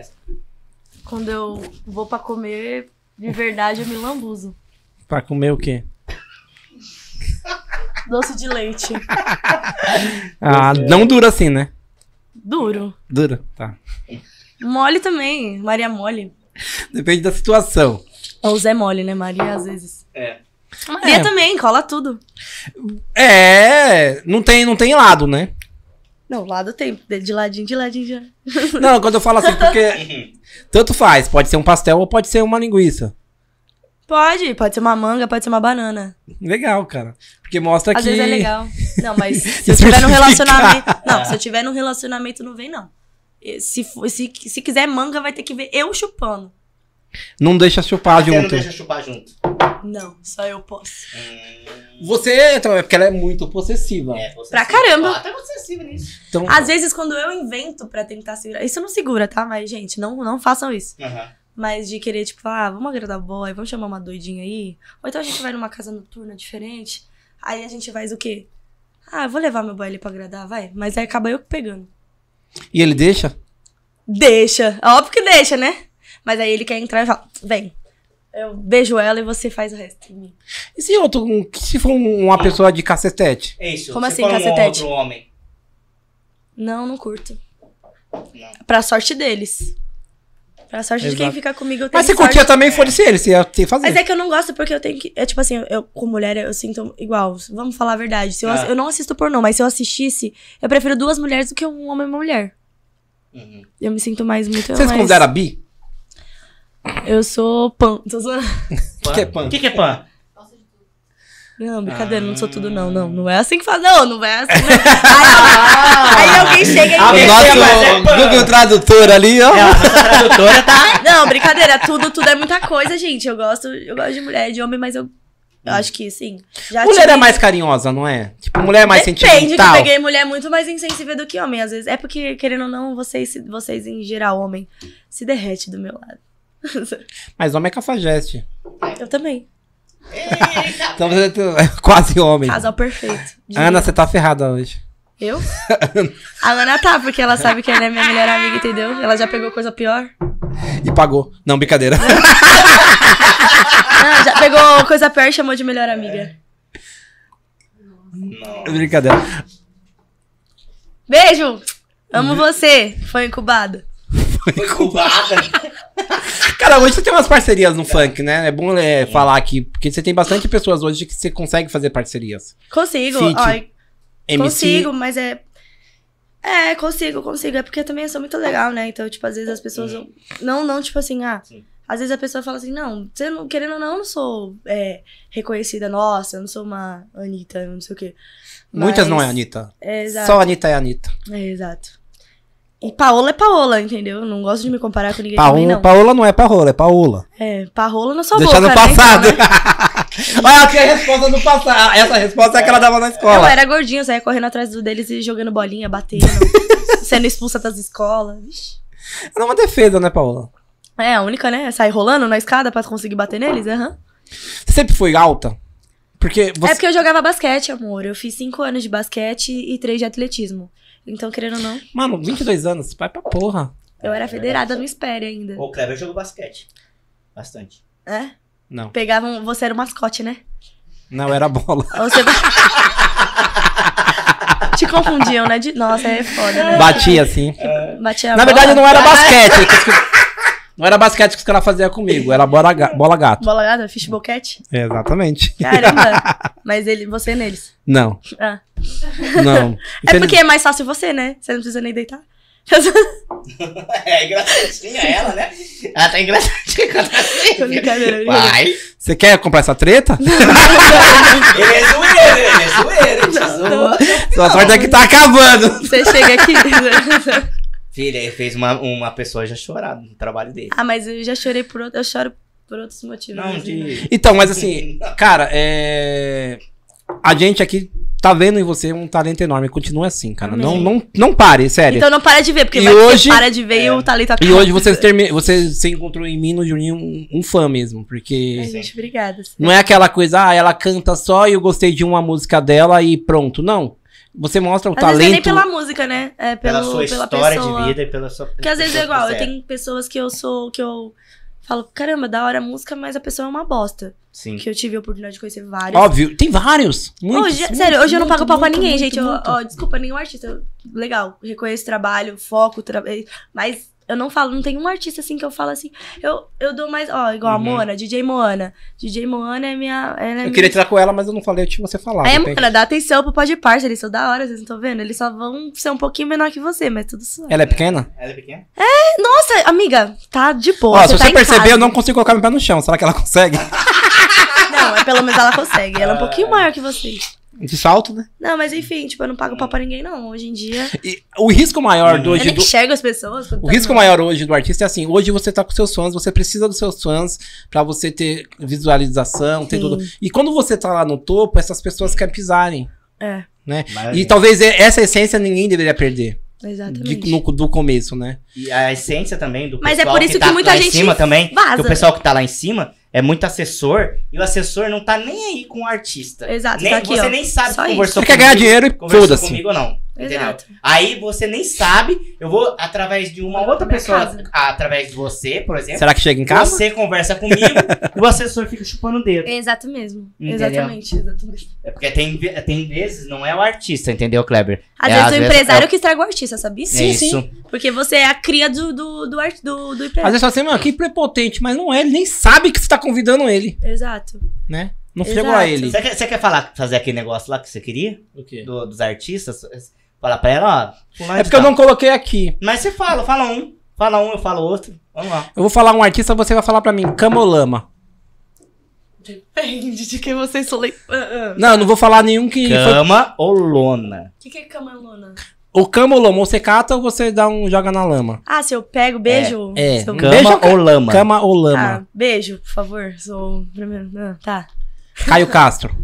Quando eu vou pra comer, de verdade, eu me lambuzo. Pra comer o quê? Doce de leite. Ah, não dura assim, né? Duro. Dura, tá. Mole também. Maria mole. Depende da situação. Ou Zé mole, né? Maria às vezes. É. Maria É. também, cola tudo. É, não tem, não tem lado, né? Não, lado tem. De de ladinho, de ladinho já. Não, quando eu falo assim, porque tanto faz, pode ser um pastel ou pode ser uma linguiça. Pode, pode ser uma manga, pode ser uma banana. Legal, cara. Porque mostra Às que vezes é legal. Não, mas se eu Isso tiver significa- num relacionamento. Não, se eu tiver num relacionamento, não vem, não. E Se, for- se, se quiser manga, vai ter que ver eu chupando. não deixa chupar Você não junto. deixa chupar junto. Hum, Não, só eu posso. Você, então, é porque ela é muito possessiva. É, você Pra sim. caramba. Ah, tá obsessiva nisso. Então, Às vezes, quando eu invento pra tentar segurar. Isso não segura, tá? Mas, gente, não, não façam isso. Aham. Mas de querer, tipo, ah, vamos agradar o boy, vamos chamar uma doidinha aí. Ou então a gente vai numa casa noturna diferente. Aí a gente faz o quê? Ah, eu vou levar meu boy ali pra agradar, vai. Mas aí acaba eu pegando. e ele deixa? Deixa. Óbvio que deixa, né? Mas aí ele quer entrar e fala, vem. Eu beijo ela e você faz o resto. em mim." E se outro, um- se for um- Ah. uma pessoa de cacetete? É isso. Como se assim, for um cacetete? outro homem. Não, não curto. Não. Pra sorte deles. Pra sorte de quem Exato. fica comigo, eu tenho Mas você sorte. curtia também, foda-se ele, você ia ter que fazer. Mas é que eu não gosto porque eu tenho que. É tipo assim, eu como mulher eu sinto igual. Vamos falar a verdade. Se eu, ass- Ah. eu não assisto pornô, mas se eu assistisse, eu prefiro duas mulheres do que um homem e uma mulher. Uhum. Eu me sinto mais muito. Vocês mais... consideram bi? Eu sou pan. Tô zoando. O que é pan? O que, que é pan? Não, brincadeira, não sou tudo, não. Não, não é assim que faz. Não, não é assim. Não. Aí, aí alguém chega e. Ah, O mas é nosso pan. Google Tradutor ali, ó. É, tradutora tá. Não, brincadeira, tudo, tudo é muita coisa, gente. Eu gosto, eu gosto de mulher, de homem, mas eu, eu acho que sim. Já Hum. Mulher tive- é mais carinhosa, não é? Tipo, mulher é mais Depende, que eu sentimental. peguei mulher muito mais insensível do que homem, às vezes. É porque, querendo ou não, vocês, se- vocês em geral, homem, se derrete do meu lado. Mas homem é cafajeste. Eu também. Então você é quase homem. Casal perfeito. diria. Ana, você tá ferrada hoje. Eu? A Ana tá, porque ela sabe que ela é minha melhor amiga, entendeu? Ela já pegou coisa pior. E pagou. Não, brincadeira. Ah, já pegou coisa pior e chamou de melhor amiga. Não. brincadeira. Beijo! Uhum. Amo você! Foi incubado. Foi culpada. Cara, hoje você tem umas parcerias no funk, né? É bom é, falar aqui, porque você tem bastante pessoas hoje que você consegue fazer parcerias. Consigo, Fit. ó, MC, Consigo, mas é. É, consigo, consigo. É porque também eu sou muito legal, né? Então, tipo, às vezes as pessoas. Uhum. vão- Não, não, tipo assim, ah. Sim. Às vezes a pessoa fala assim, não, você não, querendo ou não, eu não sou é, reconhecida, nossa, eu não sou uma Anitta, eu não sei o quê. muitas Mas- não é a Anitta. É, exato. Só a Anitta é a Anitta. É, exato. E Paola é Paola, entendeu? Não gosto de me comparar com ninguém Paola, também, não. Paola não é Paola, é Paola. É, Paola na sua Deixar no boca, né? passado. Então, né? Olha, tem a resposta do passado. Essa resposta é a que ela dava na Eu escola. era gordinha, eu saía correndo atrás do deles e jogando bolinha, batendo, sendo expulsa das escolas. Vixe. Ela é uma defesa, né, Paola? É, a única, né? Sai rolando na escada pra conseguir bater neles, aham. Você sempre foi alta? Porque você. É porque eu jogava basquete, amor. Eu fiz cinco anos de basquete e três de atletismo. Então, querendo ou não, Mano, 22 anos, vai pra porra. eu era federada no Espere ainda. O Kleber jogou basquete. Bastante. É? Não. Pegavam. Você era o mascote, né? Não, era bola. Ou Você... Te confundiam, né? De... Nossa, é foda, né? Batia assim. Batia a Na bola. verdade, não era basquete. que os que- Não era basquete que os caras faziam comigo, era bola, ga- bola gato. Bola gada, fishbowl cat? Exatamente. Caramba. Mas ele, você neles. Não, Ah. não. É Infeliz- porque é mais fácil você, né? Você não precisa nem deitar. É engraçadinha ela, né? Ela tá engraçadinha quando Tô ela brincadeira. Vai. Você quer comprar essa treta? Ele é zoeiro, ele é zoeiro. ele te zoa. Sua sorte é que tá acabando. Você chega aqui. Filha, ele fez uma, uma pessoa já chorar no trabalho dele. Ah, mas eu já chorei por outro, eu choro por outros motivos. Não, de... Então, mas assim, cara, é. A gente aqui tá vendo em você um talento enorme. Continua assim, cara. Não, não, não pare, sério. Então não para de ver, porque E vai hoje- que para de É. ver e o talento acaba. E hoje você, termi... você se encontrou em mim no Juninho um, um fã mesmo, porque. Ai, gente, obrigada. Não é aquela coisa, ah, ela canta só e eu gostei de uma música dela e pronto. Não. Você mostra o Às vezes não é nem talento. pela música, né? É pelo, pela sua pela história pessoa. de vida e pela sua. Porque às vezes é pessoa que igual, você eu tenho pessoas que eu sou, que eu Falo, caramba, da hora a música, mas a pessoa é uma bosta. Sim. Que eu tive a oportunidade de conhecer vários. Óbvio, tem vários. Muitos, hoje, sério, hoje eu não pago pau pra ninguém, gente. eu, Muito. ó, desculpa, nenhum artista. Eu- Legal, reconheço trabalho, foco, tra- mas eu não falo, não tem um artista assim que eu falo assim. Eu, eu dou mais, ó, igual a Uhum. Moana, DJ Moana. DJ Moana é minha. ela é Eu minha- queria tirar com ela, mas eu não falei, eu tinha você falar. É, não tem- Moana, dá atenção pro pode parça, eles são da hora, vocês não estão vendo? Eles só vão ser um pouquinho menor que você, mas tudo suave. Ela é pequena? Ela é pequena? Nossa, amiga, tá de boa. Ó, você se tá você em perceber, casa. eu não consigo colocar meu pé no chão. Será que ela consegue? Não, mas pelo menos ela consegue. Ela é um pouquinho maior que você. De salto, né? Não, mas enfim, tipo, eu não pago pau pra ninguém, não. Hoje em dia. E o risco maior do Eu hoje nem do, enxergo as pessoas. quando O tá risco no- maior hoje do artista é assim, hoje você tá com seus fãs, você precisa dos seus fãs pra você ter visualização, ter Sim. tudo. E quando você tá lá no topo, essas pessoas querem pisarem. É, E talvez e- essa essência ninguém deveria perder de- exatamente. no, do começo, né? E a essência também do Mas é pessoal por isso que tá muita lá em gente cima também. vaza. Que o pessoal que tá lá em cima é muito assessor e o assessor não tá nem aí com o artista. Exato, nem, tá aqui, você ó. nem sabe Só se isso. conversou Você quer ganhar dinheiro e conversou foda-se. comigo ou não. Entendeu? Exato. Aí você nem sabe, eu vou através de uma Olha outra pra minha pessoa, casa. a- através de você, por exemplo. Será que chega em casa? Você conversa comigo e o assessor fica chupando o dedo. É exato mesmo. Entendeu? Exatamente, exatamente. É porque tem, ve- tem vezes, não é o artista, entendeu, Kleber? Às É, vezes às o vezes empresário é que estraga o artista, sabia? É isso. Porque você é a cria do, do, do, art- do, do Às empresário. vezes fala assim, mano, que prepotente, mas não é, ele nem sabe que você tá convidando ele, Exato. né? Não Exato. chegou a ele. Você quer, você quer falar, fazer aquele negócio lá que você queria? Do- dos artistas? Falar pra ela, ó. fulano É de porque eu tal. não coloquei aqui. Mas você fala, fala um. Fala um, eu falo outro. Vamos lá. Eu vou falar um artista, você vai falar pra mim, Camolama. Depende de quem Ah, você solei. O Não, eu não vou falar nenhum que foi Cama ou lona? que, que é camalona? O camolomon você cata ou você dá um joga na lama? Ah, se eu pego, beijo? É, Se eu- cama Cama Beijo, ca- ou lama? Cama ou lama? Ah, beijo, por favor. Sou. primeiro. Ah, tá. Caio Castro.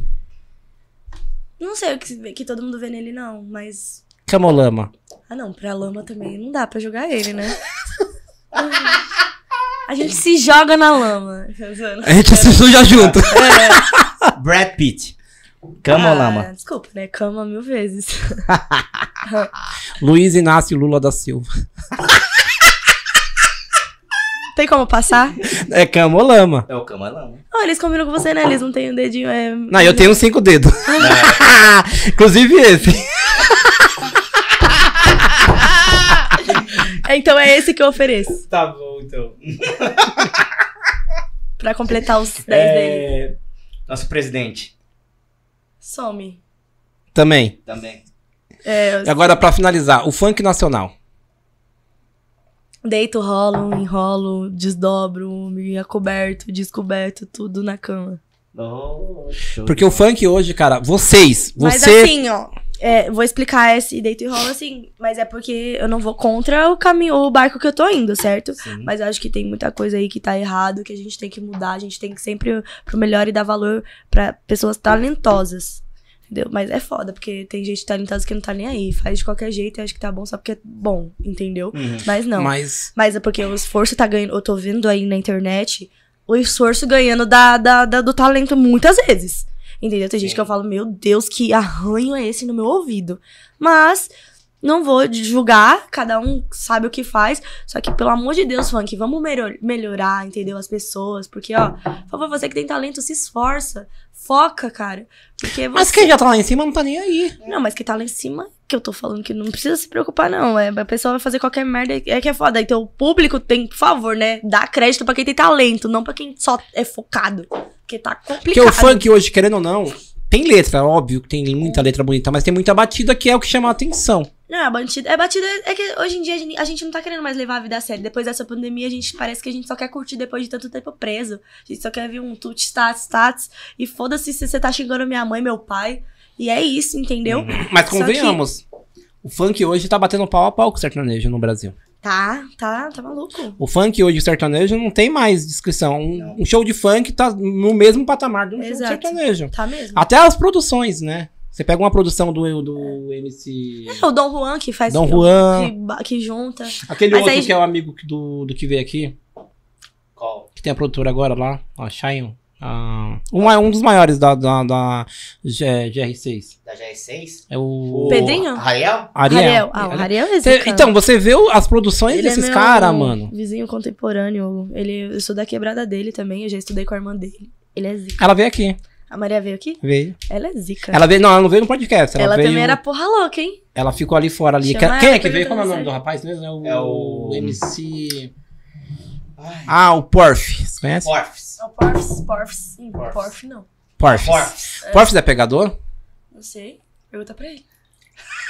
Não sei o que, que todo mundo vê nele, não, mas. Cama ou lama? Ah, não, pra lama também não dá pra jogar ele, né? A gente se joga na lama. A gente se suja junto. Brad Pitt. Cama ou Ah, lama? Desculpa, né? Cama mil vezes. Luiz Inácio Lula da Silva. Tem como passar? É cama ou lama? É o cama ou lama. Oh, eles combinam com você, né? Eles não têm um dedinho. É... Não, eu tenho cinco dedos. Inclusive esse. Então é esse que eu ofereço. Tá bom, então. Pra completar os 10 dele. É... Nosso presidente. Some. Também. Também. É, E agora, pra finalizar, o funk nacional. Deito, rolo, enrolo, desdobro, me acoberto, descoberto, tudo na cama. Porque o funk hoje, cara, vocês, Mas você. assim, ó, é, vou explicar esse deito e rolo assim, mas é porque eu não vou contra o caminho, o barco que eu tô indo, certo? Sim. Mas eu acho que tem muita coisa aí que tá errado, que a gente tem que mudar, a gente tem que sempre pro melhor e dar valor pra pessoas talentosas. Entendeu? Mas é foda, porque tem gente talentosa que não tá nem aí, faz de qualquer jeito e acha que tá bom só porque é bom, entendeu? Uhum. Mas não. Mas. Mas é porque o esforço tá ganhando. Eu tô vendo aí na internet o esforço ganhando da, da, da- do talento muitas vezes. Entendeu? Tem gente Sim. que eu falo, meu Deus, que arranho é esse no meu ouvido. Mas não vou julgar, cada um sabe o que faz. Só que, pelo amor de Deus, funk, vamos melhor- melhorar, entendeu? As pessoas. Porque, ó, por favor, você que tem talento, se esforça. Foca, cara. Porque você. Mas quem já tá lá em cima não tá nem aí. Não, mas que tá lá em cima, que eu tô falando que não precisa se preocupar, não. É, a pessoa vai fazer qualquer merda, é que é foda. Então o público tem, por favor, né? Dá crédito pra quem tem talento, não pra quem só é focado. Porque tá Porque complicado. É. o funk hoje, querendo ou não, tem letra, é óbvio que tem muita letra bonita, mas tem muita batida que é o que chama a atenção. Não, é batida. É batida. É que hoje em dia a gente, a gente não tá querendo mais levar a vida a sério. Depois dessa pandemia, a gente parece que a gente só quer curtir depois de tanto tempo preso. A gente só quer ver um tut, status, status. E foda-se se você tá xingando minha mãe, meu pai. E é isso, entendeu? Mas Só que- convenhamos, o funk hoje tá batendo pau a pau com o sertanejo no Brasil. Tá, tá, tá maluco. O funk hoje, o sertanejo, não tem mais descrição. Um, Não. um show de funk tá no mesmo patamar de um show de Exato. sertanejo. Tá mesmo. Até as produções, né? Você pega uma produção do, do MC É o Dom Juan que faz Dom o- Juan, que, ba- que junta. aquele mas outro aí- que é o amigo que- do, do que veio aqui, Qual? que tem a produtora agora lá, a Shion. Ah, um, é um dos maiores da, da, da G- GR6. Da GR6? É o. Pedrinho? Rael? Ariel. Ariel. Ah, o Ariel é Cê- zica. então, você vê o- as produções Ele é desses meu caras, mano. Vizinho contemporâneo. Ele, eu sou da quebrada dele também. Eu já estudei com a irmã dele. Ele é zica. Ela veio aqui, A Maria veio aqui? veio. Ela é zica. Ela veio, não, ela não veio no podcast. Ela, Ela veio, também era porra louca, hein? Ela ficou ali fora ali. Chama Que- ela, quem é que veio? pergunta Qual é o no nome site. do rapaz mesmo? É o, É o- MC. Ai, Ah, o Porf. Você conhece? Porfs. Não, Porfs, Porfs, sim. Porfs. Porf não. Porf. Porfs. Porf é pegador? Não sei. Pergunta pra ele.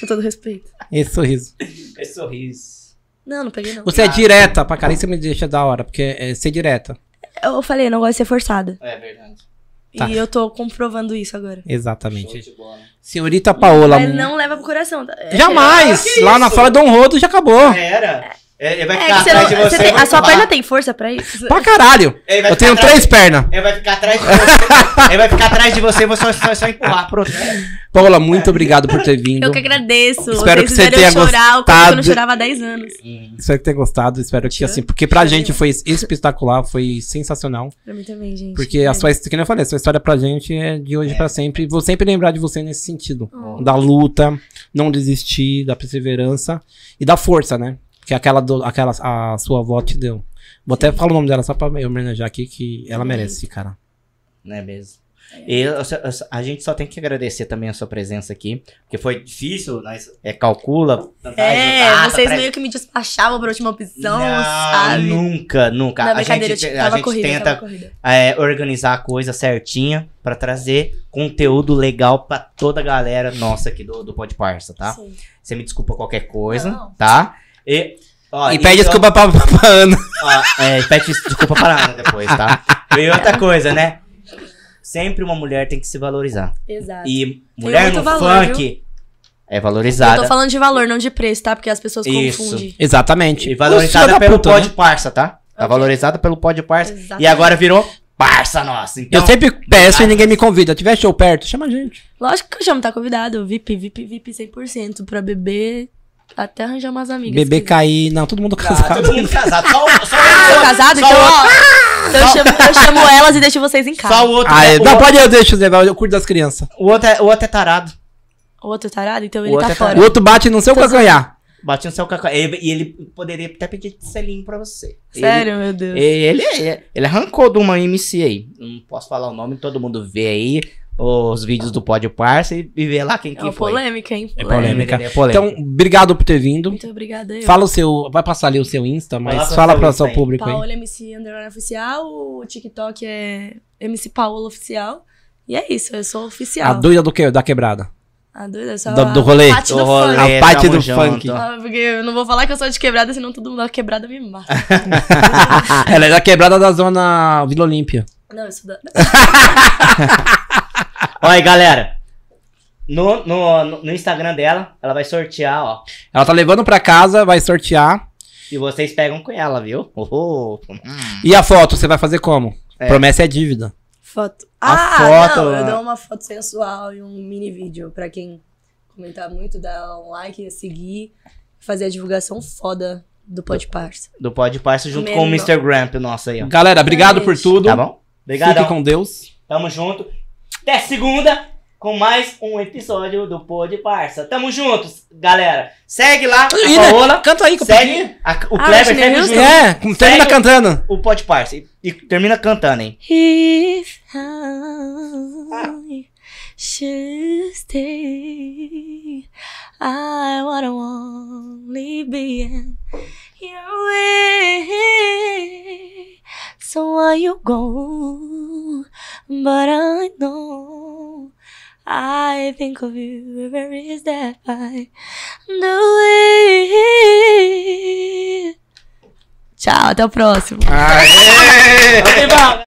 com todo respeito. Esse sorriso. Esse É sorriso. Não, não peguei não. Você é direta pra cara, isso me deixa da hora, porque é ser direta. Eu falei, eu não gosto de ser forçada. É verdade. Tá. E eu tô comprovando isso agora. Show Exatamente. de bola. Senhorita Paola. Mas não leva pro coração. tá? É, Jamais! Ah, que Lá na isso? sala Dom Rodo já acabou. Já Ah, era. É, Ele vai É ficar que você não, atrás de você. você tem- e vai a sua falar. perna tem força pra isso? Pra caralho. Ele vai Eu ficar tenho atrás- três pernas. Ele vai ficar atrás de você. ele vai ficar atrás de você e você vai só, só empurrar. Pronto. Paola, muito obrigado por ter vindo. Eu que agradeço. Espero Vocês que você fizeram tenha eu chorar como eu gostado. não chorava há 10 anos. Espero que tenha gostado. Espero que, assim, porque pra gente foi espetacular, foi sensacional. Pra mim também, gente. Porque a sua, his- que nem eu falei, a sua história pra gente é de hoje pra sempre. Vou sempre lembrar de você nesse sentido. Da luta, não desistir, da perseverança e da força, né? Que aquela, do- aquela a sua avó te deu. Vou até falar o nome dela só pra me homenagear aqui, que ela merece, cara. Não é mesmo? E eu- eu- eu- a gente só tem que agradecer também a sua presença aqui, porque foi difícil, nós é, calcula. É, data, vocês pre- meio que me despachavam pra última opção, Não, sabe? nunca, nunca. Na a brincadeira, gente, eu te- te- a tava gente corrida, tenta tava corrida. é, organizar a coisa certinha pra trazer conteúdo legal pra toda a galera nossa aqui do, do Pode Parça, tá? Sim. Você me desculpa qualquer coisa, Não. tá? E, ó, E pede então- desculpa pra, pra Ana. Ó, é, pede desculpa pra Ana depois, tá? E outra coisa, né? Sempre uma mulher tem que se valorizar. Exato. E mulher muito no valor, funk é Eu tô valorizada. falando de valor, não de preço, tá? Porque as pessoas Isso. confundem. Exatamente. E Os filha valorizada da pelo puta, Pode né? Parça, tá? Tá Ok. valorizada pelo Pode Parça. Exatamente. E agora virou parça nossa. Então, Eu sempre peço e ninguém me convida. Tiver show perto, chama a gente. Lógico que eu chamo, tá convidado. VIP, VIP, VIP 100%. Pra beber, até arranjar umas amigas. Bebê se quiser. cair. Não, todo mundo Ah, casado. todo mundo casado. Só, o- só, Ah, tô o- casado? só Então, o- ó. então eu, chamo, eu chamo elas e deixo vocês em casa. Só o outro. né? Ah, é. o, não, outro- pode eu deixo, Zé. Eu curto das crianças. o outro é, o outro é tarado. O outro tarado, então O ele outro tá é tarado. O fora. outro bate no seu calcanhar. Bati no seu cacau. Ele- E ele, poderia até pedir selinho pra você. Sério, meu Deus. Ele, ele, ele, ele arrancou de uma MC aí. Não posso falar o nome, todo mundo vê aí os vídeos do Pódio Parça e e vê lá quem É que uma foi. polêmica, hein? É polêmica. É polêmica. Então, obrigado por ter vindo. Muito obrigada. Eu. Fala o seu. Vai passar ali o seu Insta, Fala mas pra fala seu para o Insta seu aí. público aí. Paola MC Underline Oficial, o TikTok é MC Paola Oficial. E é isso, eu sou oficial. A doida do que, da quebrada. A doida, eu sou Do- a- do rolê. a parte Do do rolê. funk. a parte tamo do junto. funk. Ah, Porque eu não vou falar que eu sou de quebrada, senão todo mundo da quebrada me mata. Ela é da quebrada da zona Vila Olímpia. não, eu sou da... Olha aí, galera. No, no, no- no Instagram dela, ela vai sortear, ó. Ela tá levando pra casa, vai sortear. E vocês pegam com ela, viu? Uhul. E a foto, você vai fazer como? É. Promessa é dívida. Foto. A Ah, foto, não, eu a- dou uma foto sensual e um mini vídeo pra quem comentar muito, dar um like, seguir, fazer a divulgação foda do Pod Parça. Do Pódio Parça junto com o Mesmo. Mr. Gramp, nosso aí, ó. Galera, obrigado por Exatamente. tudo. Tá bom? Fique Obrigadão. com Deus. Tamo junto. Até segunda com mais um episódio do Pod Parça. Tamo juntos, galera. Segue lá E, a né, Paola. Canta aí, que eu pedi. Segue a- o Ah, Kleber, Whitney segue Houston? junto É, com- termina Segue. cantando. o Pod Parça. E, e termina cantando, hein? If I should stay, I wanna only be in your way. So while you go, but I know I think of you every step I É. do it. Tchau, até o próximo. Aê!